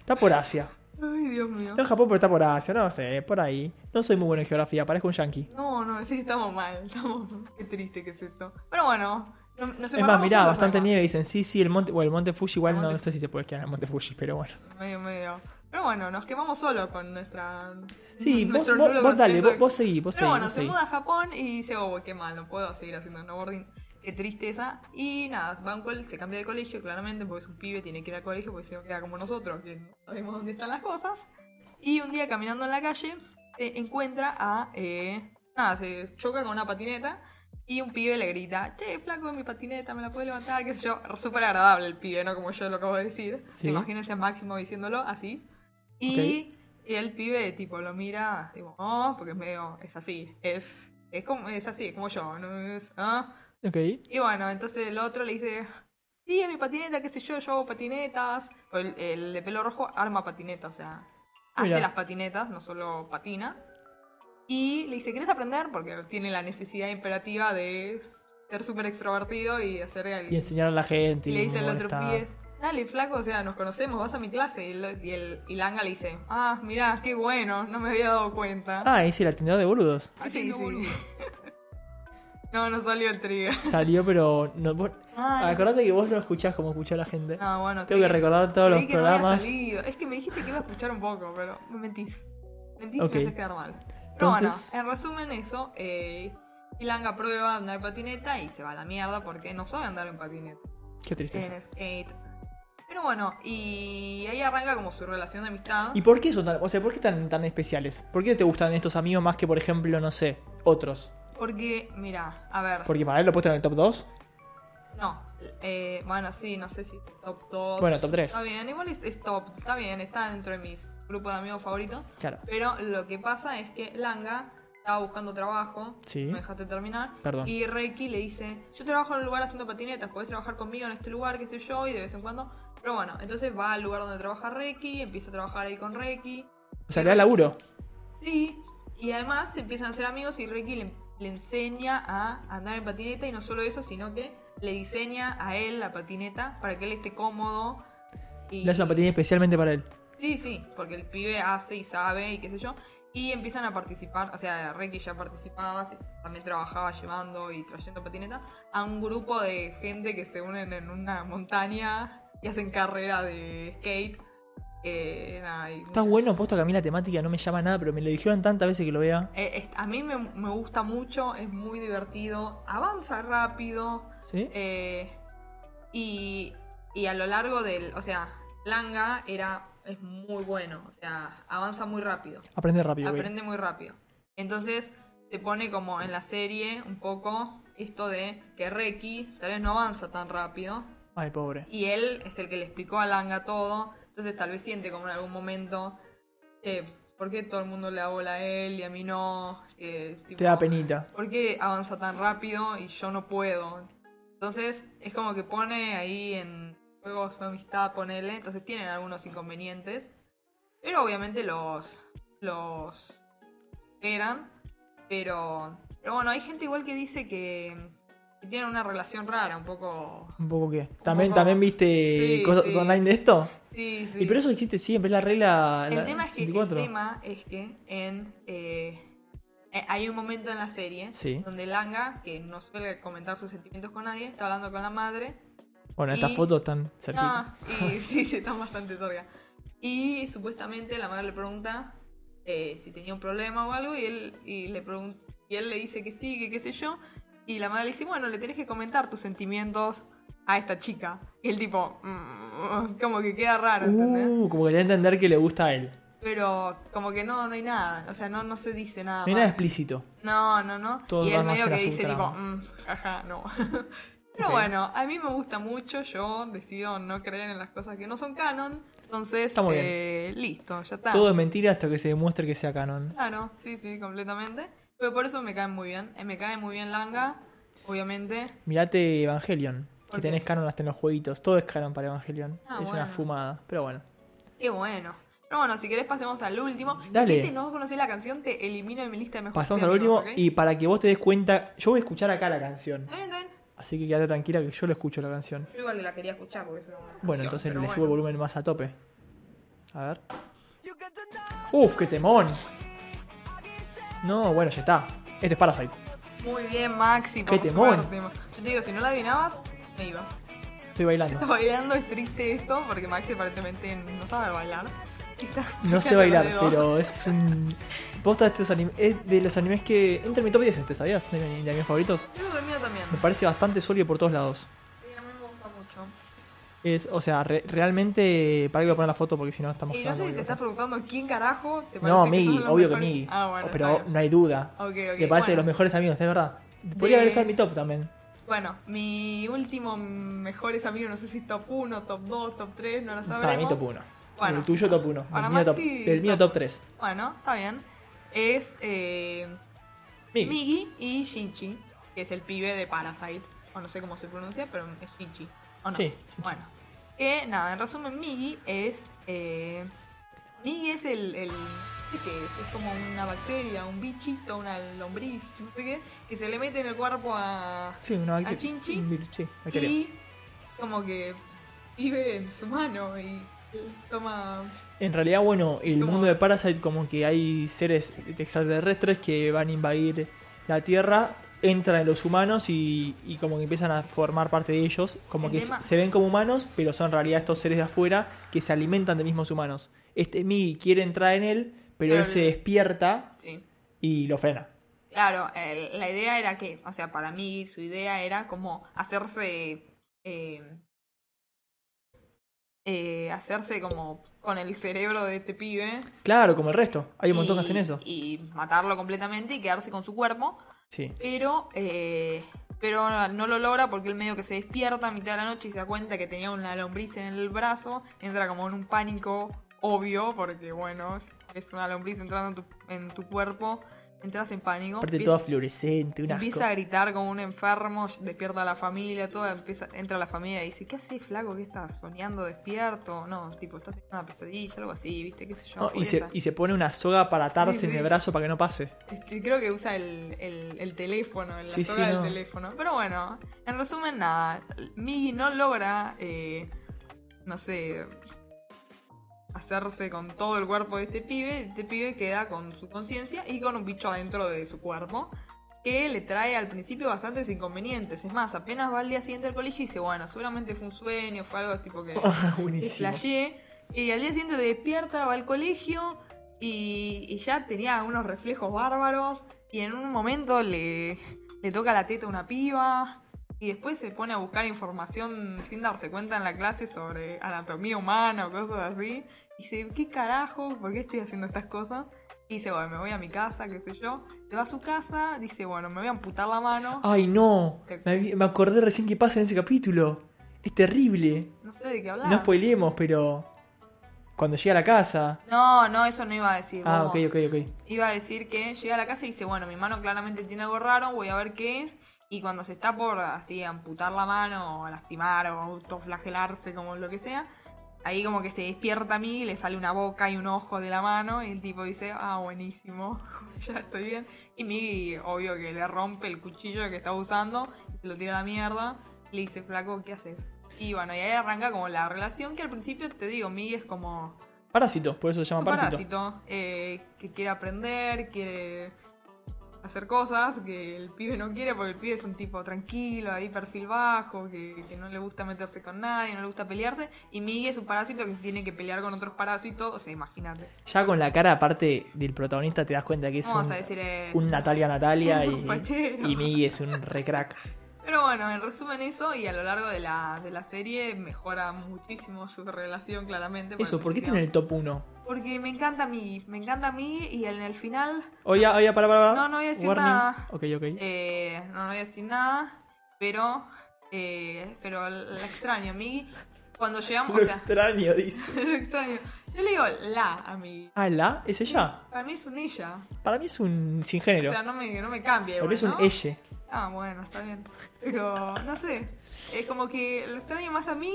[SPEAKER 1] Está por Asia.
[SPEAKER 2] Ay, Dios mío.
[SPEAKER 1] No en Japón, pero está por Asia, no sé, por ahí. No soy muy bueno en geografía, parezco un yankee.
[SPEAKER 2] No, no, sí, estamos mal. Estamos... Qué triste que es esto. Pero bueno, no, nos
[SPEAKER 1] Es más,
[SPEAKER 2] separamos
[SPEAKER 1] mirá,
[SPEAKER 2] unos
[SPEAKER 1] bastante
[SPEAKER 2] temas.
[SPEAKER 1] nieve. Dicen, sí, sí, el monte, bueno, el monte Fuji, igual
[SPEAKER 2] El
[SPEAKER 1] no,
[SPEAKER 2] monte-
[SPEAKER 1] sé si se puede quedar en el monte Fuji, pero bueno.
[SPEAKER 2] Medio, medio. Pero bueno, nos quemamos solos con nuestra.
[SPEAKER 1] Sí, vos,
[SPEAKER 2] nuestro
[SPEAKER 1] vos,
[SPEAKER 2] nulo
[SPEAKER 1] vos dale,
[SPEAKER 2] concepto
[SPEAKER 1] vos,
[SPEAKER 2] de-
[SPEAKER 1] vos seguí, vos
[SPEAKER 2] Pero
[SPEAKER 1] seguí,
[SPEAKER 2] bueno,
[SPEAKER 1] vos
[SPEAKER 2] se
[SPEAKER 1] seguí.
[SPEAKER 2] muda a Japón y dice, oh, qué mal, no puedo seguir haciendo snowboarding. Qué tristeza. Y nada, va a un col- se cambia de colegio, claramente, porque es un pibe, tiene que ir al colegio, porque si no queda como nosotros, que no sabemos dónde están las cosas. Y un día caminando en la calle, se encuentra a... eh, nada, se choca con una patineta y un pibe le grita, che, flaco, mi patineta, me la puede levantar, qué sé yo. Súper agradable el pibe, ¿no? Como yo lo acabo de decir.
[SPEAKER 1] Sí.
[SPEAKER 2] Imagínense a Máximo diciéndolo así. Y el pibe, tipo, lo mira, tipo, oh, porque es medio, es así, es, es como, es así, es como yo, ¿no? Es, ah.
[SPEAKER 1] Ok.
[SPEAKER 2] Y bueno, entonces el otro le dice, sí, es mi patineta, qué sé yo, yo hago patinetas. O El, el de pelo rojo arma patinetas, o sea, hace
[SPEAKER 1] Mira.
[SPEAKER 2] las patinetas, no solo patina. Y le dice, ¿querés aprender? Porque tiene la necesidad imperativa de ser súper extrovertido y hacer el,
[SPEAKER 1] Y enseñar a la gente.
[SPEAKER 2] y le dice
[SPEAKER 1] no
[SPEAKER 2] al otro
[SPEAKER 1] molestar.
[SPEAKER 2] pibe, dale flaco, o sea, nos conocemos, vas a mi clase. Y, el- y el y Langa le dice, ah, mirá, qué bueno, no me había dado cuenta.
[SPEAKER 1] Ah, hice el atendedor de boludos.
[SPEAKER 2] Sí, sí. No, no salió el trigger.
[SPEAKER 1] Salió, pero. No, vos-
[SPEAKER 2] Ah,
[SPEAKER 1] Acordate que vos no escuchás como escuchá la gente.
[SPEAKER 2] no, bueno,
[SPEAKER 1] Tengo que
[SPEAKER 2] creí
[SPEAKER 1] recordar todos los
[SPEAKER 2] creí que no había
[SPEAKER 1] programas.
[SPEAKER 2] salido. es que me dijiste que iba a escuchar un poco, pero me mentís. Mentís
[SPEAKER 1] Ok.
[SPEAKER 2] y me haces quedar mal. Pero
[SPEAKER 1] Entonces-
[SPEAKER 2] bueno, en resumen eso, eh, y Langa prueba a andar en patineta y se va a la mierda porque no sabe andar en patineta.
[SPEAKER 1] Qué tristeza.
[SPEAKER 2] En skate. Pero bueno, y ahí arranca como su relación de amistad.
[SPEAKER 1] ¿Y por qué son tan, o sea, por qué tan, tan especiales? ¿Por qué te gustan estos amigos más que, por ejemplo, no sé, otros?
[SPEAKER 2] Porque, mira, a ver,
[SPEAKER 1] Porque para él lo he puesto en el top 2.
[SPEAKER 2] no, eh, bueno, sí, no sé si es top 2.
[SPEAKER 1] Bueno, top 3.
[SPEAKER 2] Está bien, igual es, es top, está bien, está dentro de mis grupos de amigos favoritos.
[SPEAKER 1] Claro.
[SPEAKER 2] Pero lo que pasa es que Langa estaba buscando trabajo.
[SPEAKER 1] Sí.
[SPEAKER 2] Me dejaste terminar.
[SPEAKER 1] Perdón.
[SPEAKER 2] Y Reiki le dice: Yo trabajo en un lugar haciendo patinetas, podés trabajar conmigo en este lugar, qué sé yo, y de vez en cuando. Pero bueno, entonces va al lugar donde trabaja Reiki, empieza a trabajar ahí con Reiki.
[SPEAKER 1] O sea, le da laburo.
[SPEAKER 2] Sí, y además empiezan a ser amigos y Ricky le, le enseña a andar en patineta y no solo eso, sino que le diseña a él la patineta para que él esté cómodo. Y,
[SPEAKER 1] Le hace una patina especialmente para él.
[SPEAKER 2] Sí, sí, porque el pibe hace y sabe y qué sé yo. Y empiezan a participar, o sea, Ricky ya participaba, se- también trabajaba llevando y trayendo patineta a un grupo de gente que se unen en una montaña y hacen carrera de skate. Eh, nada, y
[SPEAKER 1] Está
[SPEAKER 2] muchas-
[SPEAKER 1] bueno, puesto que a mí la temática no me llama nada, pero me lo dijeron tantas veces que lo vea.
[SPEAKER 2] Eh, es- a mí me, me gusta mucho, es muy divertido, avanza rápido
[SPEAKER 1] ¿Sí?
[SPEAKER 2] eh, y, y a lo largo del, o sea, Langa era es muy bueno, o sea, avanza muy rápido,
[SPEAKER 1] Aprende rápido, güey.
[SPEAKER 2] aprende muy rápido. Entonces te pone como en la serie un poco esto de que Reki tal vez no avanza tan rápido
[SPEAKER 1] Ay, pobre.
[SPEAKER 2] y él es el que le explicó a Langa todo. Entonces tal vez siente como en algún momento, che, ¿por qué todo el mundo le da bola a él y a mí no? Eh, tipo,
[SPEAKER 1] Te da penita.
[SPEAKER 2] ¿Por qué avanza tan rápido y yo no puedo? Entonces es como que pone ahí en juegos de amistad, ponele, entonces tienen algunos inconvenientes, pero obviamente los los eran, pero, pero bueno, hay gente igual que dice que, que tienen una relación rara, un poco...
[SPEAKER 1] Un poco que. También,
[SPEAKER 2] poco-
[SPEAKER 1] también viste
[SPEAKER 2] Sí,
[SPEAKER 1] cosas
[SPEAKER 2] sí.
[SPEAKER 1] online de esto.
[SPEAKER 2] Sí, sí.
[SPEAKER 1] Y pero eso existe siempre, es la regla.
[SPEAKER 2] El
[SPEAKER 1] la
[SPEAKER 2] tema es que, el
[SPEAKER 1] 64.
[SPEAKER 2] tema es que en, eh, eh, hay un momento en la serie
[SPEAKER 1] Sí.
[SPEAKER 2] donde Langa, que no suele comentar sus sentimientos con nadie, está hablando con la madre.
[SPEAKER 1] Bueno, estas
[SPEAKER 2] y-
[SPEAKER 1] fotos están cerquitas.
[SPEAKER 2] Ah, y sí, sí, está bastante cerca. Y supuestamente la madre le pregunta eh, si tenía un problema o algo y él, y, le pregun- y él le dice que sí, que qué sé yo. Y la madre le dice, bueno, le tenés que comentar tus sentimientos a esta chica. Y el tipo, mm, como que queda raro, ¿entendés?
[SPEAKER 1] Uh, como que le da a entender que le gusta a él.
[SPEAKER 2] Ah, Pero como que no, no hay nada. O sea, no, no se dice nada.
[SPEAKER 1] No hay nada
[SPEAKER 2] más.
[SPEAKER 1] explícito.
[SPEAKER 2] No, no, no.
[SPEAKER 1] Todo
[SPEAKER 2] y
[SPEAKER 1] va
[SPEAKER 2] él
[SPEAKER 1] más
[SPEAKER 2] medio
[SPEAKER 1] en
[SPEAKER 2] que
[SPEAKER 1] la
[SPEAKER 2] dice tipo,
[SPEAKER 1] subtrama.
[SPEAKER 2] mm, jaja, no. Pero
[SPEAKER 1] Ok.
[SPEAKER 2] bueno, a mí me gusta mucho, yo decido no creer en las cosas que no son canon, entonces
[SPEAKER 1] Está muy bien.
[SPEAKER 2] eh, listo, ya está.
[SPEAKER 1] Todo es mentira hasta que se demuestre que sea canon.
[SPEAKER 2] Claro, sí, sí, completamente. Pero por eso me caen muy bien. Eh, Me cae muy bien Langa, obviamente.
[SPEAKER 1] Mirate Evangelion.
[SPEAKER 2] ¿Por
[SPEAKER 1] Que
[SPEAKER 2] qué?
[SPEAKER 1] tenés canon hasta en los jueguitos. Todo es canon para Evangelion.
[SPEAKER 2] Ah,
[SPEAKER 1] es una
[SPEAKER 2] bueno.
[SPEAKER 1] fumada. Pero bueno.
[SPEAKER 2] Qué bueno. Pero bueno, si querés pasemos al último.
[SPEAKER 1] Dale.
[SPEAKER 2] Si este no conocés la canción, te elimino de mi lista de mejores
[SPEAKER 1] Pasamos al último. Y para que vos te des cuenta, yo voy a escuchar acá la canción.
[SPEAKER 2] Está bien, está bien.
[SPEAKER 1] Así que quédate tranquila que yo lo escucho la canción.
[SPEAKER 2] Yo igual la quería escuchar porque es una buena
[SPEAKER 1] Bueno,
[SPEAKER 2] canción,
[SPEAKER 1] entonces le
[SPEAKER 2] pero
[SPEAKER 1] subo el
[SPEAKER 2] bueno.
[SPEAKER 1] volumen más a tope. A ver. Uf, qué temón. No, bueno, ya está. Este es Parasite.
[SPEAKER 2] Muy bien, Maxi, por
[SPEAKER 1] ¡Qué temón!
[SPEAKER 2] suerte. Yo te digo, si no la adivinabas, me iba.
[SPEAKER 1] Estoy bailando.
[SPEAKER 2] Está bailando, es triste esto, porque Maxi aparentemente no sabe bailar. Y está-
[SPEAKER 1] No sé
[SPEAKER 2] te lo
[SPEAKER 1] bailar,
[SPEAKER 2] debo.
[SPEAKER 1] pero es un... Posta de estos anim- es de los animes que... Entra en mi top 10 este, ¿sabías? De, mi- de mis favoritos.
[SPEAKER 2] Yo dormido también.
[SPEAKER 1] Me parece bastante sólido por todos lados.
[SPEAKER 2] Sí, a mí me gusta mucho.
[SPEAKER 1] Es, o sea, re- realmente... Para que voy a poner la foto porque si no estamos...
[SPEAKER 2] Y no sé si te
[SPEAKER 1] hablando
[SPEAKER 2] estás preguntando quién carajo te
[SPEAKER 1] cualquier cosa. no,
[SPEAKER 2] parece que
[SPEAKER 1] Miggy,
[SPEAKER 2] son los
[SPEAKER 1] obvio que
[SPEAKER 2] mejores?
[SPEAKER 1] Miggy.
[SPEAKER 2] Ah, bueno.
[SPEAKER 1] pero
[SPEAKER 2] está bien.
[SPEAKER 1] no hay duda.
[SPEAKER 2] Ok, ok,
[SPEAKER 1] Me parece de
[SPEAKER 2] bueno.
[SPEAKER 1] los mejores amigos, es verdad. Podría haber estado en mi top también.
[SPEAKER 2] Bueno, mi último mejores amigo, no sé si top 1, top 2, top 3, no lo sabremos.
[SPEAKER 1] Para mí top 1.
[SPEAKER 2] Bueno.
[SPEAKER 1] el tuyo top 1.
[SPEAKER 2] Para
[SPEAKER 1] El mío top,
[SPEAKER 2] Maxi,
[SPEAKER 1] el mío
[SPEAKER 2] top.
[SPEAKER 1] top 3.
[SPEAKER 2] Bueno, está bien. Es eh,
[SPEAKER 1] Miggy.
[SPEAKER 2] Migi y Shinji, que es el pibe de Parasite, o no sé cómo se pronuncia, pero es Shinji, ¿o no?
[SPEAKER 1] Sí,
[SPEAKER 2] Bueno, que nada, en resumen, Migi es... eh, Migi es el... el ¿qué que es? Es como una bacteria, un bichito, una lombriz, no sé qué, que se le mete en el cuerpo a...
[SPEAKER 1] Sí, una
[SPEAKER 2] ¿A Chinchi?
[SPEAKER 1] un virus, Sí, bacteria.
[SPEAKER 2] y como que vive en su mano y toma...
[SPEAKER 1] En realidad, bueno, el
[SPEAKER 2] Como-
[SPEAKER 1] mundo de Parasite, como que hay seres extraterrestres que van a invadir la Tierra, entran en los humanos y, y como que empiezan a formar parte de ellos. Como
[SPEAKER 2] El
[SPEAKER 1] que
[SPEAKER 2] tema-
[SPEAKER 1] se ven como humanos, pero son en realidad estos seres de afuera que se alimentan de mismos humanos. Este Migi quiere entrar en él, pero
[SPEAKER 2] Pero
[SPEAKER 1] él se
[SPEAKER 2] el-
[SPEAKER 1] despierta
[SPEAKER 2] Sí.
[SPEAKER 1] y lo frena.
[SPEAKER 2] Claro, el- la idea era que, o sea, para mí su idea era como hacerse, eh, eh, hacerse como con el cerebro de este pibe.
[SPEAKER 1] Claro, como el resto. Hay un montón que
[SPEAKER 2] y-
[SPEAKER 1] hacen eso.
[SPEAKER 2] Y matarlo completamente y quedarse con su cuerpo,
[SPEAKER 1] Sí.
[SPEAKER 2] pero, eh, pero no lo logra porque él medio que se despierta a mitad de la noche y se da cuenta que tenía una lombriz en el brazo, entra como en un pánico obvio, porque bueno, es una lombriz entrando en tu, en tu cuerpo, entras en pánico.
[SPEAKER 1] Aparte,
[SPEAKER 2] empieza-
[SPEAKER 1] toda fluorescente, un asco.
[SPEAKER 2] Empieza a gritar como un enfermo, despierta a la familia, todo, empieza, entra la familia y dice, ¿qué haces, flaco? ¿Qué estás soñando despierto? No, tipo, estás teniendo una pesadilla, algo así, viste, qué sé yo.
[SPEAKER 1] No, y, se,
[SPEAKER 2] pobreza.
[SPEAKER 1] y se pone una soga para atarse
[SPEAKER 2] Sí,
[SPEAKER 1] en el
[SPEAKER 2] sí.
[SPEAKER 1] brazo para que no pase.
[SPEAKER 2] Este, Creo que usa el, el- el teléfono, la
[SPEAKER 1] Sí,
[SPEAKER 2] soga
[SPEAKER 1] sí,
[SPEAKER 2] del
[SPEAKER 1] no.
[SPEAKER 2] teléfono. Pero bueno, en resumen, nada, Miggy no logra, eh, no sé, hacerse con todo el cuerpo de este pibe. Este pibe queda con su conciencia y con un bicho adentro de su cuerpo. que le trae al principio bastantes inconvenientes. Es más, apenas va al día siguiente al colegio y dice, bueno, seguramente fue un sueño, fue algo tipo que que
[SPEAKER 1] Buenísimo.
[SPEAKER 2] flasheé. Y al día siguiente despierta, va al colegio y, y ya tenía unos reflejos bárbaros. Y en un momento le, le toca la teta a una piba. Y después se pone a buscar información sin darse cuenta en la clase sobre anatomía humana o cosas así. Y dice, ¿qué carajo? ¿Por qué estoy haciendo estas cosas? Y dice, bueno, me voy a mi casa, qué sé yo. Se va a su casa, dice, bueno, me voy a amputar la mano.
[SPEAKER 1] Ay, no. Me, vi- me acordé recién que pasa en ese capítulo. Es terrible.
[SPEAKER 2] No sé de qué hablar.
[SPEAKER 1] No spoilemos, pero. Cuando llega a la casa.
[SPEAKER 2] no, no, eso no iba a decir.
[SPEAKER 1] Ah,
[SPEAKER 2] vamos.
[SPEAKER 1] ok, ok, ok.
[SPEAKER 2] iba a decir que llega a la casa y dice, bueno, mi mano claramente tiene algo raro, voy a ver qué es. Y cuando se está por así amputar la mano, o lastimar, o autoflagelarse, como lo que sea, ahí como que se despierta a mí, le sale una boca y un ojo de la mano, y el tipo dice, ah, buenísimo, ya estoy bien. Y Miggy, obvio que le rompe el cuchillo que estaba usando, se lo tira a la mierda, y le dice, flaco, ¿qué haces? Y bueno, y ahí arranca como la relación que al principio te digo, Miggy es como
[SPEAKER 1] Parásito, por eso se llama
[SPEAKER 2] un
[SPEAKER 1] parásito.
[SPEAKER 2] parásito, eh, que quiere aprender, quiere hacer cosas que el pibe no quiere porque el pibe es un tipo tranquilo, ahí perfil bajo, que, que no le gusta meterse con nadie, no le gusta pelearse. Y Miggy es un parásito que se tiene que pelear con otros parásitos, o sea, imagínate.
[SPEAKER 1] Ya con la cara aparte del protagonista te das cuenta que es
[SPEAKER 2] Vamos
[SPEAKER 1] un,
[SPEAKER 2] a decir eh,
[SPEAKER 1] un Natalia Natalia
[SPEAKER 2] Un fachero.
[SPEAKER 1] y, y Miggy es un recrack.
[SPEAKER 2] Pero bueno, en resumen eso, y a lo largo de la, de la serie mejora muchísimo su relación, claramente.
[SPEAKER 1] Eso,
[SPEAKER 2] el
[SPEAKER 1] ¿por qué está en
[SPEAKER 2] principio.
[SPEAKER 1] el top 1?
[SPEAKER 2] Porque me encanta a mí, me encanta a mí, y en el final
[SPEAKER 1] Oye, oye, para, para, para.
[SPEAKER 2] No, no voy a decir
[SPEAKER 1] Warning.
[SPEAKER 2] nada.
[SPEAKER 1] Ok, ok.
[SPEAKER 2] Eh, no, no voy a decir nada, pero eh, pero la extraño a mí. Cuando llegamos,
[SPEAKER 1] Lo
[SPEAKER 2] o sea,
[SPEAKER 1] extraño, dice.
[SPEAKER 2] la extraño. Yo le digo la a mí.
[SPEAKER 1] Ah, la es ella.
[SPEAKER 2] Para mí es un ella.
[SPEAKER 1] Para mí es un sin género.
[SPEAKER 2] O sea, no me, no me cambia.
[SPEAKER 1] Para mí
[SPEAKER 2] igual,
[SPEAKER 1] es un
[SPEAKER 2] ¿no?
[SPEAKER 1] elle.
[SPEAKER 2] Ah, bueno, está bien. Pero no sé. Es como que lo extraño más a mí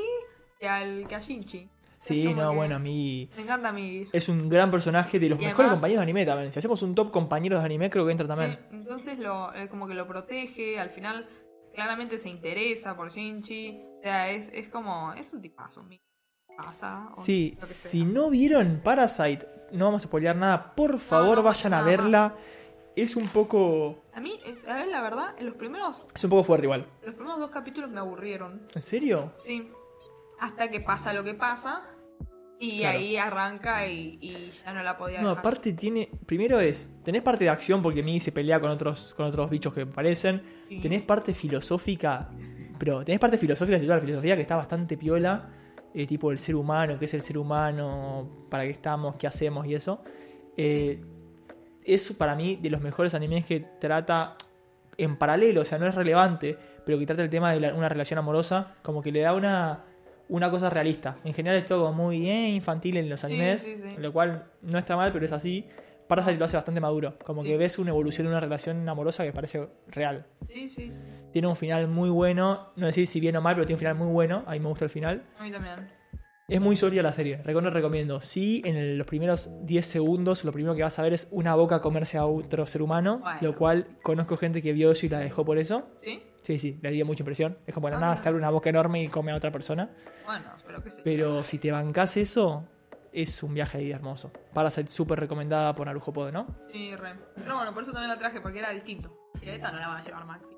[SPEAKER 2] que al que a Shinji.
[SPEAKER 1] Sí,
[SPEAKER 2] Es como
[SPEAKER 1] no,
[SPEAKER 2] que
[SPEAKER 1] bueno, a mí
[SPEAKER 2] Me encanta a mí.
[SPEAKER 1] es un gran personaje de los
[SPEAKER 2] Y
[SPEAKER 1] mejores
[SPEAKER 2] además-
[SPEAKER 1] compañeros de anime también. Si hacemos un top compañeros de anime, creo que entra también.
[SPEAKER 2] Mm, Entonces lo, eh, como que lo protege, al final claramente se interesa por Shinji. O sea, es, es como, es un tipazo. mi- Pasa. o
[SPEAKER 1] Sí,
[SPEAKER 2] lo que sea.
[SPEAKER 1] si no vieron Parasite, no vamos a spoilear nada. Por favor,
[SPEAKER 2] no,
[SPEAKER 1] vayan a
[SPEAKER 2] nada
[SPEAKER 1] verla. Es un poco.
[SPEAKER 2] A mí, es, a ver, la verdad, en los primeros,
[SPEAKER 1] Es un poco fuerte igual.
[SPEAKER 2] los primeros dos capítulos me aburrieron.
[SPEAKER 1] ¿En serio?
[SPEAKER 2] Sí. Hasta que pasa lo que pasa. Y
[SPEAKER 1] Claro.
[SPEAKER 2] ahí arranca y, y ya no la podía
[SPEAKER 1] No,
[SPEAKER 2] dejar.
[SPEAKER 1] aparte tiene. Primero es. Tenés parte de acción porque Mii se pelea con otros, con otros bichos que aparecen.
[SPEAKER 2] Sí.
[SPEAKER 1] Tenés parte filosófica. Pero tenés parte filosófica, si toda la filosofía que está bastante piola. eh, tipo el ser humano, qué es el ser humano, para qué estamos, qué hacemos y eso. Eh, es para mí de los mejores animes que trata en paralelo, o sea, no es relevante, pero que trata el tema de la- una relación amorosa, como que le da una, una cosa realista. En general es todo como muy eh, infantil en los
[SPEAKER 2] Sí,
[SPEAKER 1] animes,
[SPEAKER 2] sí, sí.
[SPEAKER 1] lo cual no está mal, pero es así. Parasite lo hace bastante maduro, como
[SPEAKER 2] Sí.
[SPEAKER 1] que ves una evolución de una relación amorosa que parece real.
[SPEAKER 2] Sí, sí, sí,
[SPEAKER 1] Tiene un final muy bueno, no decir si bien o mal, pero tiene un final muy bueno, a mí me gusta el final.
[SPEAKER 2] a mí también.
[SPEAKER 1] Es muy sólida la serie, recontra recomiendo. Sí, en el- los primeros 10 segundos lo primero que vas a ver es una boca comerse a otro ser humano,
[SPEAKER 2] Bueno.
[SPEAKER 1] lo cual conozco gente que vio eso y la dejó por eso.
[SPEAKER 2] ¿Sí?
[SPEAKER 1] Sí, sí, le dio mucha impresión. Es como de la
[SPEAKER 2] Ah,
[SPEAKER 1] nada,
[SPEAKER 2] mira.
[SPEAKER 1] se abre una boca enorme y come a otra persona.
[SPEAKER 2] Bueno, pero qué sé yo.
[SPEAKER 1] Pero si te bancás eso, es un viaje ahí hermoso. Para ser súper recomendada por Narujo Pod, ¿no?
[SPEAKER 2] Sí, re. Pero bueno, por eso también la traje, porque era distinto. Y esta no la va a llevar Maxi.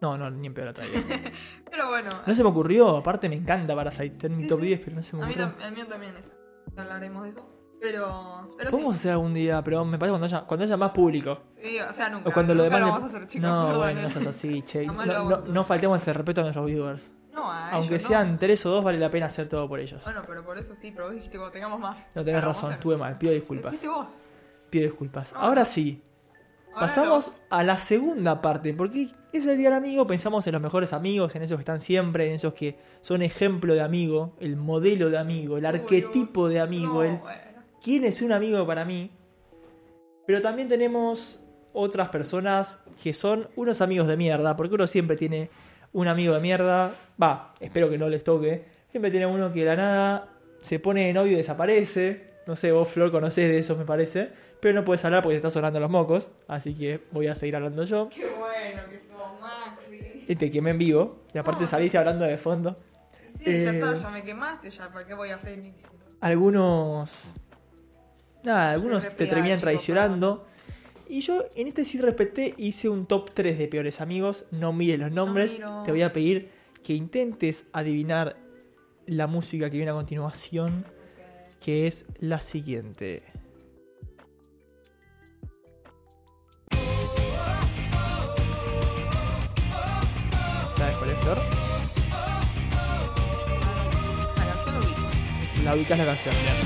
[SPEAKER 1] No, no, ni en peor otra idea.
[SPEAKER 2] Pero bueno,
[SPEAKER 1] No se me ocurrió, aparte me encanta Parasite, está en mi
[SPEAKER 2] Sí,
[SPEAKER 1] top
[SPEAKER 2] sí.
[SPEAKER 1] 10, pero no se me
[SPEAKER 2] a mí
[SPEAKER 1] ocurrió.
[SPEAKER 2] tam- el mío también está. Ya Hablaremos de eso. Pero, pero
[SPEAKER 1] Podemos
[SPEAKER 2] sí.
[SPEAKER 1] hacer algún día, pero me parece cuando haya, cuando haya más público.
[SPEAKER 2] Sí, o sea, nunca.
[SPEAKER 1] O cuando lo
[SPEAKER 2] nunca
[SPEAKER 1] demás. le-
[SPEAKER 2] vamos a hacer, chicos.
[SPEAKER 1] no,
[SPEAKER 2] perdón.
[SPEAKER 1] bueno, no seas así, che. No,
[SPEAKER 2] Jamás lo vamos a
[SPEAKER 1] no,
[SPEAKER 2] hacer.
[SPEAKER 1] no faltemos el respeto a nuestros viewers.
[SPEAKER 2] No, a
[SPEAKER 1] Aunque
[SPEAKER 2] ellos no.
[SPEAKER 1] sean tres o dos, vale la pena hacer todo por ellos.
[SPEAKER 2] Bueno, pero por eso sí, pero vos dijiste cuando tengamos más.
[SPEAKER 1] No tenés
[SPEAKER 2] Claro, vos
[SPEAKER 1] razón,
[SPEAKER 2] sabés.
[SPEAKER 1] estuve mal, pido
[SPEAKER 2] Lo
[SPEAKER 1] disculpas.
[SPEAKER 2] dijiste vos.
[SPEAKER 1] Pido disculpas.
[SPEAKER 2] No.
[SPEAKER 1] Ahora sí,
[SPEAKER 2] Ahora
[SPEAKER 1] pasamos
[SPEAKER 2] los-
[SPEAKER 1] a la segunda parte, porque es el día del amigo, pensamos en los mejores amigos, en esos que están siempre, en esos que son ejemplo de amigo, el modelo de amigo, el
[SPEAKER 2] Uy,
[SPEAKER 1] arquetipo de amigo,
[SPEAKER 2] No,
[SPEAKER 1] el
[SPEAKER 2] bueno.
[SPEAKER 1] quién es un amigo para mí. Pero también tenemos otras personas que son unos amigos de mierda, porque uno siempre tiene un amigo de mierda. Va, espero que no les toque. Siempre tiene uno que de la nada se pone de novio y desaparece. No sé, vos, Flor, conocés de esos, me parece. Pero no puedes hablar porque te están sonando los mocos. Así que voy a seguir hablando yo.
[SPEAKER 2] Qué bueno que sos, Maxi.
[SPEAKER 1] Y te quemé en vivo. Y aparte
[SPEAKER 2] No.
[SPEAKER 1] saliste hablando de fondo.
[SPEAKER 2] Sí,
[SPEAKER 1] Eh.
[SPEAKER 2] ya está, ya me quemaste, ya, ¿para qué voy a hacer mi
[SPEAKER 1] algunos. Nada, algunos
[SPEAKER 2] Creo que
[SPEAKER 1] te
[SPEAKER 2] fui a
[SPEAKER 1] terminan
[SPEAKER 2] Chico
[SPEAKER 1] traicionando. Y yo en este sí respeté, hice un top 3 de peores amigos. No mires los nombres.
[SPEAKER 2] miro.
[SPEAKER 1] te voy a pedir que intentes adivinar la música que viene a continuación, que es la siguiente. ¿Sabes cuál es, Flor?
[SPEAKER 2] La canción lo vi.
[SPEAKER 1] La ubicas la canción. bien.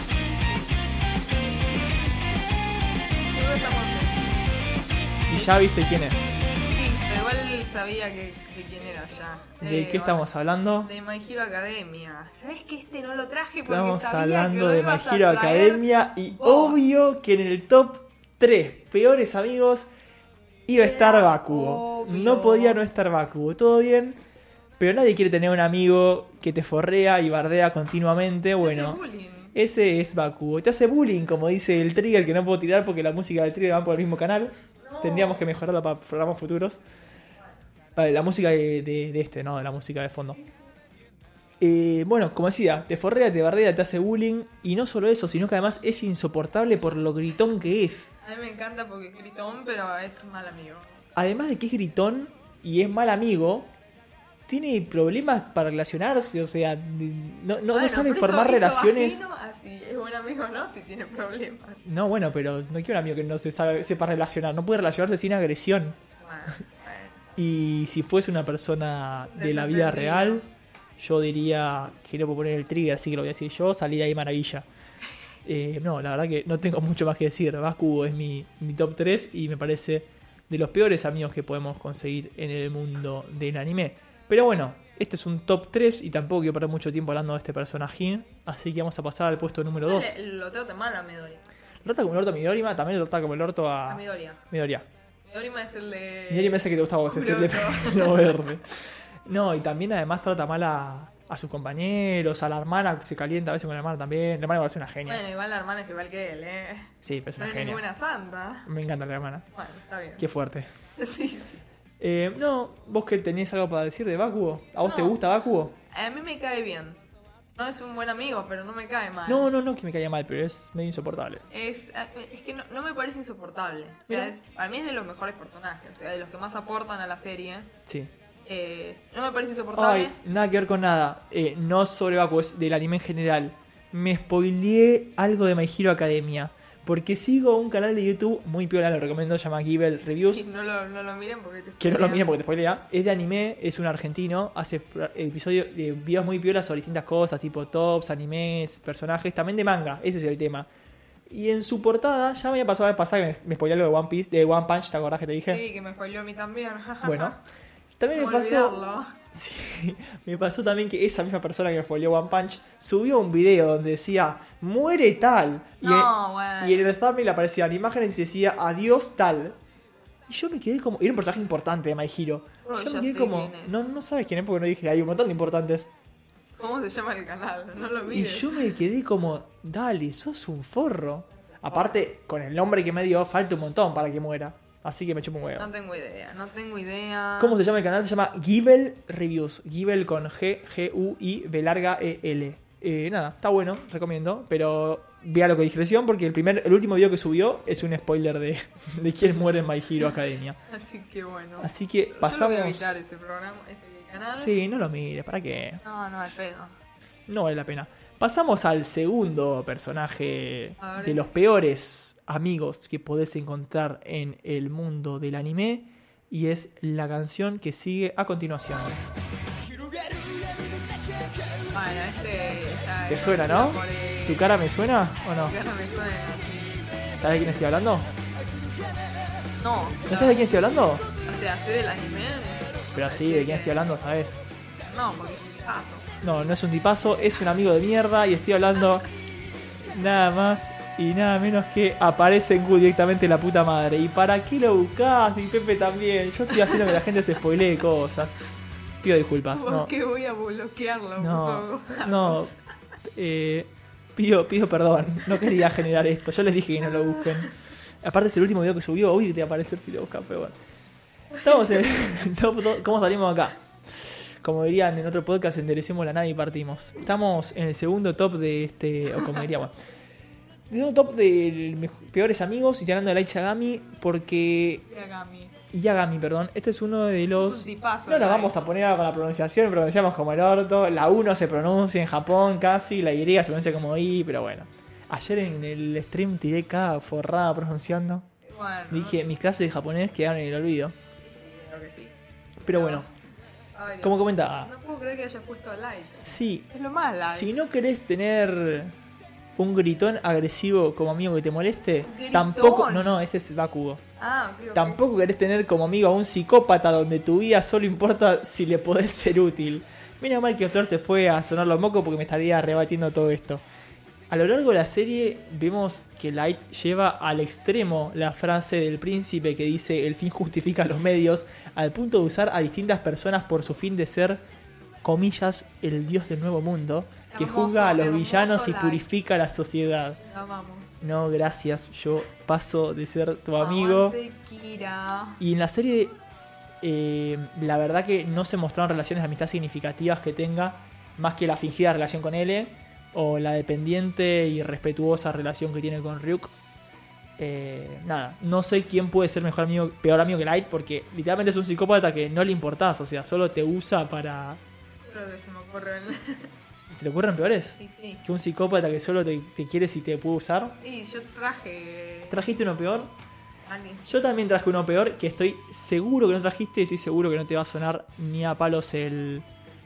[SPEAKER 2] Yo estamos
[SPEAKER 1] Y ya viste quién es.
[SPEAKER 2] Sí, pero igual sabía que, de quién era ya.
[SPEAKER 1] ¿De
[SPEAKER 2] Eh,
[SPEAKER 1] qué
[SPEAKER 2] bueno,
[SPEAKER 1] estamos hablando?
[SPEAKER 2] De My Hero Academia. ¿Sabes que este no lo traje porque
[SPEAKER 1] Estamos
[SPEAKER 2] sabía
[SPEAKER 1] hablando
[SPEAKER 2] que lo
[SPEAKER 1] de My
[SPEAKER 2] ibas a
[SPEAKER 1] Hero
[SPEAKER 2] traer?
[SPEAKER 1] Academia y
[SPEAKER 2] vos.
[SPEAKER 1] obvio que en el top 3 peores amigos Iba a estar
[SPEAKER 2] Era
[SPEAKER 1] vacuo.
[SPEAKER 2] obvio.
[SPEAKER 1] No podía no estar vacuo. Todo bien. Pero nadie quiere tener un amigo que te forrea y bardea continuamente. Bueno,
[SPEAKER 2] Ese bullying.
[SPEAKER 1] ese es vacuo. Te hace bullying, como dice el trigger, que no puedo tirar porque la música del trigger va por el mismo canal. Tendríamos que mejorarla para programas futuros. Vale, la música de, de- de este, no, de la música de fondo. Eh, bueno, como decía, te forrea, te bardea, te hace bullying. Y no solo eso, sino que además es insoportable por lo gritón que es.
[SPEAKER 2] A mí me encanta porque es gritón, pero es mal amigo.
[SPEAKER 1] además de que es gritón y es mal amigo, tiene problemas para relacionarse, o sea, no, no, no
[SPEAKER 2] Bueno,
[SPEAKER 1] sabe
[SPEAKER 2] por eso
[SPEAKER 1] formar
[SPEAKER 2] hizo
[SPEAKER 1] relaciones.
[SPEAKER 2] ajeno a si es buen amigo o no, si tiene problemas.
[SPEAKER 1] No, bueno, pero no quiero un amigo que no se sabe, sepa relacionar, no puede relacionarse sin agresión.
[SPEAKER 2] Bueno, bueno.
[SPEAKER 1] Y si fuese una persona de la vida
[SPEAKER 2] Desentendido.
[SPEAKER 1] real, yo diría, quiero poner el trigger, así que lo voy a decir yo, salí de ahí maravilla. Eh, no, la verdad que no tengo mucho más que decir. Baku es mi, mi top 3 y me parece de los peores amigos que podemos conseguir en el mundo del anime. Pero bueno, este es un top 3 y tampoco quiero perder mucho tiempo hablando de este personajín, así que vamos a pasar al puesto número 2.
[SPEAKER 2] Le- lo trata mal a Midoriya.
[SPEAKER 1] Trata como el orto a Midorima, también trata como el orto
[SPEAKER 2] A
[SPEAKER 1] a
[SPEAKER 2] Midoriya.
[SPEAKER 1] Midoriya.
[SPEAKER 2] Midorima es el de...
[SPEAKER 1] Y Ah. me hace que te gusta a
[SPEAKER 2] Eh,
[SPEAKER 1] vos, es el de
[SPEAKER 2] Loco.
[SPEAKER 1] pelo verde. No, y también además trata mal a, a sus compañeros, a la hermana, se calienta a veces con la hermana también. La hermana parece una genia.
[SPEAKER 2] Bueno, igual la hermana es igual que él, ¿eh?
[SPEAKER 1] sí, parece
[SPEAKER 2] No
[SPEAKER 1] una
[SPEAKER 2] es
[SPEAKER 1] genia.
[SPEAKER 2] ninguna santa.
[SPEAKER 1] Me encanta la hermana.
[SPEAKER 2] Bueno, está bien.
[SPEAKER 1] Qué fuerte.
[SPEAKER 2] Sí, sí.
[SPEAKER 1] Eh, no, vos que tenés algo para decir de Bakugo. ¿A vos
[SPEAKER 2] No.
[SPEAKER 1] te gusta Bakugo?
[SPEAKER 2] A mí me cae bien. No es un buen amigo, pero no me cae mal.
[SPEAKER 1] No, no, no, que me caía mal, pero es medio insoportable.
[SPEAKER 2] Es, eh, es que no, no me parece insoportable. O
[SPEAKER 1] Mira.
[SPEAKER 2] sea, es- para mí es de los mejores personajes, o sea, de los que más aportan a la serie.
[SPEAKER 1] Sí.
[SPEAKER 2] Eh, no me parece insoportable.
[SPEAKER 1] Ay, nada que ver con nada. Eh, no sobre Bakugo, es del anime en general. Me spoileé algo de My Hero Academia. Porque sigo un canal de YouTube muy piola, lo recomiendo, se llama Givel Reviews.
[SPEAKER 2] Sí, no, lo, no lo miren porque te
[SPEAKER 1] Que no lo
[SPEAKER 2] spoilean.
[SPEAKER 1] miren porque te spoilea. Es de anime, es un argentino. Hace episodios, eh, videos muy piolas sobre distintas cosas, tipo tops, animes, personajes, también de manga. Ese es el tema. Y en su portada, ya me había pasado de pasar, me, me spoileé lo de One Piece, de One Punch, ¿te acordás que te dije?
[SPEAKER 2] Sí, que me spoileó a mí también.
[SPEAKER 1] Bueno, también me
[SPEAKER 2] Cómo
[SPEAKER 1] pasó.
[SPEAKER 2] olvidarlo.
[SPEAKER 1] Sí, me pasó también que esa misma persona que me spoileó One Punch subió un video donde decía, muere tal. Y
[SPEAKER 2] No, bueno.
[SPEAKER 1] y en el thumbnail aparecían imágenes y decía adiós tal. Y yo me quedé como. Era un personaje importante de My Hero.
[SPEAKER 2] Oh,
[SPEAKER 1] yo me
[SPEAKER 2] ya
[SPEAKER 1] quedé
[SPEAKER 2] sé
[SPEAKER 1] como.
[SPEAKER 2] quién es.
[SPEAKER 1] No, no sabes quién es porque no dije. Hay un montón de importantes.
[SPEAKER 2] ¿Cómo se llama el canal? No lo
[SPEAKER 1] Y
[SPEAKER 2] miren.
[SPEAKER 1] yo me quedé como. Dale, sos un forro. Aparte, con el nombre que me dio, falta un montón para que muera. Así que me chupo un huevo.
[SPEAKER 2] No tengo idea, no tengo idea.
[SPEAKER 1] ¿Cómo se llama el canal? Se llama Givel Reviews. Givel con G, G, U, I, B larga, E, L. Eh, nada, está bueno, recomiendo. Pero vea lo que discreción porque el, primer, el último video que subió es un spoiler de, de quién muere en My Hero Academia.
[SPEAKER 2] Así que bueno.
[SPEAKER 1] Así que
[SPEAKER 2] Yo lo voy a
[SPEAKER 1] pasamos.
[SPEAKER 2] evitar ese programa, ese canal.
[SPEAKER 1] Sí, no lo mires, ¿para qué?
[SPEAKER 2] No, no, al pedo.
[SPEAKER 1] No vale la pena. Pasamos al segundo personaje
[SPEAKER 2] A ver.
[SPEAKER 1] de los peores amigos que podés encontrar en el mundo del anime. Y es la canción que sigue a continuación.
[SPEAKER 2] Bueno, este está.
[SPEAKER 1] ¿Te suena, no?
[SPEAKER 2] por el-
[SPEAKER 1] ¿Tu cara me suena o no?
[SPEAKER 2] Tu cara me suena.
[SPEAKER 1] ¿Sabes de quién estoy hablando?
[SPEAKER 2] No.
[SPEAKER 1] ¿No sabes de quién estoy hablando?
[SPEAKER 2] O sea, sé del anime.
[SPEAKER 1] Pero sí, de quién estoy hablando, ¿sabes?
[SPEAKER 2] No, porque es un caso.
[SPEAKER 1] No, no es un tipazo, es un amigo de mierda y estoy hablando nada más y nada menos que aparece en Q directamente la puta madre. ¿Y para qué lo buscás? Y Pepe también. Yo estoy haciendo que la gente se spoilee cosas. Pido disculpas,
[SPEAKER 2] ¿Por
[SPEAKER 1] Ah, no.
[SPEAKER 2] qué voy a bloquearlo?
[SPEAKER 1] No,
[SPEAKER 2] puso-
[SPEAKER 1] no. eh, pido, pido perdón, no quería generar esto. Yo les dije que no lo busquen. Aparte es el último video que subió, obvio que te va a aparecer si lo buscas, pero bueno. Estamos en el top 2. ¿Cómo salimos acá? Como dirían en otro podcast, enderecemos la nave y partimos. Estamos en el segundo top de este. O como diríamos. Segundo top de peores amigos y llenando de Light Yagami porque.
[SPEAKER 2] Yagami.
[SPEAKER 1] Yagami, perdón. Este es uno de los.
[SPEAKER 2] Es un tipazo,
[SPEAKER 1] No nos
[SPEAKER 2] ¿verdad?
[SPEAKER 1] vamos a poner ahora con la pronunciación, pronunciamos como el orto. La 1 se pronuncia en Japón casi, la Y se pronuncia como I, pero bueno. Ayer en el stream tiré cada forrada pronunciando.
[SPEAKER 2] Bueno.
[SPEAKER 1] Dije, mis clases de japonés quedaron en el olvido.
[SPEAKER 2] Creo que sí.
[SPEAKER 1] Pero bueno,
[SPEAKER 2] Ay,
[SPEAKER 1] como comentaba,
[SPEAKER 2] No puedo creer que hayas puesto a Light.
[SPEAKER 1] sí,
[SPEAKER 2] Es lo más Light.
[SPEAKER 1] si no querés tener un gritón agresivo como amigo que te moleste,
[SPEAKER 2] ¿Gritón?
[SPEAKER 1] tampoco. No, no, ese es Bakugo.
[SPEAKER 2] Ah, ok, ok.
[SPEAKER 1] Tampoco querés tener como amigo a un psicópata donde tu vida solo importa si le podés ser útil. Menos mal que Flor se fue a sonar los mocos porque me estaría rebatiendo todo esto. A lo largo de la serie vemos que Light lleva al extremo la frase del príncipe que dice el fin justifica los medios, al punto de usar a distintas personas por su fin de ser, comillas, el dios del nuevo mundo, que
[SPEAKER 2] Hermoso,
[SPEAKER 1] juzga a los
[SPEAKER 2] hermoso
[SPEAKER 1] villanos y
[SPEAKER 2] Light.
[SPEAKER 1] purifica la sociedad.
[SPEAKER 2] La vamos.
[SPEAKER 1] No, gracias, yo paso de ser tu amigo.
[SPEAKER 2] Aguante, Kira.
[SPEAKER 1] Y en la serie, eh, la verdad que no se mostraron relaciones de amistad significativas que tenga, más que la fingida relación con L, o la dependiente y respetuosa relación que tiene con Ryuk. Eh, nada, no sé quién puede ser mejor amigo, peor amigo que Light, porque literalmente es un psicópata que no le importás, o sea, solo te usa para.
[SPEAKER 2] Creo que se me ocurren.
[SPEAKER 1] ¿Se te ocurren peores?
[SPEAKER 2] sí, sí.
[SPEAKER 1] Que un psicópata que solo te, te quiere si te puede usar.
[SPEAKER 2] Sí, yo traje.
[SPEAKER 1] ¿Trajiste uno peor?
[SPEAKER 2] Dale.
[SPEAKER 1] Yo también traje uno peor que estoy seguro que no trajiste y estoy seguro que no te va a sonar ni a palos el,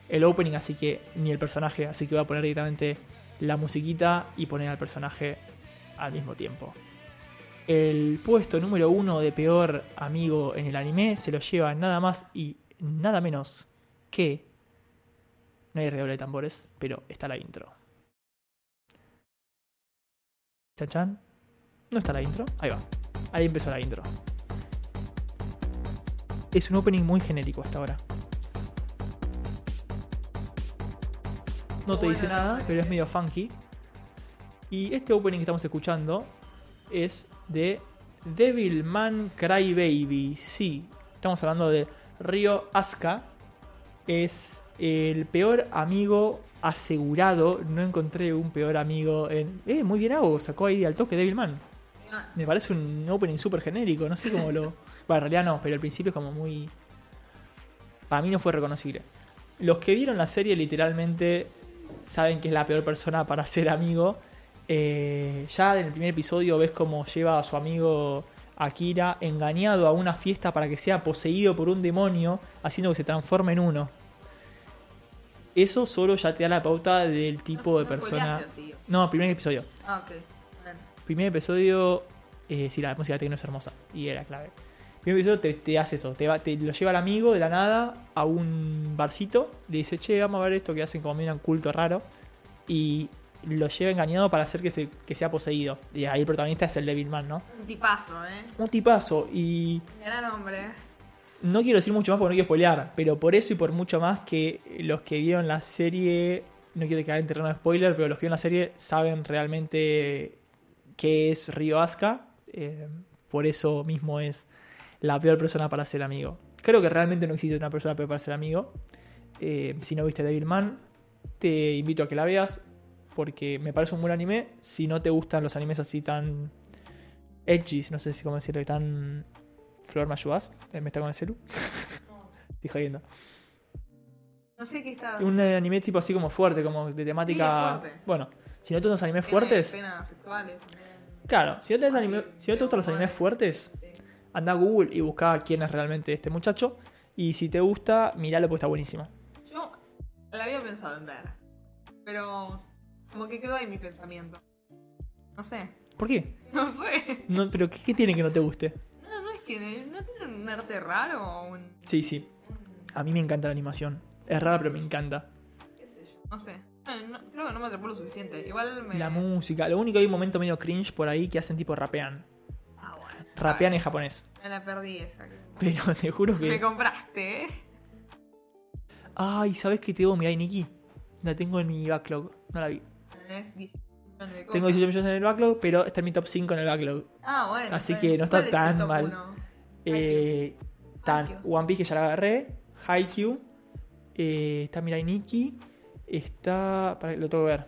[SPEAKER 1] el opening, así que ni el personaje, así que voy a poner directamente la musiquita y poner al personaje al mismo tiempo. El puesto número uno de peor amigo en el anime se lo lleva nada más y nada menos que... No hay redoble de tambores, pero está la intro. Chan chan. ¿No está la intro? Ahí va. Ahí empezó la intro. Es un opening muy genérico hasta ahora. No te
[SPEAKER 2] Bueno,
[SPEAKER 1] dice
[SPEAKER 2] no
[SPEAKER 1] nada,
[SPEAKER 2] sé.
[SPEAKER 1] pero es medio funky. Y este opening que estamos escuchando es de Devilman Crybaby. Sí, estamos hablando de Ryo Asuka. Es el peor amigo asegurado. No encontré un peor amigo en. ¡Eh, muy bien, Ago! Sacó ahí al toque Devilman.
[SPEAKER 2] Ah,
[SPEAKER 1] Me parece un opening súper genérico, no sé cómo lo. Bueno, en realidad no, pero al principio es como muy. Para mí no fue reconocible. Los que vieron la serie literalmente saben que es la peor persona para ser amigo. Eh, ya en el primer episodio ves cómo lleva a su amigo Akira engañado a una fiesta para que sea poseído por un demonio, haciendo que se transforme en uno. Eso solo ya te da la pauta del tipo de
[SPEAKER 2] no
[SPEAKER 1] persona.
[SPEAKER 2] spoileaste, ¿o sí?
[SPEAKER 1] No, primer episodio
[SPEAKER 2] Ah, ok. Bueno,
[SPEAKER 1] primer episodio, eh, sí, la música de techno es hermosa y era clave. Primer episodio te, te hace eso, te, va- te lo lleva el amigo de la nada a un barcito, le dice, che, vamos a ver esto que hacen como medio un culto raro, y lo lleva engañado para hacer que, se, que sea poseído. Y ahí el protagonista es el Devilman, ¿no?
[SPEAKER 2] Un tipazo, ¿eh?
[SPEAKER 1] Un tipazo, y
[SPEAKER 2] Gran hombre.
[SPEAKER 1] no quiero decir mucho más porque no quiero spoilear, pero por eso y por mucho más que los que vieron la serie, no quiero caer en terreno de spoiler, pero los que vieron la serie saben realmente qué es Río Asuka. eh, por eso mismo es la peor persona para ser amigo. Creo que realmente no existe una persona peor para ser amigo. Eh, si no viste Devilman, te invito a que la veas porque me parece un buen anime. Si no te gustan los animes así tan edgy, no sé si cómo decirlo, tan Flor, ¿me ayudás? Eh, ¿Me está con el celu? Estoy jodiendo.
[SPEAKER 2] No sé qué está.
[SPEAKER 1] Un eh, anime tipo así como fuerte, como de temática.
[SPEAKER 2] Sí, es fuerte.
[SPEAKER 1] bueno, si no te gustan los animes
[SPEAKER 2] Tiene
[SPEAKER 1] fuertes.
[SPEAKER 2] Escenas sexuales también.
[SPEAKER 1] Claro, si no, tenés
[SPEAKER 2] Así,
[SPEAKER 1] anime- si no te gustan los animes
[SPEAKER 2] bueno.
[SPEAKER 1] fuertes,
[SPEAKER 2] Sí.
[SPEAKER 1] anda a Google y busca quién es realmente este muchacho. Y si te gusta, miralo porque está buenísimo.
[SPEAKER 2] Yo la había pensado en ver. Pero como que quedó ahí mi pensamiento. No sé.
[SPEAKER 1] ¿Por qué?
[SPEAKER 2] No sé.
[SPEAKER 1] No, pero ¿qué, qué tiene que no te guste?
[SPEAKER 2] No, no es que no tiene un arte raro o un,
[SPEAKER 1] Sí, sí.
[SPEAKER 2] un-
[SPEAKER 1] A mí me encanta la animación. Es rara, pero me encanta.
[SPEAKER 2] qué sé yo. No sé. No, no- creo que no me atrapó lo suficiente. Igual me.
[SPEAKER 1] La música. Lo único que hay un momento medio cringe por ahí que hacen tipo rapean.
[SPEAKER 2] Ah, bueno.
[SPEAKER 1] Rapean en japonés.
[SPEAKER 2] Me la perdí esa.
[SPEAKER 1] Pero te juro que.
[SPEAKER 2] Me compraste, ¿eh?
[SPEAKER 1] Ay, ¿sabes qué te debo mirar, Nikki? La tengo en mi backlog. No la vi.
[SPEAKER 2] Tenés 18 millones de
[SPEAKER 1] Tengo
[SPEAKER 2] cosas.
[SPEAKER 1] 18 millones en el backlog, pero está en mi top 5 en el backlog.
[SPEAKER 2] Ah, bueno.
[SPEAKER 1] Así
[SPEAKER 2] está
[SPEAKER 1] que
[SPEAKER 2] bien.
[SPEAKER 1] no está
[SPEAKER 2] ¿Cuál es el
[SPEAKER 1] tan
[SPEAKER 2] top
[SPEAKER 1] mal.
[SPEAKER 2] uno?
[SPEAKER 1] Eh, tan
[SPEAKER 2] Haikyuu.
[SPEAKER 1] One Piece, que ya la agarré. Haikyuu. eh, está Mirai Nikki. Está. pará, lo tengo que ver.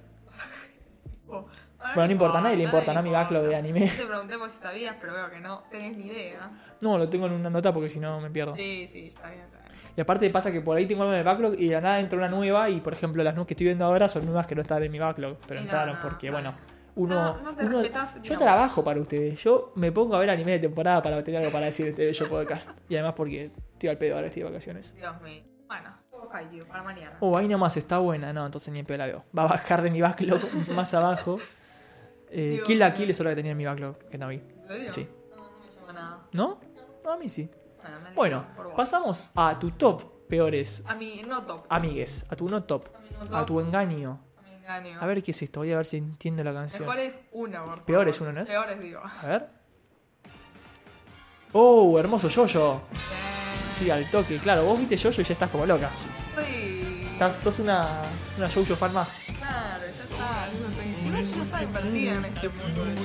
[SPEAKER 2] Oh,
[SPEAKER 1] Bueno, no importa, a nadie le importa, ¿no? Mi backlog de anime.
[SPEAKER 2] Yo Te pregunté por si sabías, pero veo que no tenés ni idea.
[SPEAKER 1] No, lo tengo en una nota porque si no me pierdo.
[SPEAKER 2] Sí, sí, está bien, está bien.
[SPEAKER 1] Y aparte pasa que por ahí tengo algo en el backlog y de la nada entra una nueva. Y por ejemplo, las nuevas que estoy viendo ahora son nuevas que no estaban en mi backlog. Pero
[SPEAKER 2] Y
[SPEAKER 1] entraron
[SPEAKER 2] nada,
[SPEAKER 1] porque,
[SPEAKER 2] está
[SPEAKER 1] bueno,
[SPEAKER 2] bien.
[SPEAKER 1] uno.
[SPEAKER 2] No, no te
[SPEAKER 1] uno-
[SPEAKER 2] respetás,
[SPEAKER 1] yo
[SPEAKER 2] digamos.
[SPEAKER 1] trabajo para ustedes. Yo me pongo a ver anime de temporada para tener algo para decir de este bello podcast. Y además porque estoy al pedo ahora, estoy de vacaciones.
[SPEAKER 2] Dios mío. Bueno, todo Haikyuu para mañana.
[SPEAKER 1] Oh, ahí nomás está buena. No, entonces ni en pedo la veo. Va a bajar de mi backlog más abajo. Eh,
[SPEAKER 2] Dios.
[SPEAKER 1] Kill la Kill es otra que tenía en mi backlog, que no vi.
[SPEAKER 2] ¿En serio?
[SPEAKER 1] sí.
[SPEAKER 2] No, no me llama nada.
[SPEAKER 1] ¿No? No, a mí sí.
[SPEAKER 2] Bueno, me alegro
[SPEAKER 1] Bueno,
[SPEAKER 2] por vos.
[SPEAKER 1] pasamos a tu top peores
[SPEAKER 2] A mi no top.
[SPEAKER 1] amigues. A tu no top.
[SPEAKER 2] A mi no top.
[SPEAKER 1] A tu engaño.
[SPEAKER 2] a mi año.
[SPEAKER 1] A ver qué es esto, voy a ver si entiendo la canción.
[SPEAKER 2] Mejor es una, por
[SPEAKER 1] Peor es
[SPEAKER 2] favor.
[SPEAKER 1] uno, ¿no es?
[SPEAKER 2] Peor es, digo.
[SPEAKER 1] A ver. Oh, hermoso Yoyo.
[SPEAKER 2] Eh,
[SPEAKER 1] Sí, al toque, claro. Vos viste Yoyo y ya estás como loca.
[SPEAKER 2] sí.
[SPEAKER 1] Estás, sos una, una Yoyo fan más.
[SPEAKER 2] Claro, ya está. yo no sé. Igual yo no estaba invertida en este mundo de yo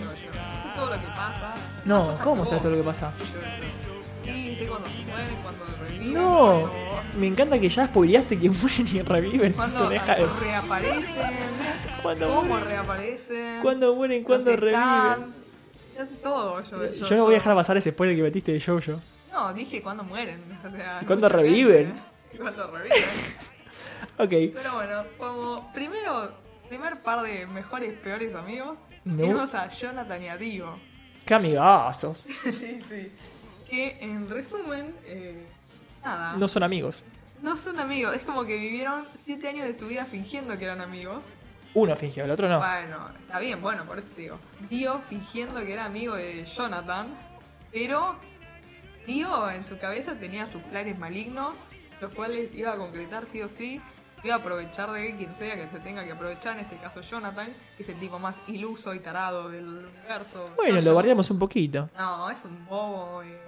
[SPEAKER 2] Todo lo que pasa. las
[SPEAKER 1] No,
[SPEAKER 2] cosas
[SPEAKER 1] ¿cómo
[SPEAKER 2] que
[SPEAKER 1] sabes
[SPEAKER 2] vos
[SPEAKER 1] todo lo que pasa?
[SPEAKER 2] viste cuando se mueren, cuando reviven.
[SPEAKER 1] No,
[SPEAKER 2] cuando-
[SPEAKER 1] me encanta que ya spoileaste que mueren y reviven. Sos
[SPEAKER 2] Cuando
[SPEAKER 1] oreja de.
[SPEAKER 2] reaparecen.
[SPEAKER 1] Cuando
[SPEAKER 2] ¿Cómo
[SPEAKER 1] mueren,
[SPEAKER 2] reaparecen?
[SPEAKER 1] cuando mueren, cuando
[SPEAKER 2] los
[SPEAKER 1] reviven.
[SPEAKER 2] stands, Ya hace todo yo, yo,
[SPEAKER 1] Yo no voy a dejar pasar ese spoiler que metiste de Jojo.
[SPEAKER 2] No, dije cuando mueren. o sea,
[SPEAKER 1] ¿Y cuándo reviven?
[SPEAKER 2] Y Cuando reviven.
[SPEAKER 1] Ok,
[SPEAKER 2] Pero bueno, como primero, primer par de mejores, peores amigos,
[SPEAKER 1] No.
[SPEAKER 2] tenemos a Jonathan y a Dio.
[SPEAKER 1] qué amigazos.
[SPEAKER 2] sí, sí. Que en resumen, eh, nada.
[SPEAKER 1] No son amigos.
[SPEAKER 2] No son amigos, es como que vivieron siete años de su vida fingiendo que eran amigos.
[SPEAKER 1] Uno fingió, el otro no.
[SPEAKER 2] Bueno, está bien, bueno, por eso te digo. Dio fingiendo que era amigo de Jonathan, pero Dio en su cabeza tenía sus planes malignos, los cuales iba a concretar sí o sí, iba a aprovechar de quien sea que se tenga que aprovechar, en este caso Jonathan, que es el tipo más iluso y tarado del universo.
[SPEAKER 1] Bueno,
[SPEAKER 2] Yo-
[SPEAKER 1] lo bardeamos un poquito.
[SPEAKER 2] No, es un bobo. eh.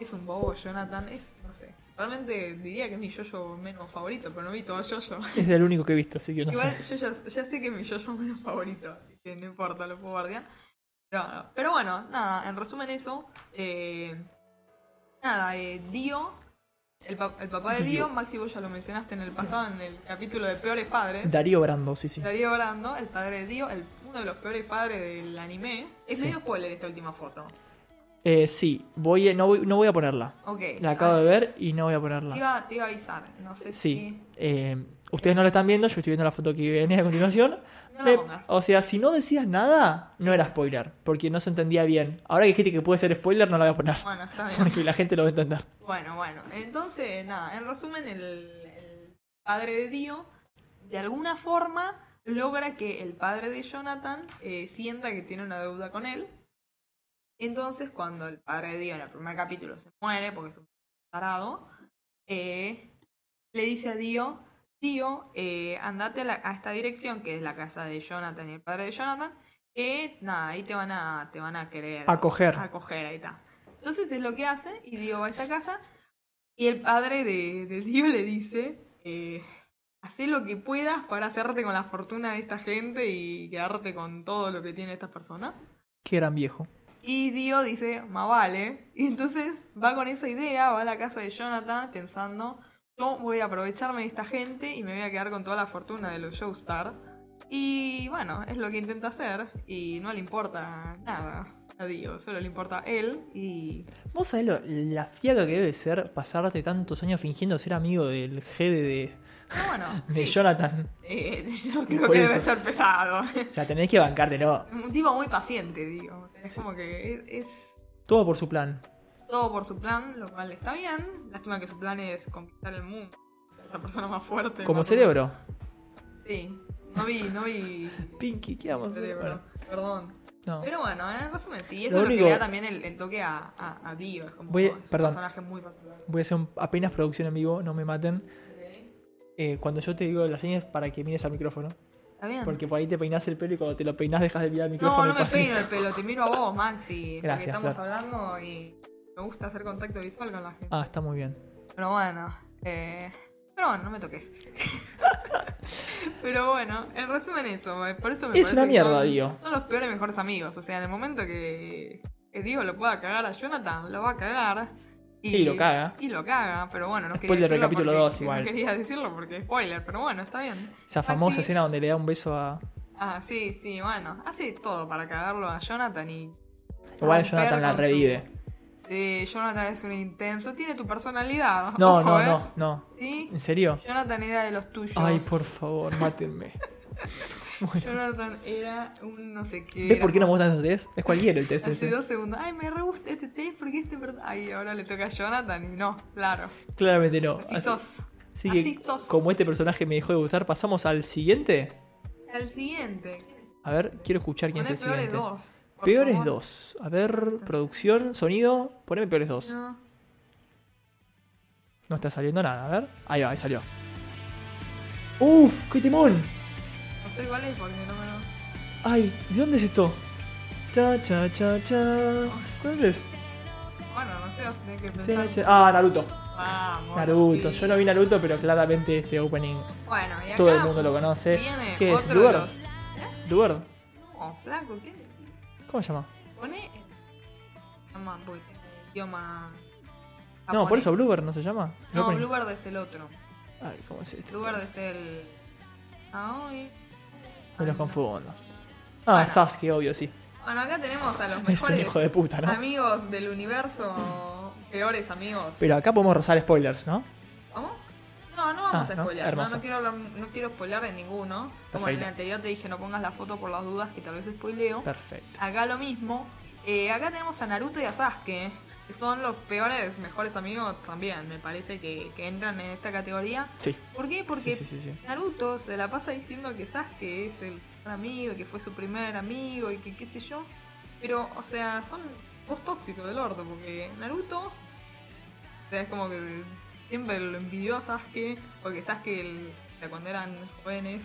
[SPEAKER 2] Es un bobo, Jonathan. Es, no sé. Realmente diría que es mi yo menos favorito, pero no vi todo yo
[SPEAKER 1] Es el único que he visto, así que no
[SPEAKER 2] Igual
[SPEAKER 1] sé.
[SPEAKER 2] yo ya, ya sé que es mi yo menos favorito, así que no importa, lo puedo guardiar. No, no. Pero bueno, nada, en resumen eso, eh, nada, eh, Dio, el, pa- el papá de
[SPEAKER 1] Dio.
[SPEAKER 2] Dio, Maxi vos ya lo mencionaste en el pasado, en el capítulo de Peores Padres,
[SPEAKER 1] Darío Brando, sí, sí.
[SPEAKER 2] Darío Brando, el padre de Dio, el- uno de los peores padres del anime. Es
[SPEAKER 1] Sí.
[SPEAKER 2] medio spoiler esta última foto.
[SPEAKER 1] Eh, sí, voy a- no, voy, no voy a ponerla.
[SPEAKER 2] Ok.
[SPEAKER 1] La acabo
[SPEAKER 2] ah,
[SPEAKER 1] de ver y no voy a
[SPEAKER 2] Te
[SPEAKER 1] ponerla.
[SPEAKER 2] iba, te iba a avisar, no sé
[SPEAKER 1] Sí.
[SPEAKER 2] si...
[SPEAKER 1] eh, ustedes no la están viendo, yo estoy viendo la foto que viene a continuación.
[SPEAKER 2] No la
[SPEAKER 1] Eh,
[SPEAKER 2] pongas.
[SPEAKER 1] o sea, si no decías nada, no era spoiler, porque no se entendía bien. Ahora que dijiste que puede ser spoiler, no la voy a poner.
[SPEAKER 2] Bueno, está bien.
[SPEAKER 1] Porque la gente lo va a entender.
[SPEAKER 2] Bueno, bueno. Entonces, nada, en resumen, el, el padre de Dio, de alguna forma, logra que el padre de Jonathan eh, sienta que tiene una deuda con él. Entonces, cuando el padre de Dio en el primer capítulo se muere, porque es un tarado, eh, le dice a Dio, Dio, eh, andate a, la- a esta dirección, que es la casa de Jonathan y el padre de Jonathan, que nada, ahí te van a, te van a querer
[SPEAKER 1] Acoger.
[SPEAKER 2] acoger, ahí está. Entonces es lo que hace, y Dio va a esta casa, y el padre de, de Dio le dice, eh, hacé lo que puedas para hacerte con la fortuna de esta gente y quedarte con todo lo que tiene estas personas.
[SPEAKER 1] Qué gran viejo.
[SPEAKER 2] Y Dio dice, más vale. Y entonces va con esa idea, va a la casa de Jonathan pensando, yo voy a aprovecharme de esta gente y me voy a quedar con toda la fortuna de los Showstar. Y bueno, es lo que intenta hacer y no le importa nada a Dio, solo le importa él y...
[SPEAKER 1] ¿Vos sabés lo- la fiaca que debe ser pasarte tantos años fingiendo ser amigo del jede de,
[SPEAKER 2] Pero bueno,
[SPEAKER 1] de
[SPEAKER 2] sí,
[SPEAKER 1] Jonathan?
[SPEAKER 2] eh, yo creo
[SPEAKER 1] Por
[SPEAKER 2] que
[SPEAKER 1] eso.
[SPEAKER 2] debe ser pesado.
[SPEAKER 1] O sea, tenés que bancártelo.
[SPEAKER 2] Un tipo muy paciente, Dio. O sea, es como que es- es
[SPEAKER 1] Todo por su plan.
[SPEAKER 2] todo por su plan, lo cual está bien. Lástima que su plan es conquistar el mundo. Ser la persona más fuerte.
[SPEAKER 1] Como
[SPEAKER 2] más-
[SPEAKER 1] cerebro.
[SPEAKER 2] Sí. No vi, no vi
[SPEAKER 1] Pinky, ¿qué vamos a hacer?
[SPEAKER 2] cerebro.
[SPEAKER 1] Bueno,
[SPEAKER 2] Perdón.
[SPEAKER 1] no.
[SPEAKER 2] Pero bueno, en resumen, sí, eso
[SPEAKER 1] Lo
[SPEAKER 2] es lo
[SPEAKER 1] único-
[SPEAKER 2] que le da también el, el toque a, a, a Dio. Es como
[SPEAKER 1] Voy-
[SPEAKER 2] es un
[SPEAKER 1] perdón.
[SPEAKER 2] personaje muy particular.
[SPEAKER 1] Voy a hacer un- apenas producción en vivo, no me maten. Eh, cuando yo te digo las señas para que mires al micrófono.
[SPEAKER 2] Está bien.
[SPEAKER 1] Porque por ahí te peinas el pelo y cuando te lo peinas dejas de mirar al micrófono
[SPEAKER 2] Ah. no,
[SPEAKER 1] y
[SPEAKER 2] no me
[SPEAKER 1] pasa-
[SPEAKER 2] peino el pelo, te miro a vos, Maxi.
[SPEAKER 1] Gracias,
[SPEAKER 2] porque estamos
[SPEAKER 1] Flor.
[SPEAKER 2] hablando y me gusta hacer contacto visual con la gente.
[SPEAKER 1] Ah, está muy bien.
[SPEAKER 2] Pero bueno, eh, pero bueno, no me toques. pero bueno, en resumen eso, eh, por eso me
[SPEAKER 1] Es
[SPEAKER 2] parece
[SPEAKER 1] una
[SPEAKER 2] que
[SPEAKER 1] mierda,
[SPEAKER 2] son-
[SPEAKER 1] Dio.
[SPEAKER 2] Son los peores mejores amigos, o sea, en el momento que que Dio lo pueda cagar a Jonathan, lo va a cagar.
[SPEAKER 1] Sí, lo caga.
[SPEAKER 2] Y lo caga, pero bueno, no quería
[SPEAKER 1] Spoiler del
[SPEAKER 2] decirlo
[SPEAKER 1] capítulo
[SPEAKER 2] porque-
[SPEAKER 1] dos igual.
[SPEAKER 2] No quería decirlo porque es spoiler, pero bueno, está bien.
[SPEAKER 1] Esa famosa
[SPEAKER 2] Así-
[SPEAKER 1] escena donde le da un beso a.
[SPEAKER 2] Ah, sí, sí, bueno, hace todo para cagarlo a Jonathan y...
[SPEAKER 1] Igual
[SPEAKER 2] romper
[SPEAKER 1] Jonathan la
[SPEAKER 2] con su-
[SPEAKER 1] revive.
[SPEAKER 2] Sí, Jonathan es un intenso, tiene tu personalidad.
[SPEAKER 1] No,
[SPEAKER 2] ojo,
[SPEAKER 1] no,
[SPEAKER 2] ¿eh?
[SPEAKER 1] no, no.
[SPEAKER 2] Sí,
[SPEAKER 1] ¿En serio?
[SPEAKER 2] Jonathan era de los tuyos.
[SPEAKER 1] Ay, por favor, mátenme. Bueno.
[SPEAKER 2] Jonathan era un no sé qué.
[SPEAKER 1] ¿Ves por qué no me
[SPEAKER 2] era-
[SPEAKER 1] gustan esos test? Es cualquiera el test.
[SPEAKER 2] Hace
[SPEAKER 1] Este.
[SPEAKER 2] dos segundos. Ay, me re gusta este test porque este. per- Ay, ahora le toca a Jonathan y no, claro.
[SPEAKER 1] Claramente no.
[SPEAKER 2] Así
[SPEAKER 1] Así-
[SPEAKER 2] sos.
[SPEAKER 1] así
[SPEAKER 2] así
[SPEAKER 1] que,
[SPEAKER 2] sos.
[SPEAKER 1] como este personaje me dejó de gustar, pasamos al siguiente.
[SPEAKER 2] Al siguiente.
[SPEAKER 1] A ver, quiero escuchar quién es
[SPEAKER 2] Poné
[SPEAKER 1] el
[SPEAKER 2] peores
[SPEAKER 1] siguiente.
[SPEAKER 2] dos. por
[SPEAKER 1] Peores
[SPEAKER 2] favor.
[SPEAKER 1] dos. A ver, producción, sonido. Poneme peores dos.
[SPEAKER 2] No.
[SPEAKER 1] No está saliendo nada, a ver. Ahí va, ahí salió. ¡Uf! ¡Qué temón!
[SPEAKER 2] sé cuál es porque no me lo.
[SPEAKER 1] Ay, ¿de dónde es esto? Cha, cha, cha, cha. ¿Cuál es?
[SPEAKER 2] Bueno, no sé, tenés que
[SPEAKER 1] Cha,
[SPEAKER 2] pensar.
[SPEAKER 1] cha. Ah, Naruto.
[SPEAKER 2] Vamos.
[SPEAKER 1] Naruto.
[SPEAKER 2] sí.
[SPEAKER 1] Yo no vi Naruto, pero claramente este opening
[SPEAKER 2] Bueno, y acá
[SPEAKER 1] todo el mundo lo conoce.
[SPEAKER 2] Viene
[SPEAKER 1] ¿Qué es?
[SPEAKER 2] otro
[SPEAKER 1] ¿Lugar?
[SPEAKER 2] de los-
[SPEAKER 1] Duer.
[SPEAKER 2] No, flaco, ¿qué es?
[SPEAKER 1] ¿Cómo se llama?
[SPEAKER 2] Pone el idioma, pues, el idioma
[SPEAKER 1] No,
[SPEAKER 2] japonés.
[SPEAKER 1] por eso Bluebird no se llama. El
[SPEAKER 2] No,
[SPEAKER 1] opening.
[SPEAKER 2] Bluebird es este, el otro.
[SPEAKER 1] Ay, ¿cómo es este?
[SPEAKER 2] Bluebird es el. Ah, Aoi.
[SPEAKER 1] Me los
[SPEAKER 2] Ah, no.
[SPEAKER 1] confundo. Ah,
[SPEAKER 2] Bueno.
[SPEAKER 1] Sasuke, obvio, sí.
[SPEAKER 2] Bueno, acá tenemos a los
[SPEAKER 1] Es un
[SPEAKER 2] mejores
[SPEAKER 1] hijo de puta, ¿no?
[SPEAKER 2] amigos del universo, peores amigos.
[SPEAKER 1] Pero acá podemos rozar spoilers, ¿no?
[SPEAKER 2] ¿Cómo? No, no vamos
[SPEAKER 1] Ah,
[SPEAKER 2] a
[SPEAKER 1] no,
[SPEAKER 2] spoilear. No, no,
[SPEAKER 1] hermoso.
[SPEAKER 2] quiero hablar, no quiero spoilear de ninguno. Como en el
[SPEAKER 1] Perfecto.
[SPEAKER 2] anterior te dije, no pongas la foto por las dudas que tal vez spoileo.
[SPEAKER 1] Perfecto.
[SPEAKER 2] Acá lo mismo. Eh, acá tenemos a Naruto y a Sasuke, que son los peores, mejores amigos también. Me parece que, que entran en esta categoría.
[SPEAKER 1] Sí.
[SPEAKER 2] ¿Por qué?
[SPEAKER 1] Sí,
[SPEAKER 2] Porque
[SPEAKER 1] sí, sí, sí.
[SPEAKER 2] Naruto se la pasa diciendo que Sasuke es el mejor amigo, que fue su primer amigo y que qué sé yo. Pero, o sea, son dos tóxicos del orto, porque Naruto o sea, es como que siempre lo envidió a Sasuke, porque Sasuke, el- o sea, cuando eran jóvenes,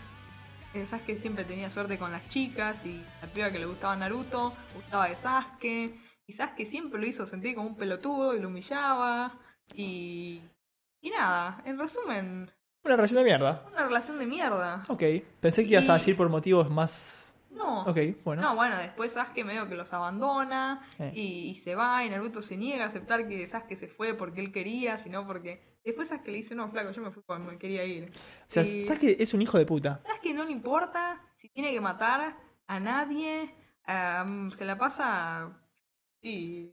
[SPEAKER 2] eh, Sasuke siempre tenía suerte con las chicas y la piba que le gustaba a Naruto gustaba de Sasuke. Y Sasuke siempre lo hizo sentir como un pelotudo y lo humillaba. Y, y nada, en resumen,
[SPEAKER 1] Una relación de mierda.
[SPEAKER 2] una relación de mierda.
[SPEAKER 1] Ok. Pensé que ibas a
[SPEAKER 2] Y-
[SPEAKER 1] decir por motivos más.
[SPEAKER 2] No.
[SPEAKER 1] Ok, bueno.
[SPEAKER 2] No, bueno, después Sasuke medio que los abandona
[SPEAKER 1] Eh.
[SPEAKER 2] y, y se va y Naruto se niega a aceptar que Sasuke se fue porque él quería, sino porque... Después Sasuke le dice, no, flaco, yo me fui cuando me quería ir.
[SPEAKER 1] o sea,
[SPEAKER 2] y-
[SPEAKER 1] Sasuke es un hijo de puta.
[SPEAKER 2] Sasuke no le importa si tiene que matar a nadie, ah, mm, se la pasa... Y...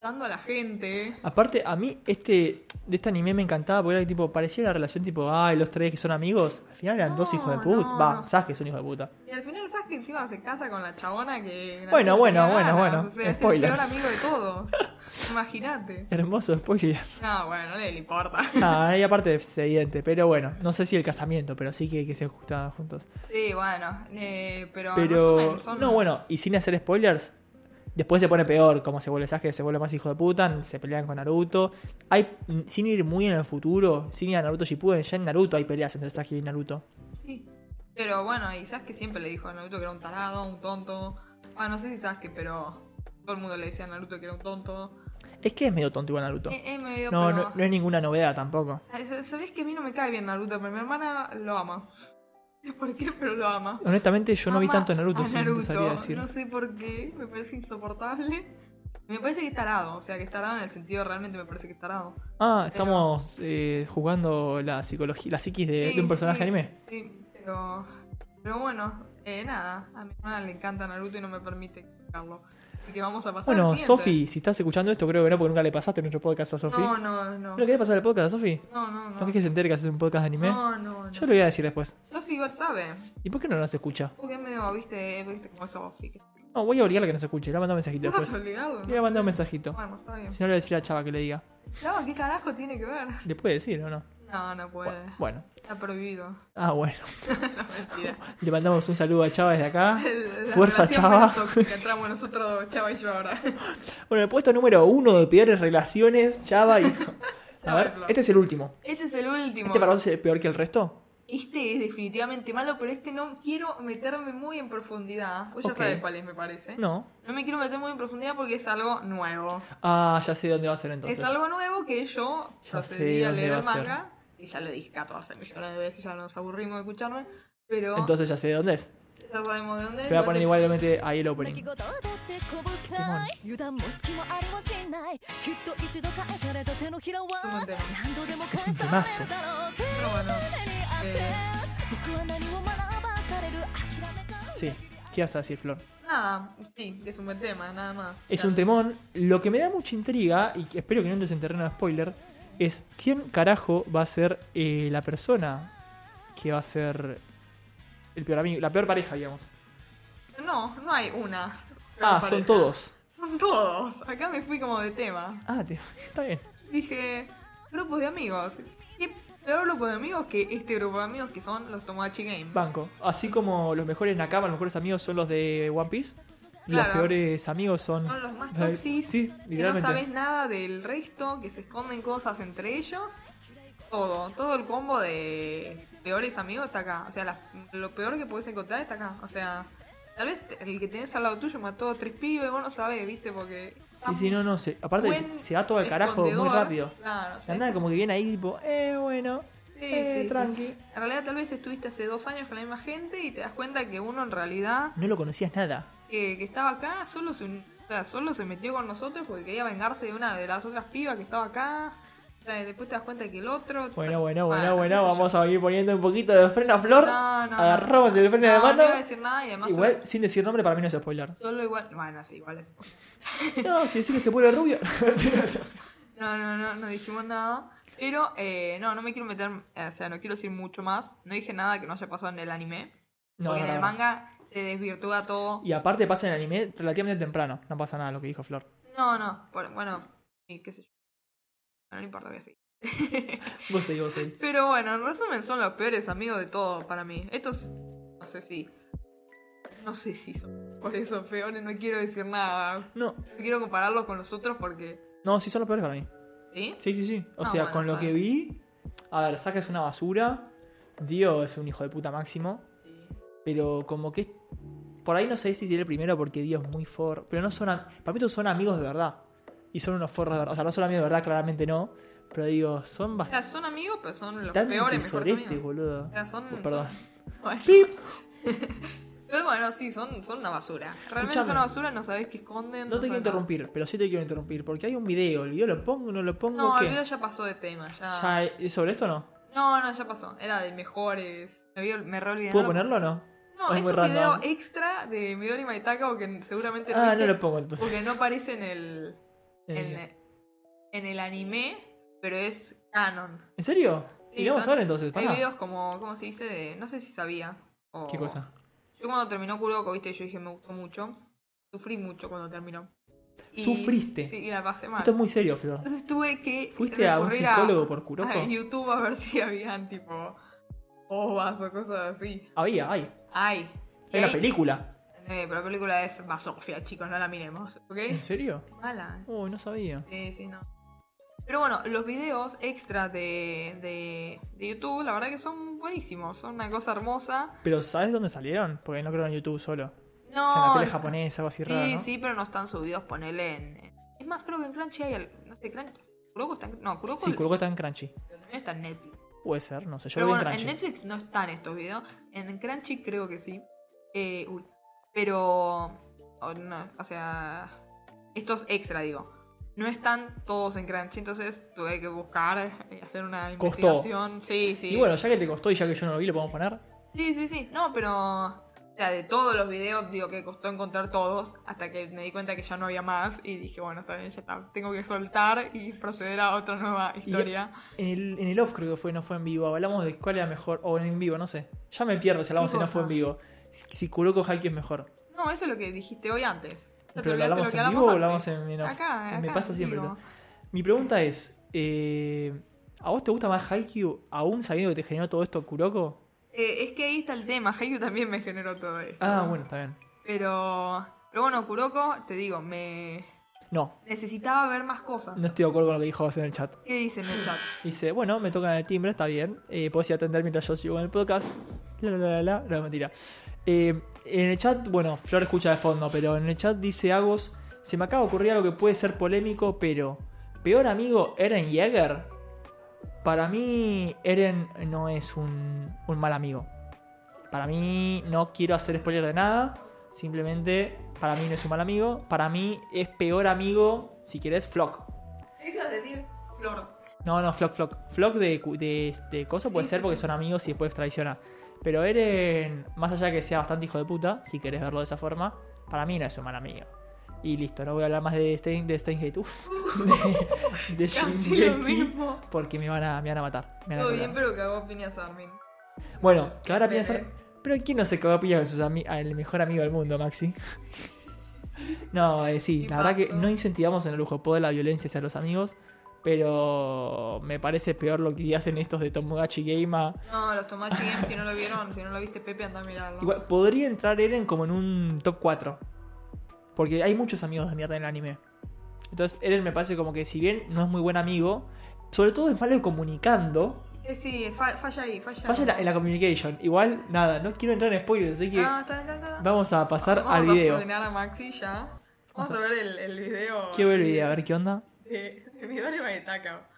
[SPEAKER 2] dando a la gente.
[SPEAKER 1] Aparte, a mí este de este anime me encantaba porque era tipo, parecía una relación tipo, ay, los tres que son amigos. Al final eran dos
[SPEAKER 2] No,
[SPEAKER 1] hijos de puta.
[SPEAKER 2] no,
[SPEAKER 1] Va,
[SPEAKER 2] no.
[SPEAKER 1] Sasuke es un hijo de puta.
[SPEAKER 2] Y al final Sasuke encima se casa con la chabona que...
[SPEAKER 1] Bueno,
[SPEAKER 2] Naruto
[SPEAKER 1] bueno,
[SPEAKER 2] tenía
[SPEAKER 1] bueno,
[SPEAKER 2] ganas,
[SPEAKER 1] bueno.
[SPEAKER 2] O sea, es el
[SPEAKER 1] Spoiler.
[SPEAKER 2] peor amigo de todos. Imagínate.
[SPEAKER 1] Hermoso spoiler.
[SPEAKER 2] No, bueno, no le le importa.
[SPEAKER 1] Ah, y aparte es evidente, pero bueno, no sé si el casamiento, pero sí que, que se ajustaban juntos.
[SPEAKER 2] Sí, bueno, eh, pero, en
[SPEAKER 1] Pero,
[SPEAKER 2] resumen, son-
[SPEAKER 1] no, bueno, y sin hacer spoilers, después se pone peor, como se vuelve Sasuke, se vuelve más hijo de puta, se pelean con Naruto. Hay, sin ir muy en el futuro, sin ir a Naruto Shippuden, ya en Naruto hay peleas entre Sasuke y Naruto.
[SPEAKER 2] sí. Pero bueno, y Sasuke siempre le dijo a Naruto que era un tarado, un tonto. Ah, no sé si Sasuke, pero todo el mundo le decía a Naruto que era un tonto.
[SPEAKER 1] Es que es medio tonto igual Naruto.
[SPEAKER 2] Eh, eh, medio,
[SPEAKER 1] No,
[SPEAKER 2] pero-
[SPEAKER 1] no, no es ninguna novedad tampoco.
[SPEAKER 2] Ay, sa- Sabés que a mí no me cae bien Naruto, pero mi hermana lo ama. No sé ¿Por qué? Pero lo ama.
[SPEAKER 1] Honestamente, yo no vi
[SPEAKER 2] Ama
[SPEAKER 1] tanto Naruto,
[SPEAKER 2] a
[SPEAKER 1] así que no te sabría decir.
[SPEAKER 2] No sé por qué, me parece insoportable. Me parece que es tarado, o sea, que es tarado en el sentido realmente me parece que es tarado.
[SPEAKER 1] Ah, estamos eh, jugando la psicología, la psiquis de,
[SPEAKER 2] Sí,
[SPEAKER 1] de un personaje
[SPEAKER 2] sí,
[SPEAKER 1] anime.
[SPEAKER 2] Sí, pero, pero bueno, eh, nada, a mi hermana le encanta Naruto y no me permite criticarlo. Así que vamos a pasar al
[SPEAKER 1] Bueno,
[SPEAKER 2] siguiente.
[SPEAKER 1] Sofi, si estás escuchando esto, creo que no, porque nunca le pasaste nuestro podcast a Sofi.
[SPEAKER 2] No, no, no.
[SPEAKER 1] ¿No le querés pasar el podcast a Sofi?
[SPEAKER 2] No, no,
[SPEAKER 1] ¿No
[SPEAKER 2] no.
[SPEAKER 1] querés que se entere que haces un podcast de anime?
[SPEAKER 2] No, no, no.
[SPEAKER 1] ¿eh? Yo lo voy a decir después.
[SPEAKER 2] Sofi igual sabe.
[SPEAKER 1] ¿Y por qué no nos escucha?
[SPEAKER 2] Porque es medio, viste, viste como Sofi. que-
[SPEAKER 1] No, voy a obligarla a que nos escuche. Le voy a mandar un mensajito
[SPEAKER 2] ¿No vas
[SPEAKER 1] después.
[SPEAKER 2] obligado?
[SPEAKER 1] Le voy a mandar un mensajito.
[SPEAKER 2] Bueno, está bien.
[SPEAKER 1] Si no, le voy a decir a Chava que le diga.
[SPEAKER 2] No, ¿qué carajo tiene que ver?
[SPEAKER 1] ¿Le puede decir o no?
[SPEAKER 2] No, no puede.
[SPEAKER 1] Bueno.
[SPEAKER 2] Está prohibido.
[SPEAKER 1] Ah, bueno.
[SPEAKER 2] No, mentira.
[SPEAKER 1] Le mandamos un saludo a Chava desde acá.
[SPEAKER 2] La
[SPEAKER 1] Fuerza,
[SPEAKER 2] relación
[SPEAKER 1] Chava.
[SPEAKER 2] menos tóxica, Entramos nosotros, Chava y yo ahora.
[SPEAKER 1] Bueno, el puesto número uno de peores relaciones, Chava y... A ver, este es el último.
[SPEAKER 2] Este es el último.
[SPEAKER 1] ¿Este perdón es peor que el resto?
[SPEAKER 2] Este es definitivamente malo, pero este no quiero meterme muy en profundidad. Vos ya
[SPEAKER 1] Ok.
[SPEAKER 2] sabes cuál es, me parece.
[SPEAKER 1] No.
[SPEAKER 2] No me quiero meter muy en profundidad porque es algo nuevo.
[SPEAKER 1] Ah, ya sé dónde va a ser entonces.
[SPEAKER 2] es algo nuevo que yo
[SPEAKER 1] Ya
[SPEAKER 2] procedí
[SPEAKER 1] sé
[SPEAKER 2] a
[SPEAKER 1] dónde
[SPEAKER 2] leer
[SPEAKER 1] va
[SPEAKER 2] el
[SPEAKER 1] a ser.
[SPEAKER 2] manga. Y ya lo dije 14 millones de veces, ya nos aburrimos de escucharme. Pero
[SPEAKER 1] Entonces ya sé dónde es.
[SPEAKER 2] ya sabemos de dónde es.
[SPEAKER 1] Te voy a poner
[SPEAKER 2] entonces-
[SPEAKER 1] igualmente ahí el
[SPEAKER 4] 泣
[SPEAKER 1] opening.
[SPEAKER 4] き言だってこぼしたい油断も隙もありもしないきっと一度返された手のひらは
[SPEAKER 2] ¿Cómo te va?
[SPEAKER 4] 何度でも返される
[SPEAKER 1] temazo.
[SPEAKER 4] だろう手
[SPEAKER 2] Pero bueno,
[SPEAKER 4] にあって
[SPEAKER 2] eh,
[SPEAKER 4] 僕は何を学ばされる諦めか
[SPEAKER 1] Sí. ¿Qué vas a decir, Flor?
[SPEAKER 2] nada, sí, es un buen tema, nada más.
[SPEAKER 1] Es
[SPEAKER 2] Ya.
[SPEAKER 1] un temón. Lo que me da mucha intriga, y que espero que no entres en terreno de spoiler, es quién carajo va a ser eh, la persona que va a ser el peor amigo, la peor pareja, digamos.
[SPEAKER 2] No, no hay una.
[SPEAKER 1] Ah,
[SPEAKER 2] Me
[SPEAKER 1] son
[SPEAKER 2] parece.
[SPEAKER 1] todos.
[SPEAKER 2] Son todos. Acá me fui como de tema.
[SPEAKER 1] Ah, te- está bien.
[SPEAKER 2] dije, grupos de amigos. ¿Qué peor grupo de amigos que este grupo de amigos que son los Tomodachi Game?
[SPEAKER 1] Banco. Así como los mejores Nakama, los mejores amigos son los de One Piece. Los
[SPEAKER 2] Claro.
[SPEAKER 1] peores amigos son.
[SPEAKER 2] Son los más
[SPEAKER 1] Ay,
[SPEAKER 2] toxis,
[SPEAKER 1] Sí,
[SPEAKER 2] que no sabes
[SPEAKER 1] literalmente.
[SPEAKER 2] nada del resto, que se esconden cosas entre ellos. Todo, todo el combo de peores amigos está acá. O sea, las- lo peor que puedes encontrar está acá. O sea, tal vez el que tenés al lado tuyo mató a tres pibes, vos no sabés, ¿viste? Porque.
[SPEAKER 1] Sí, sí, no, no. Se, aparte,
[SPEAKER 2] Buen
[SPEAKER 1] se da todo al carajo muy
[SPEAKER 2] escondedor.
[SPEAKER 1] rápido.
[SPEAKER 2] Claro, sí.
[SPEAKER 1] La nada como que viene ahí, tipo, eh, bueno,
[SPEAKER 2] Sí,
[SPEAKER 1] eh,
[SPEAKER 2] sí, sí.
[SPEAKER 1] tranqui.
[SPEAKER 2] En realidad, tal vez estuviste hace dos años con la misma gente y te das cuenta que uno en realidad
[SPEAKER 1] No lo conocías nada.
[SPEAKER 2] que, que estaba acá solo se, un- o sea, solo se metió con nosotros porque quería vengarse de una de las otras pibas que estaba acá. O sea, después te das cuenta que el otro.
[SPEAKER 1] Bueno, bueno,
[SPEAKER 2] Ah,
[SPEAKER 1] bueno,
[SPEAKER 2] qué sé
[SPEAKER 1] bueno,
[SPEAKER 2] yo.
[SPEAKER 1] vamos a ir poniendo un poquito de freno a flor.
[SPEAKER 2] No, no,
[SPEAKER 1] Agarramos
[SPEAKER 2] no.
[SPEAKER 1] el freno de
[SPEAKER 2] No, no
[SPEAKER 1] mano.
[SPEAKER 2] iba a decir nada y además
[SPEAKER 1] Igual, sin decir nombre, para mí no es spoiler.
[SPEAKER 2] Solo, solo igual. Bueno, sí, igual es.
[SPEAKER 1] No, si decís que se vuelve rubio.
[SPEAKER 2] No, no, no, no dijimos nada. Pero, eh, no, no me quiero meter. eh, O sea, no quiero decir mucho más. No dije nada que no haya pasado en el anime.
[SPEAKER 1] No,
[SPEAKER 2] porque
[SPEAKER 1] no,
[SPEAKER 2] en el
[SPEAKER 1] no, no.
[SPEAKER 2] manga se desvirtúa todo.
[SPEAKER 1] Y aparte pasa en el anime relativamente temprano. No pasa nada lo que dijo Flor.
[SPEAKER 2] No, no. Bueno, bueno sí, qué sé yo. No, no importa, voy a seguir.
[SPEAKER 1] Vos seguís, vos seguís.
[SPEAKER 2] Pero bueno, en resumen son los peores amigos de todo para mí. Estos, no sé si... No sé si son por eso peores, no quiero decir nada. No
[SPEAKER 1] No,
[SPEAKER 2] quiero compararlos con los otros porque...
[SPEAKER 1] no, sí son los peores para mí.
[SPEAKER 2] ¿Sí?
[SPEAKER 1] Sí, sí, sí. O
[SPEAKER 2] Ah,
[SPEAKER 1] sea,
[SPEAKER 2] bueno,
[SPEAKER 1] con lo
[SPEAKER 2] está
[SPEAKER 1] que
[SPEAKER 2] bien.
[SPEAKER 1] vi. A ver, Saka es una basura. Dio es un hijo de puta máximo. Pero como que. Por ahí no sé si sería el primero porque Dio es muy forro. Pero no son. am- Para mí, estos son amigos de verdad. Y son unos forros de verdad. O sea, no son amigos de verdad, claramente no. Pero digo, son
[SPEAKER 2] O sea,
[SPEAKER 1] bastante
[SPEAKER 2] son amigos, pero son los peores, mejores
[SPEAKER 1] tesoretes,
[SPEAKER 2] amigos.
[SPEAKER 1] boludo.
[SPEAKER 2] O sea, son...
[SPEAKER 1] Oh, perdón.
[SPEAKER 2] Bueno.
[SPEAKER 1] Pip.
[SPEAKER 2] Pero bueno, sí, son, son una basura. Realmente
[SPEAKER 1] Escuchame.
[SPEAKER 2] son una basura, no sabés qué
[SPEAKER 1] No
[SPEAKER 2] esconden.
[SPEAKER 1] te quiero
[SPEAKER 2] sabés nada.
[SPEAKER 1] interrumpir, pero sí te quiero interrumpir. Porque hay un video. ¿El video lo pongo no lo pongo?
[SPEAKER 2] No,
[SPEAKER 1] ¿Qué?
[SPEAKER 2] el video Eh, ya pasó de tema. Ya...
[SPEAKER 1] ¿Ya es sobre esto o no?
[SPEAKER 2] No, no, ya pasó. Era de mejores. Me, había- me re olvidé,
[SPEAKER 1] ¿Puedo
[SPEAKER 2] no lo-
[SPEAKER 1] ponerlo o no?
[SPEAKER 2] No,
[SPEAKER 1] Es
[SPEAKER 2] es,
[SPEAKER 1] muy
[SPEAKER 2] un video
[SPEAKER 1] random.
[SPEAKER 2] extra de Midori Maitaka porque seguramente
[SPEAKER 1] Ah, no
[SPEAKER 2] viste,
[SPEAKER 1] lo pongo entonces. Eh.
[SPEAKER 2] porque no aparece en el
[SPEAKER 1] En el
[SPEAKER 2] en, en el anime, pero es canon.
[SPEAKER 1] ¿En serio?
[SPEAKER 2] Sí,
[SPEAKER 1] y vamos
[SPEAKER 2] son-
[SPEAKER 1] a ver entonces,
[SPEAKER 2] Hay
[SPEAKER 1] pará.
[SPEAKER 2] videos como cómo se dice de no sé si sabías o-
[SPEAKER 1] ¿Qué cosa?
[SPEAKER 2] Yo cuando terminó Kuroko, viste, yo dije me gustó mucho. Sufrí mucho cuando terminó.
[SPEAKER 1] Sufriste.
[SPEAKER 2] Sí, y la pasé mal.
[SPEAKER 1] Esto es muy serio, Flor.
[SPEAKER 2] Entonces tuve que
[SPEAKER 1] ¿Fuiste a un
[SPEAKER 2] recurrir
[SPEAKER 1] psicólogo por Kuroko?
[SPEAKER 2] a YouTube a ver si habían tipo ovas o cosas así.
[SPEAKER 1] Había, hay.
[SPEAKER 2] Ay.
[SPEAKER 1] Hay una
[SPEAKER 2] Y ahí-
[SPEAKER 1] película.
[SPEAKER 2] Eh, pero la película es basofia, chicos, no la miremos, ¿ok?
[SPEAKER 1] ¿En
[SPEAKER 2] Es
[SPEAKER 1] serio?
[SPEAKER 2] mala.
[SPEAKER 1] Uy, no sabía.
[SPEAKER 2] Sí, sí, no. Pero bueno, los videos extras de, de, de YouTube, la verdad que son buenísimos, son una cosa hermosa.
[SPEAKER 1] Pero ¿sabes dónde salieron? Porque no creo en YouTube solo. O sea, en la
[SPEAKER 2] No,
[SPEAKER 1] tele japonesa, algo así raro,
[SPEAKER 2] sí,
[SPEAKER 1] ¿no?
[SPEAKER 2] sí, pero no están subidos, ponele en... en- Es más, creo que en Crunchy hay... al- No sé, Crunchy... Kuroko está en... No, Kuroko,
[SPEAKER 1] Sí, Kuroko está en Crunchy.
[SPEAKER 2] pero también está en Netflix.
[SPEAKER 1] Puede ser, no sé. Yo
[SPEAKER 2] pero
[SPEAKER 1] lo vi en
[SPEAKER 2] bueno, en
[SPEAKER 1] Crunchy.
[SPEAKER 2] Netflix no están estos videos, en Crunchy creo que sí. Eh, uy. Pero... o no, o sea... Estos extra, digo. No están todos en Crunchy, entonces tuve que buscar, eh, hacer una
[SPEAKER 1] Costó.
[SPEAKER 2] investigación. Sí, sí.
[SPEAKER 1] Y bueno, ya que te costó y ya que yo no lo vi, lo podemos poner.
[SPEAKER 2] Sí, sí, sí. No, pero. O sea, de todos los videos, digo que costó encontrar todos, hasta que me di cuenta que ya no había más y dije, bueno, está bien, ya está. Tengo que soltar y proceder a otra nueva historia.
[SPEAKER 1] En el, en el off creo que fue, no fue en vivo. Hablamos de cuál era mejor. O en vivo, no sé. Ya me pierdo si hablamos
[SPEAKER 2] ¿Qué
[SPEAKER 1] si no
[SPEAKER 2] cosa?
[SPEAKER 1] fue en vivo. Si Kuroko Haikyuu es mejor.
[SPEAKER 2] No, eso es lo que dijiste hoy antes. Ya te
[SPEAKER 1] Pero lo
[SPEAKER 2] olvidaste
[SPEAKER 1] hablamos
[SPEAKER 2] que
[SPEAKER 1] en vivo o lo
[SPEAKER 2] hablamos
[SPEAKER 1] hablamos
[SPEAKER 2] antes.
[SPEAKER 1] en, en off.
[SPEAKER 2] Acá, acá.
[SPEAKER 1] Me pasa siempre.
[SPEAKER 2] digo.
[SPEAKER 1] Mi pregunta es, eh, ¿a vos te gusta más Haikyuu aún sabiendo que te generó todo esto Kuroko?
[SPEAKER 2] Eh, es que ahí está el tema. Haikyuu también me generó todo esto.
[SPEAKER 1] Ah, bueno, está bien.
[SPEAKER 2] Pero. Pero bueno, Kuroko, te digo, me.
[SPEAKER 1] No,
[SPEAKER 2] Necesitaba ver más cosas.
[SPEAKER 1] no estoy de acuerdo con lo que dijo vos en el chat.
[SPEAKER 2] ¿Qué dicen en el chat?
[SPEAKER 1] Dice, bueno, me tocan el timbre, está bien. Eh, podés ir a atender mientras yo sigo en el podcast. La, la, la, la, la. No, mentira. Eh, en el chat, bueno, Flor escucha de fondo, pero en el chat dice Agos, se me acaba de ocurrir algo que puede ser polémico, pero peor amigo Eren Yeager. Para mí, Eren no es un, un mal amigo. Para mí, no quiero hacer spoiler de nada. Simplemente, para mí no es un mal amigo. Para mí, es peor amigo, si querés, Flock.
[SPEAKER 2] ¿Qué ibas a decir, Flor?
[SPEAKER 1] No, no, Flock, Flock. Flock de, cu- de, de coso puede
[SPEAKER 2] Sí,
[SPEAKER 1] ser
[SPEAKER 2] sí,
[SPEAKER 1] porque
[SPEAKER 2] sí.
[SPEAKER 1] son amigos y después traiciona. Pero Eren, más allá de que sea bastante hijo de puta, si querés verlo de esa forma, para mí no es un mal amigo. Y listo, no voy a hablar más de Stein, de Stein Gate, uf, de, de
[SPEAKER 2] Casi lo
[SPEAKER 1] Shingeki,
[SPEAKER 2] mismo.
[SPEAKER 1] porque me van a, me van a matar. me van a
[SPEAKER 2] Todo
[SPEAKER 1] colgar.
[SPEAKER 2] bien, pero cagó piñas a Armin.
[SPEAKER 1] Bueno, que ahora
[SPEAKER 2] Bebé.
[SPEAKER 1] piensan. Pero ¿quién no se cagó a piña con sus ami- al mejor amigo del mundo, Maxi? No, eh, sí,
[SPEAKER 2] Y
[SPEAKER 1] la verdad que
[SPEAKER 2] pasó.
[SPEAKER 1] no incentivamos en el lujo de la violencia hacia los amigos, pero me parece peor lo que hacen estos de Tomodachi Gamer.
[SPEAKER 2] No, los Tomachi Games, si no lo vieron, si no lo viste, Pepe, anda a mirarlo.
[SPEAKER 1] Igual, podría entrar Eren como en un top 4, porque hay muchos amigos de mierda en el anime. Entonces Eren me parece como que si bien no es muy buen amigo, sobre todo es malo comunicando,
[SPEAKER 2] Eh, Sí, fa- falla ahí, falla.
[SPEAKER 1] Falla en la, en la communication. Igual, nada, no quiero entrar en spoilers, así que
[SPEAKER 2] Ah, está, está, está. está.
[SPEAKER 1] vamos a pasar
[SPEAKER 2] Vamos
[SPEAKER 1] al
[SPEAKER 2] a
[SPEAKER 1] video.
[SPEAKER 2] ordenar a Maxi ya. Vamos a ver el, el video.
[SPEAKER 1] Quiero ver el video, a ver qué onda.
[SPEAKER 2] De, de Midori Maitaka.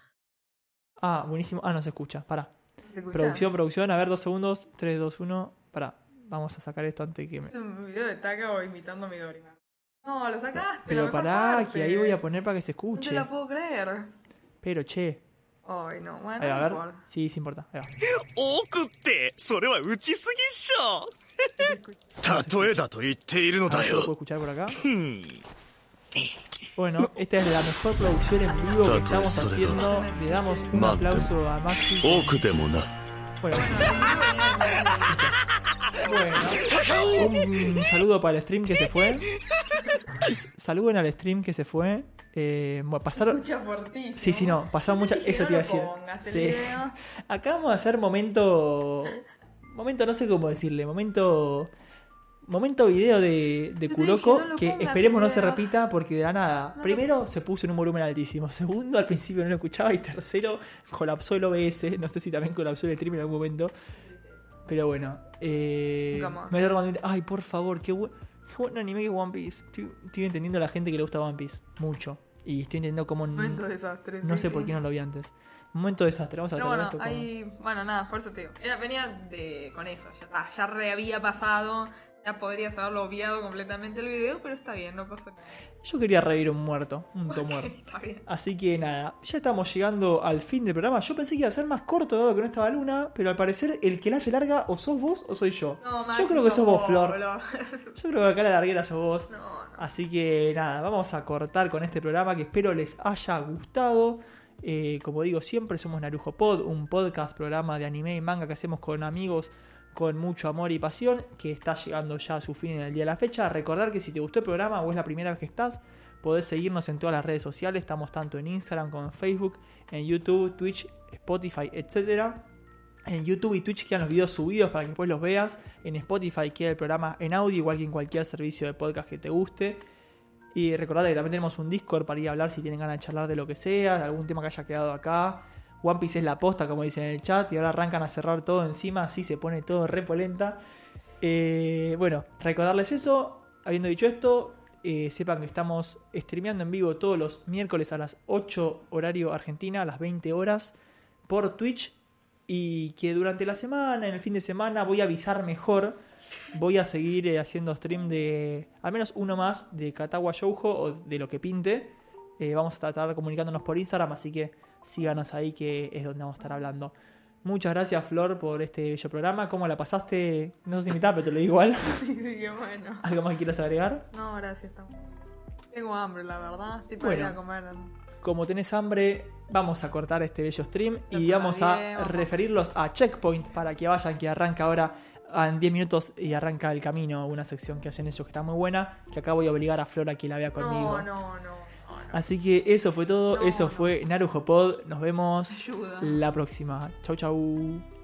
[SPEAKER 1] Ah, buenísimo. Ah, no se escucha, pará.
[SPEAKER 2] ¿Se escucha?
[SPEAKER 1] Producción, producción, a ver, dos segundos. 3, 2, 1. Pará, vamos a sacar esto antes que me.
[SPEAKER 2] Es un video de Takao imitando a Midori. No, lo sacaste. la
[SPEAKER 1] Pero
[SPEAKER 2] mejor
[SPEAKER 1] pará,
[SPEAKER 2] parte.
[SPEAKER 1] que ahí voy a poner para que se
[SPEAKER 2] No te
[SPEAKER 1] escuche.
[SPEAKER 2] la puedo creer.
[SPEAKER 1] Pero che.
[SPEAKER 2] Ay, no, bueno.
[SPEAKER 1] Ahí va,
[SPEAKER 2] no
[SPEAKER 1] a ver.
[SPEAKER 2] importa.
[SPEAKER 1] Sí, sí importa. Ahí va.
[SPEAKER 5] 多くってそれは打ちすぎっし ょ例えだと言っているの
[SPEAKER 1] A ver,
[SPEAKER 5] だ
[SPEAKER 1] ¿lo
[SPEAKER 5] よ
[SPEAKER 1] ¿Puedo escuchar por acá?
[SPEAKER 5] うん
[SPEAKER 1] Bueno, esta es la mejor producción en vivo que estamos haciendo. Le damos un aplauso a Maxi.
[SPEAKER 5] 多くでもな
[SPEAKER 1] Bueno. Bueno. Un saludo para el stream que se fue. Saluden al stream que se fue. Eh, bueno, pasaron.
[SPEAKER 2] Escucha por ti.
[SPEAKER 1] Sí, sí, no, pasaron muchas.
[SPEAKER 2] dije,
[SPEAKER 1] Eso
[SPEAKER 2] no
[SPEAKER 1] te iba a
[SPEAKER 2] lo
[SPEAKER 1] decir.
[SPEAKER 2] pongas el
[SPEAKER 1] Sí. Mm.
[SPEAKER 2] video.
[SPEAKER 1] Acá vamos a hacer momento. Momento, no sé cómo decirle. Momento. Momento video de, de
[SPEAKER 2] Yo te
[SPEAKER 1] Kuroko
[SPEAKER 2] dije, no lo
[SPEAKER 1] que
[SPEAKER 2] pongas,
[SPEAKER 1] esperemos no se
[SPEAKER 2] video.
[SPEAKER 1] repita porque de la nada. Primero se puso en un volumen altísimo. Segundo, al principio no lo escuchaba. Y tercero, colapsó el OBS. No sé si también colapsó el stream en algún momento. Pero bueno. Eh,
[SPEAKER 2] Nunca más.
[SPEAKER 1] me alegro cuando- Ay, por favor, qué buen, qué buen anime que One Piece. Estoy, estoy entendiendo a la gente que le gusta One Piece. Mucho. Y estoy entendiendo cómo. n-
[SPEAKER 2] Momento desastre.
[SPEAKER 1] No
[SPEAKER 2] sí,
[SPEAKER 1] sé
[SPEAKER 2] sí.
[SPEAKER 1] por qué no lo vi antes. Momento desastre. Vamos a
[SPEAKER 2] Pero
[SPEAKER 1] tratar
[SPEAKER 2] bueno,
[SPEAKER 1] esto con-
[SPEAKER 2] ahí, bueno, nada, por eso te digo. Era- venía de, con eso, ya está, ya re había pasado, ya podrías haberlo obviado completamente el video, pero está bien, no pasa nada.
[SPEAKER 1] Yo quería revivir un muerto, un to muerto.
[SPEAKER 2] está bien.
[SPEAKER 1] Así que nada, ya estamos llegando al fin del programa. Yo pensé que iba a ser más corto dado que no estaba Luna, pero al parecer el que la hace larga o sos vos o soy yo.
[SPEAKER 2] No, Max,
[SPEAKER 1] yo creo que sos vos, Flor.
[SPEAKER 2] boludo.
[SPEAKER 1] Yo creo que acá la larguera sos vos.
[SPEAKER 2] No, no.
[SPEAKER 1] Así que nada, vamos a cortar con este programa que espero les haya gustado. Eh, como digo siempre, somos Narujo Pod, un podcast, programa de anime y manga que hacemos con amigos con mucho amor y pasión, que está llegando ya a su fin en el día de la fecha. Recordar que si te gustó el programa o es la primera vez que estás, podés seguirnos en todas las redes sociales. Estamos tanto en Instagram como en Facebook, en YouTube, Twitch, Spotify, etcétera. En YouTube y Twitch quedan los videos subidos para que después los veas. En Spotify queda el programa en audio, igual que en cualquier servicio de podcast que te guste. Y recordad que también tenemos un Discord para ir a hablar si tienen ganas de charlar de lo que sea, de algún tema que haya quedado acá. One Piece es la posta, como dicen en el chat, y ahora arrancan a cerrar todo encima, así se pone todo repolenta. Eh, bueno, recordarles eso. Habiendo dicho esto, eh, sepan que estamos streameando en vivo todos los miércoles a las 8 horario Argentina, a las 20 horas, por Twitch. Y que durante la semana, en el fin de semana, voy a avisar mejor. Voy a seguir eh, haciendo stream de al menos uno más de Katawa Shoujo o de lo que pinte. Eh, vamos a tratar de comunicándonos por Instagram, así que síganos ahí que es donde vamos a estar hablando. Muchas gracias, Flor, por este bello programa. ¿Cómo la pasaste? No sé si me tapa, pero te lo digo igual.
[SPEAKER 2] Sí, sí, que bueno.
[SPEAKER 1] ¿Algo más que quieras agregar?
[SPEAKER 2] No, gracias, estamos. Tengo hambre, la verdad, estoy para ir a comer.
[SPEAKER 1] Como tenés hambre, vamos a cortar este bello stream
[SPEAKER 2] Ya
[SPEAKER 1] y
[SPEAKER 2] son
[SPEAKER 1] vamos
[SPEAKER 2] las
[SPEAKER 1] a
[SPEAKER 2] 10, vamos.
[SPEAKER 1] referirlos a Checkpoint para que vayan, que arranca ahora en 10 minutos y arranca el camino, una sección que hacen ellos que está muy buena, que acá voy a obligar a Flor a que la vea conmigo.
[SPEAKER 2] No, no, no, no, no.
[SPEAKER 1] Así que eso fue todo,
[SPEAKER 2] No,
[SPEAKER 1] eso
[SPEAKER 2] no.
[SPEAKER 1] fue Narujo Pod, nos vemos
[SPEAKER 2] Ayuda.
[SPEAKER 1] la próxima. Chau, chau.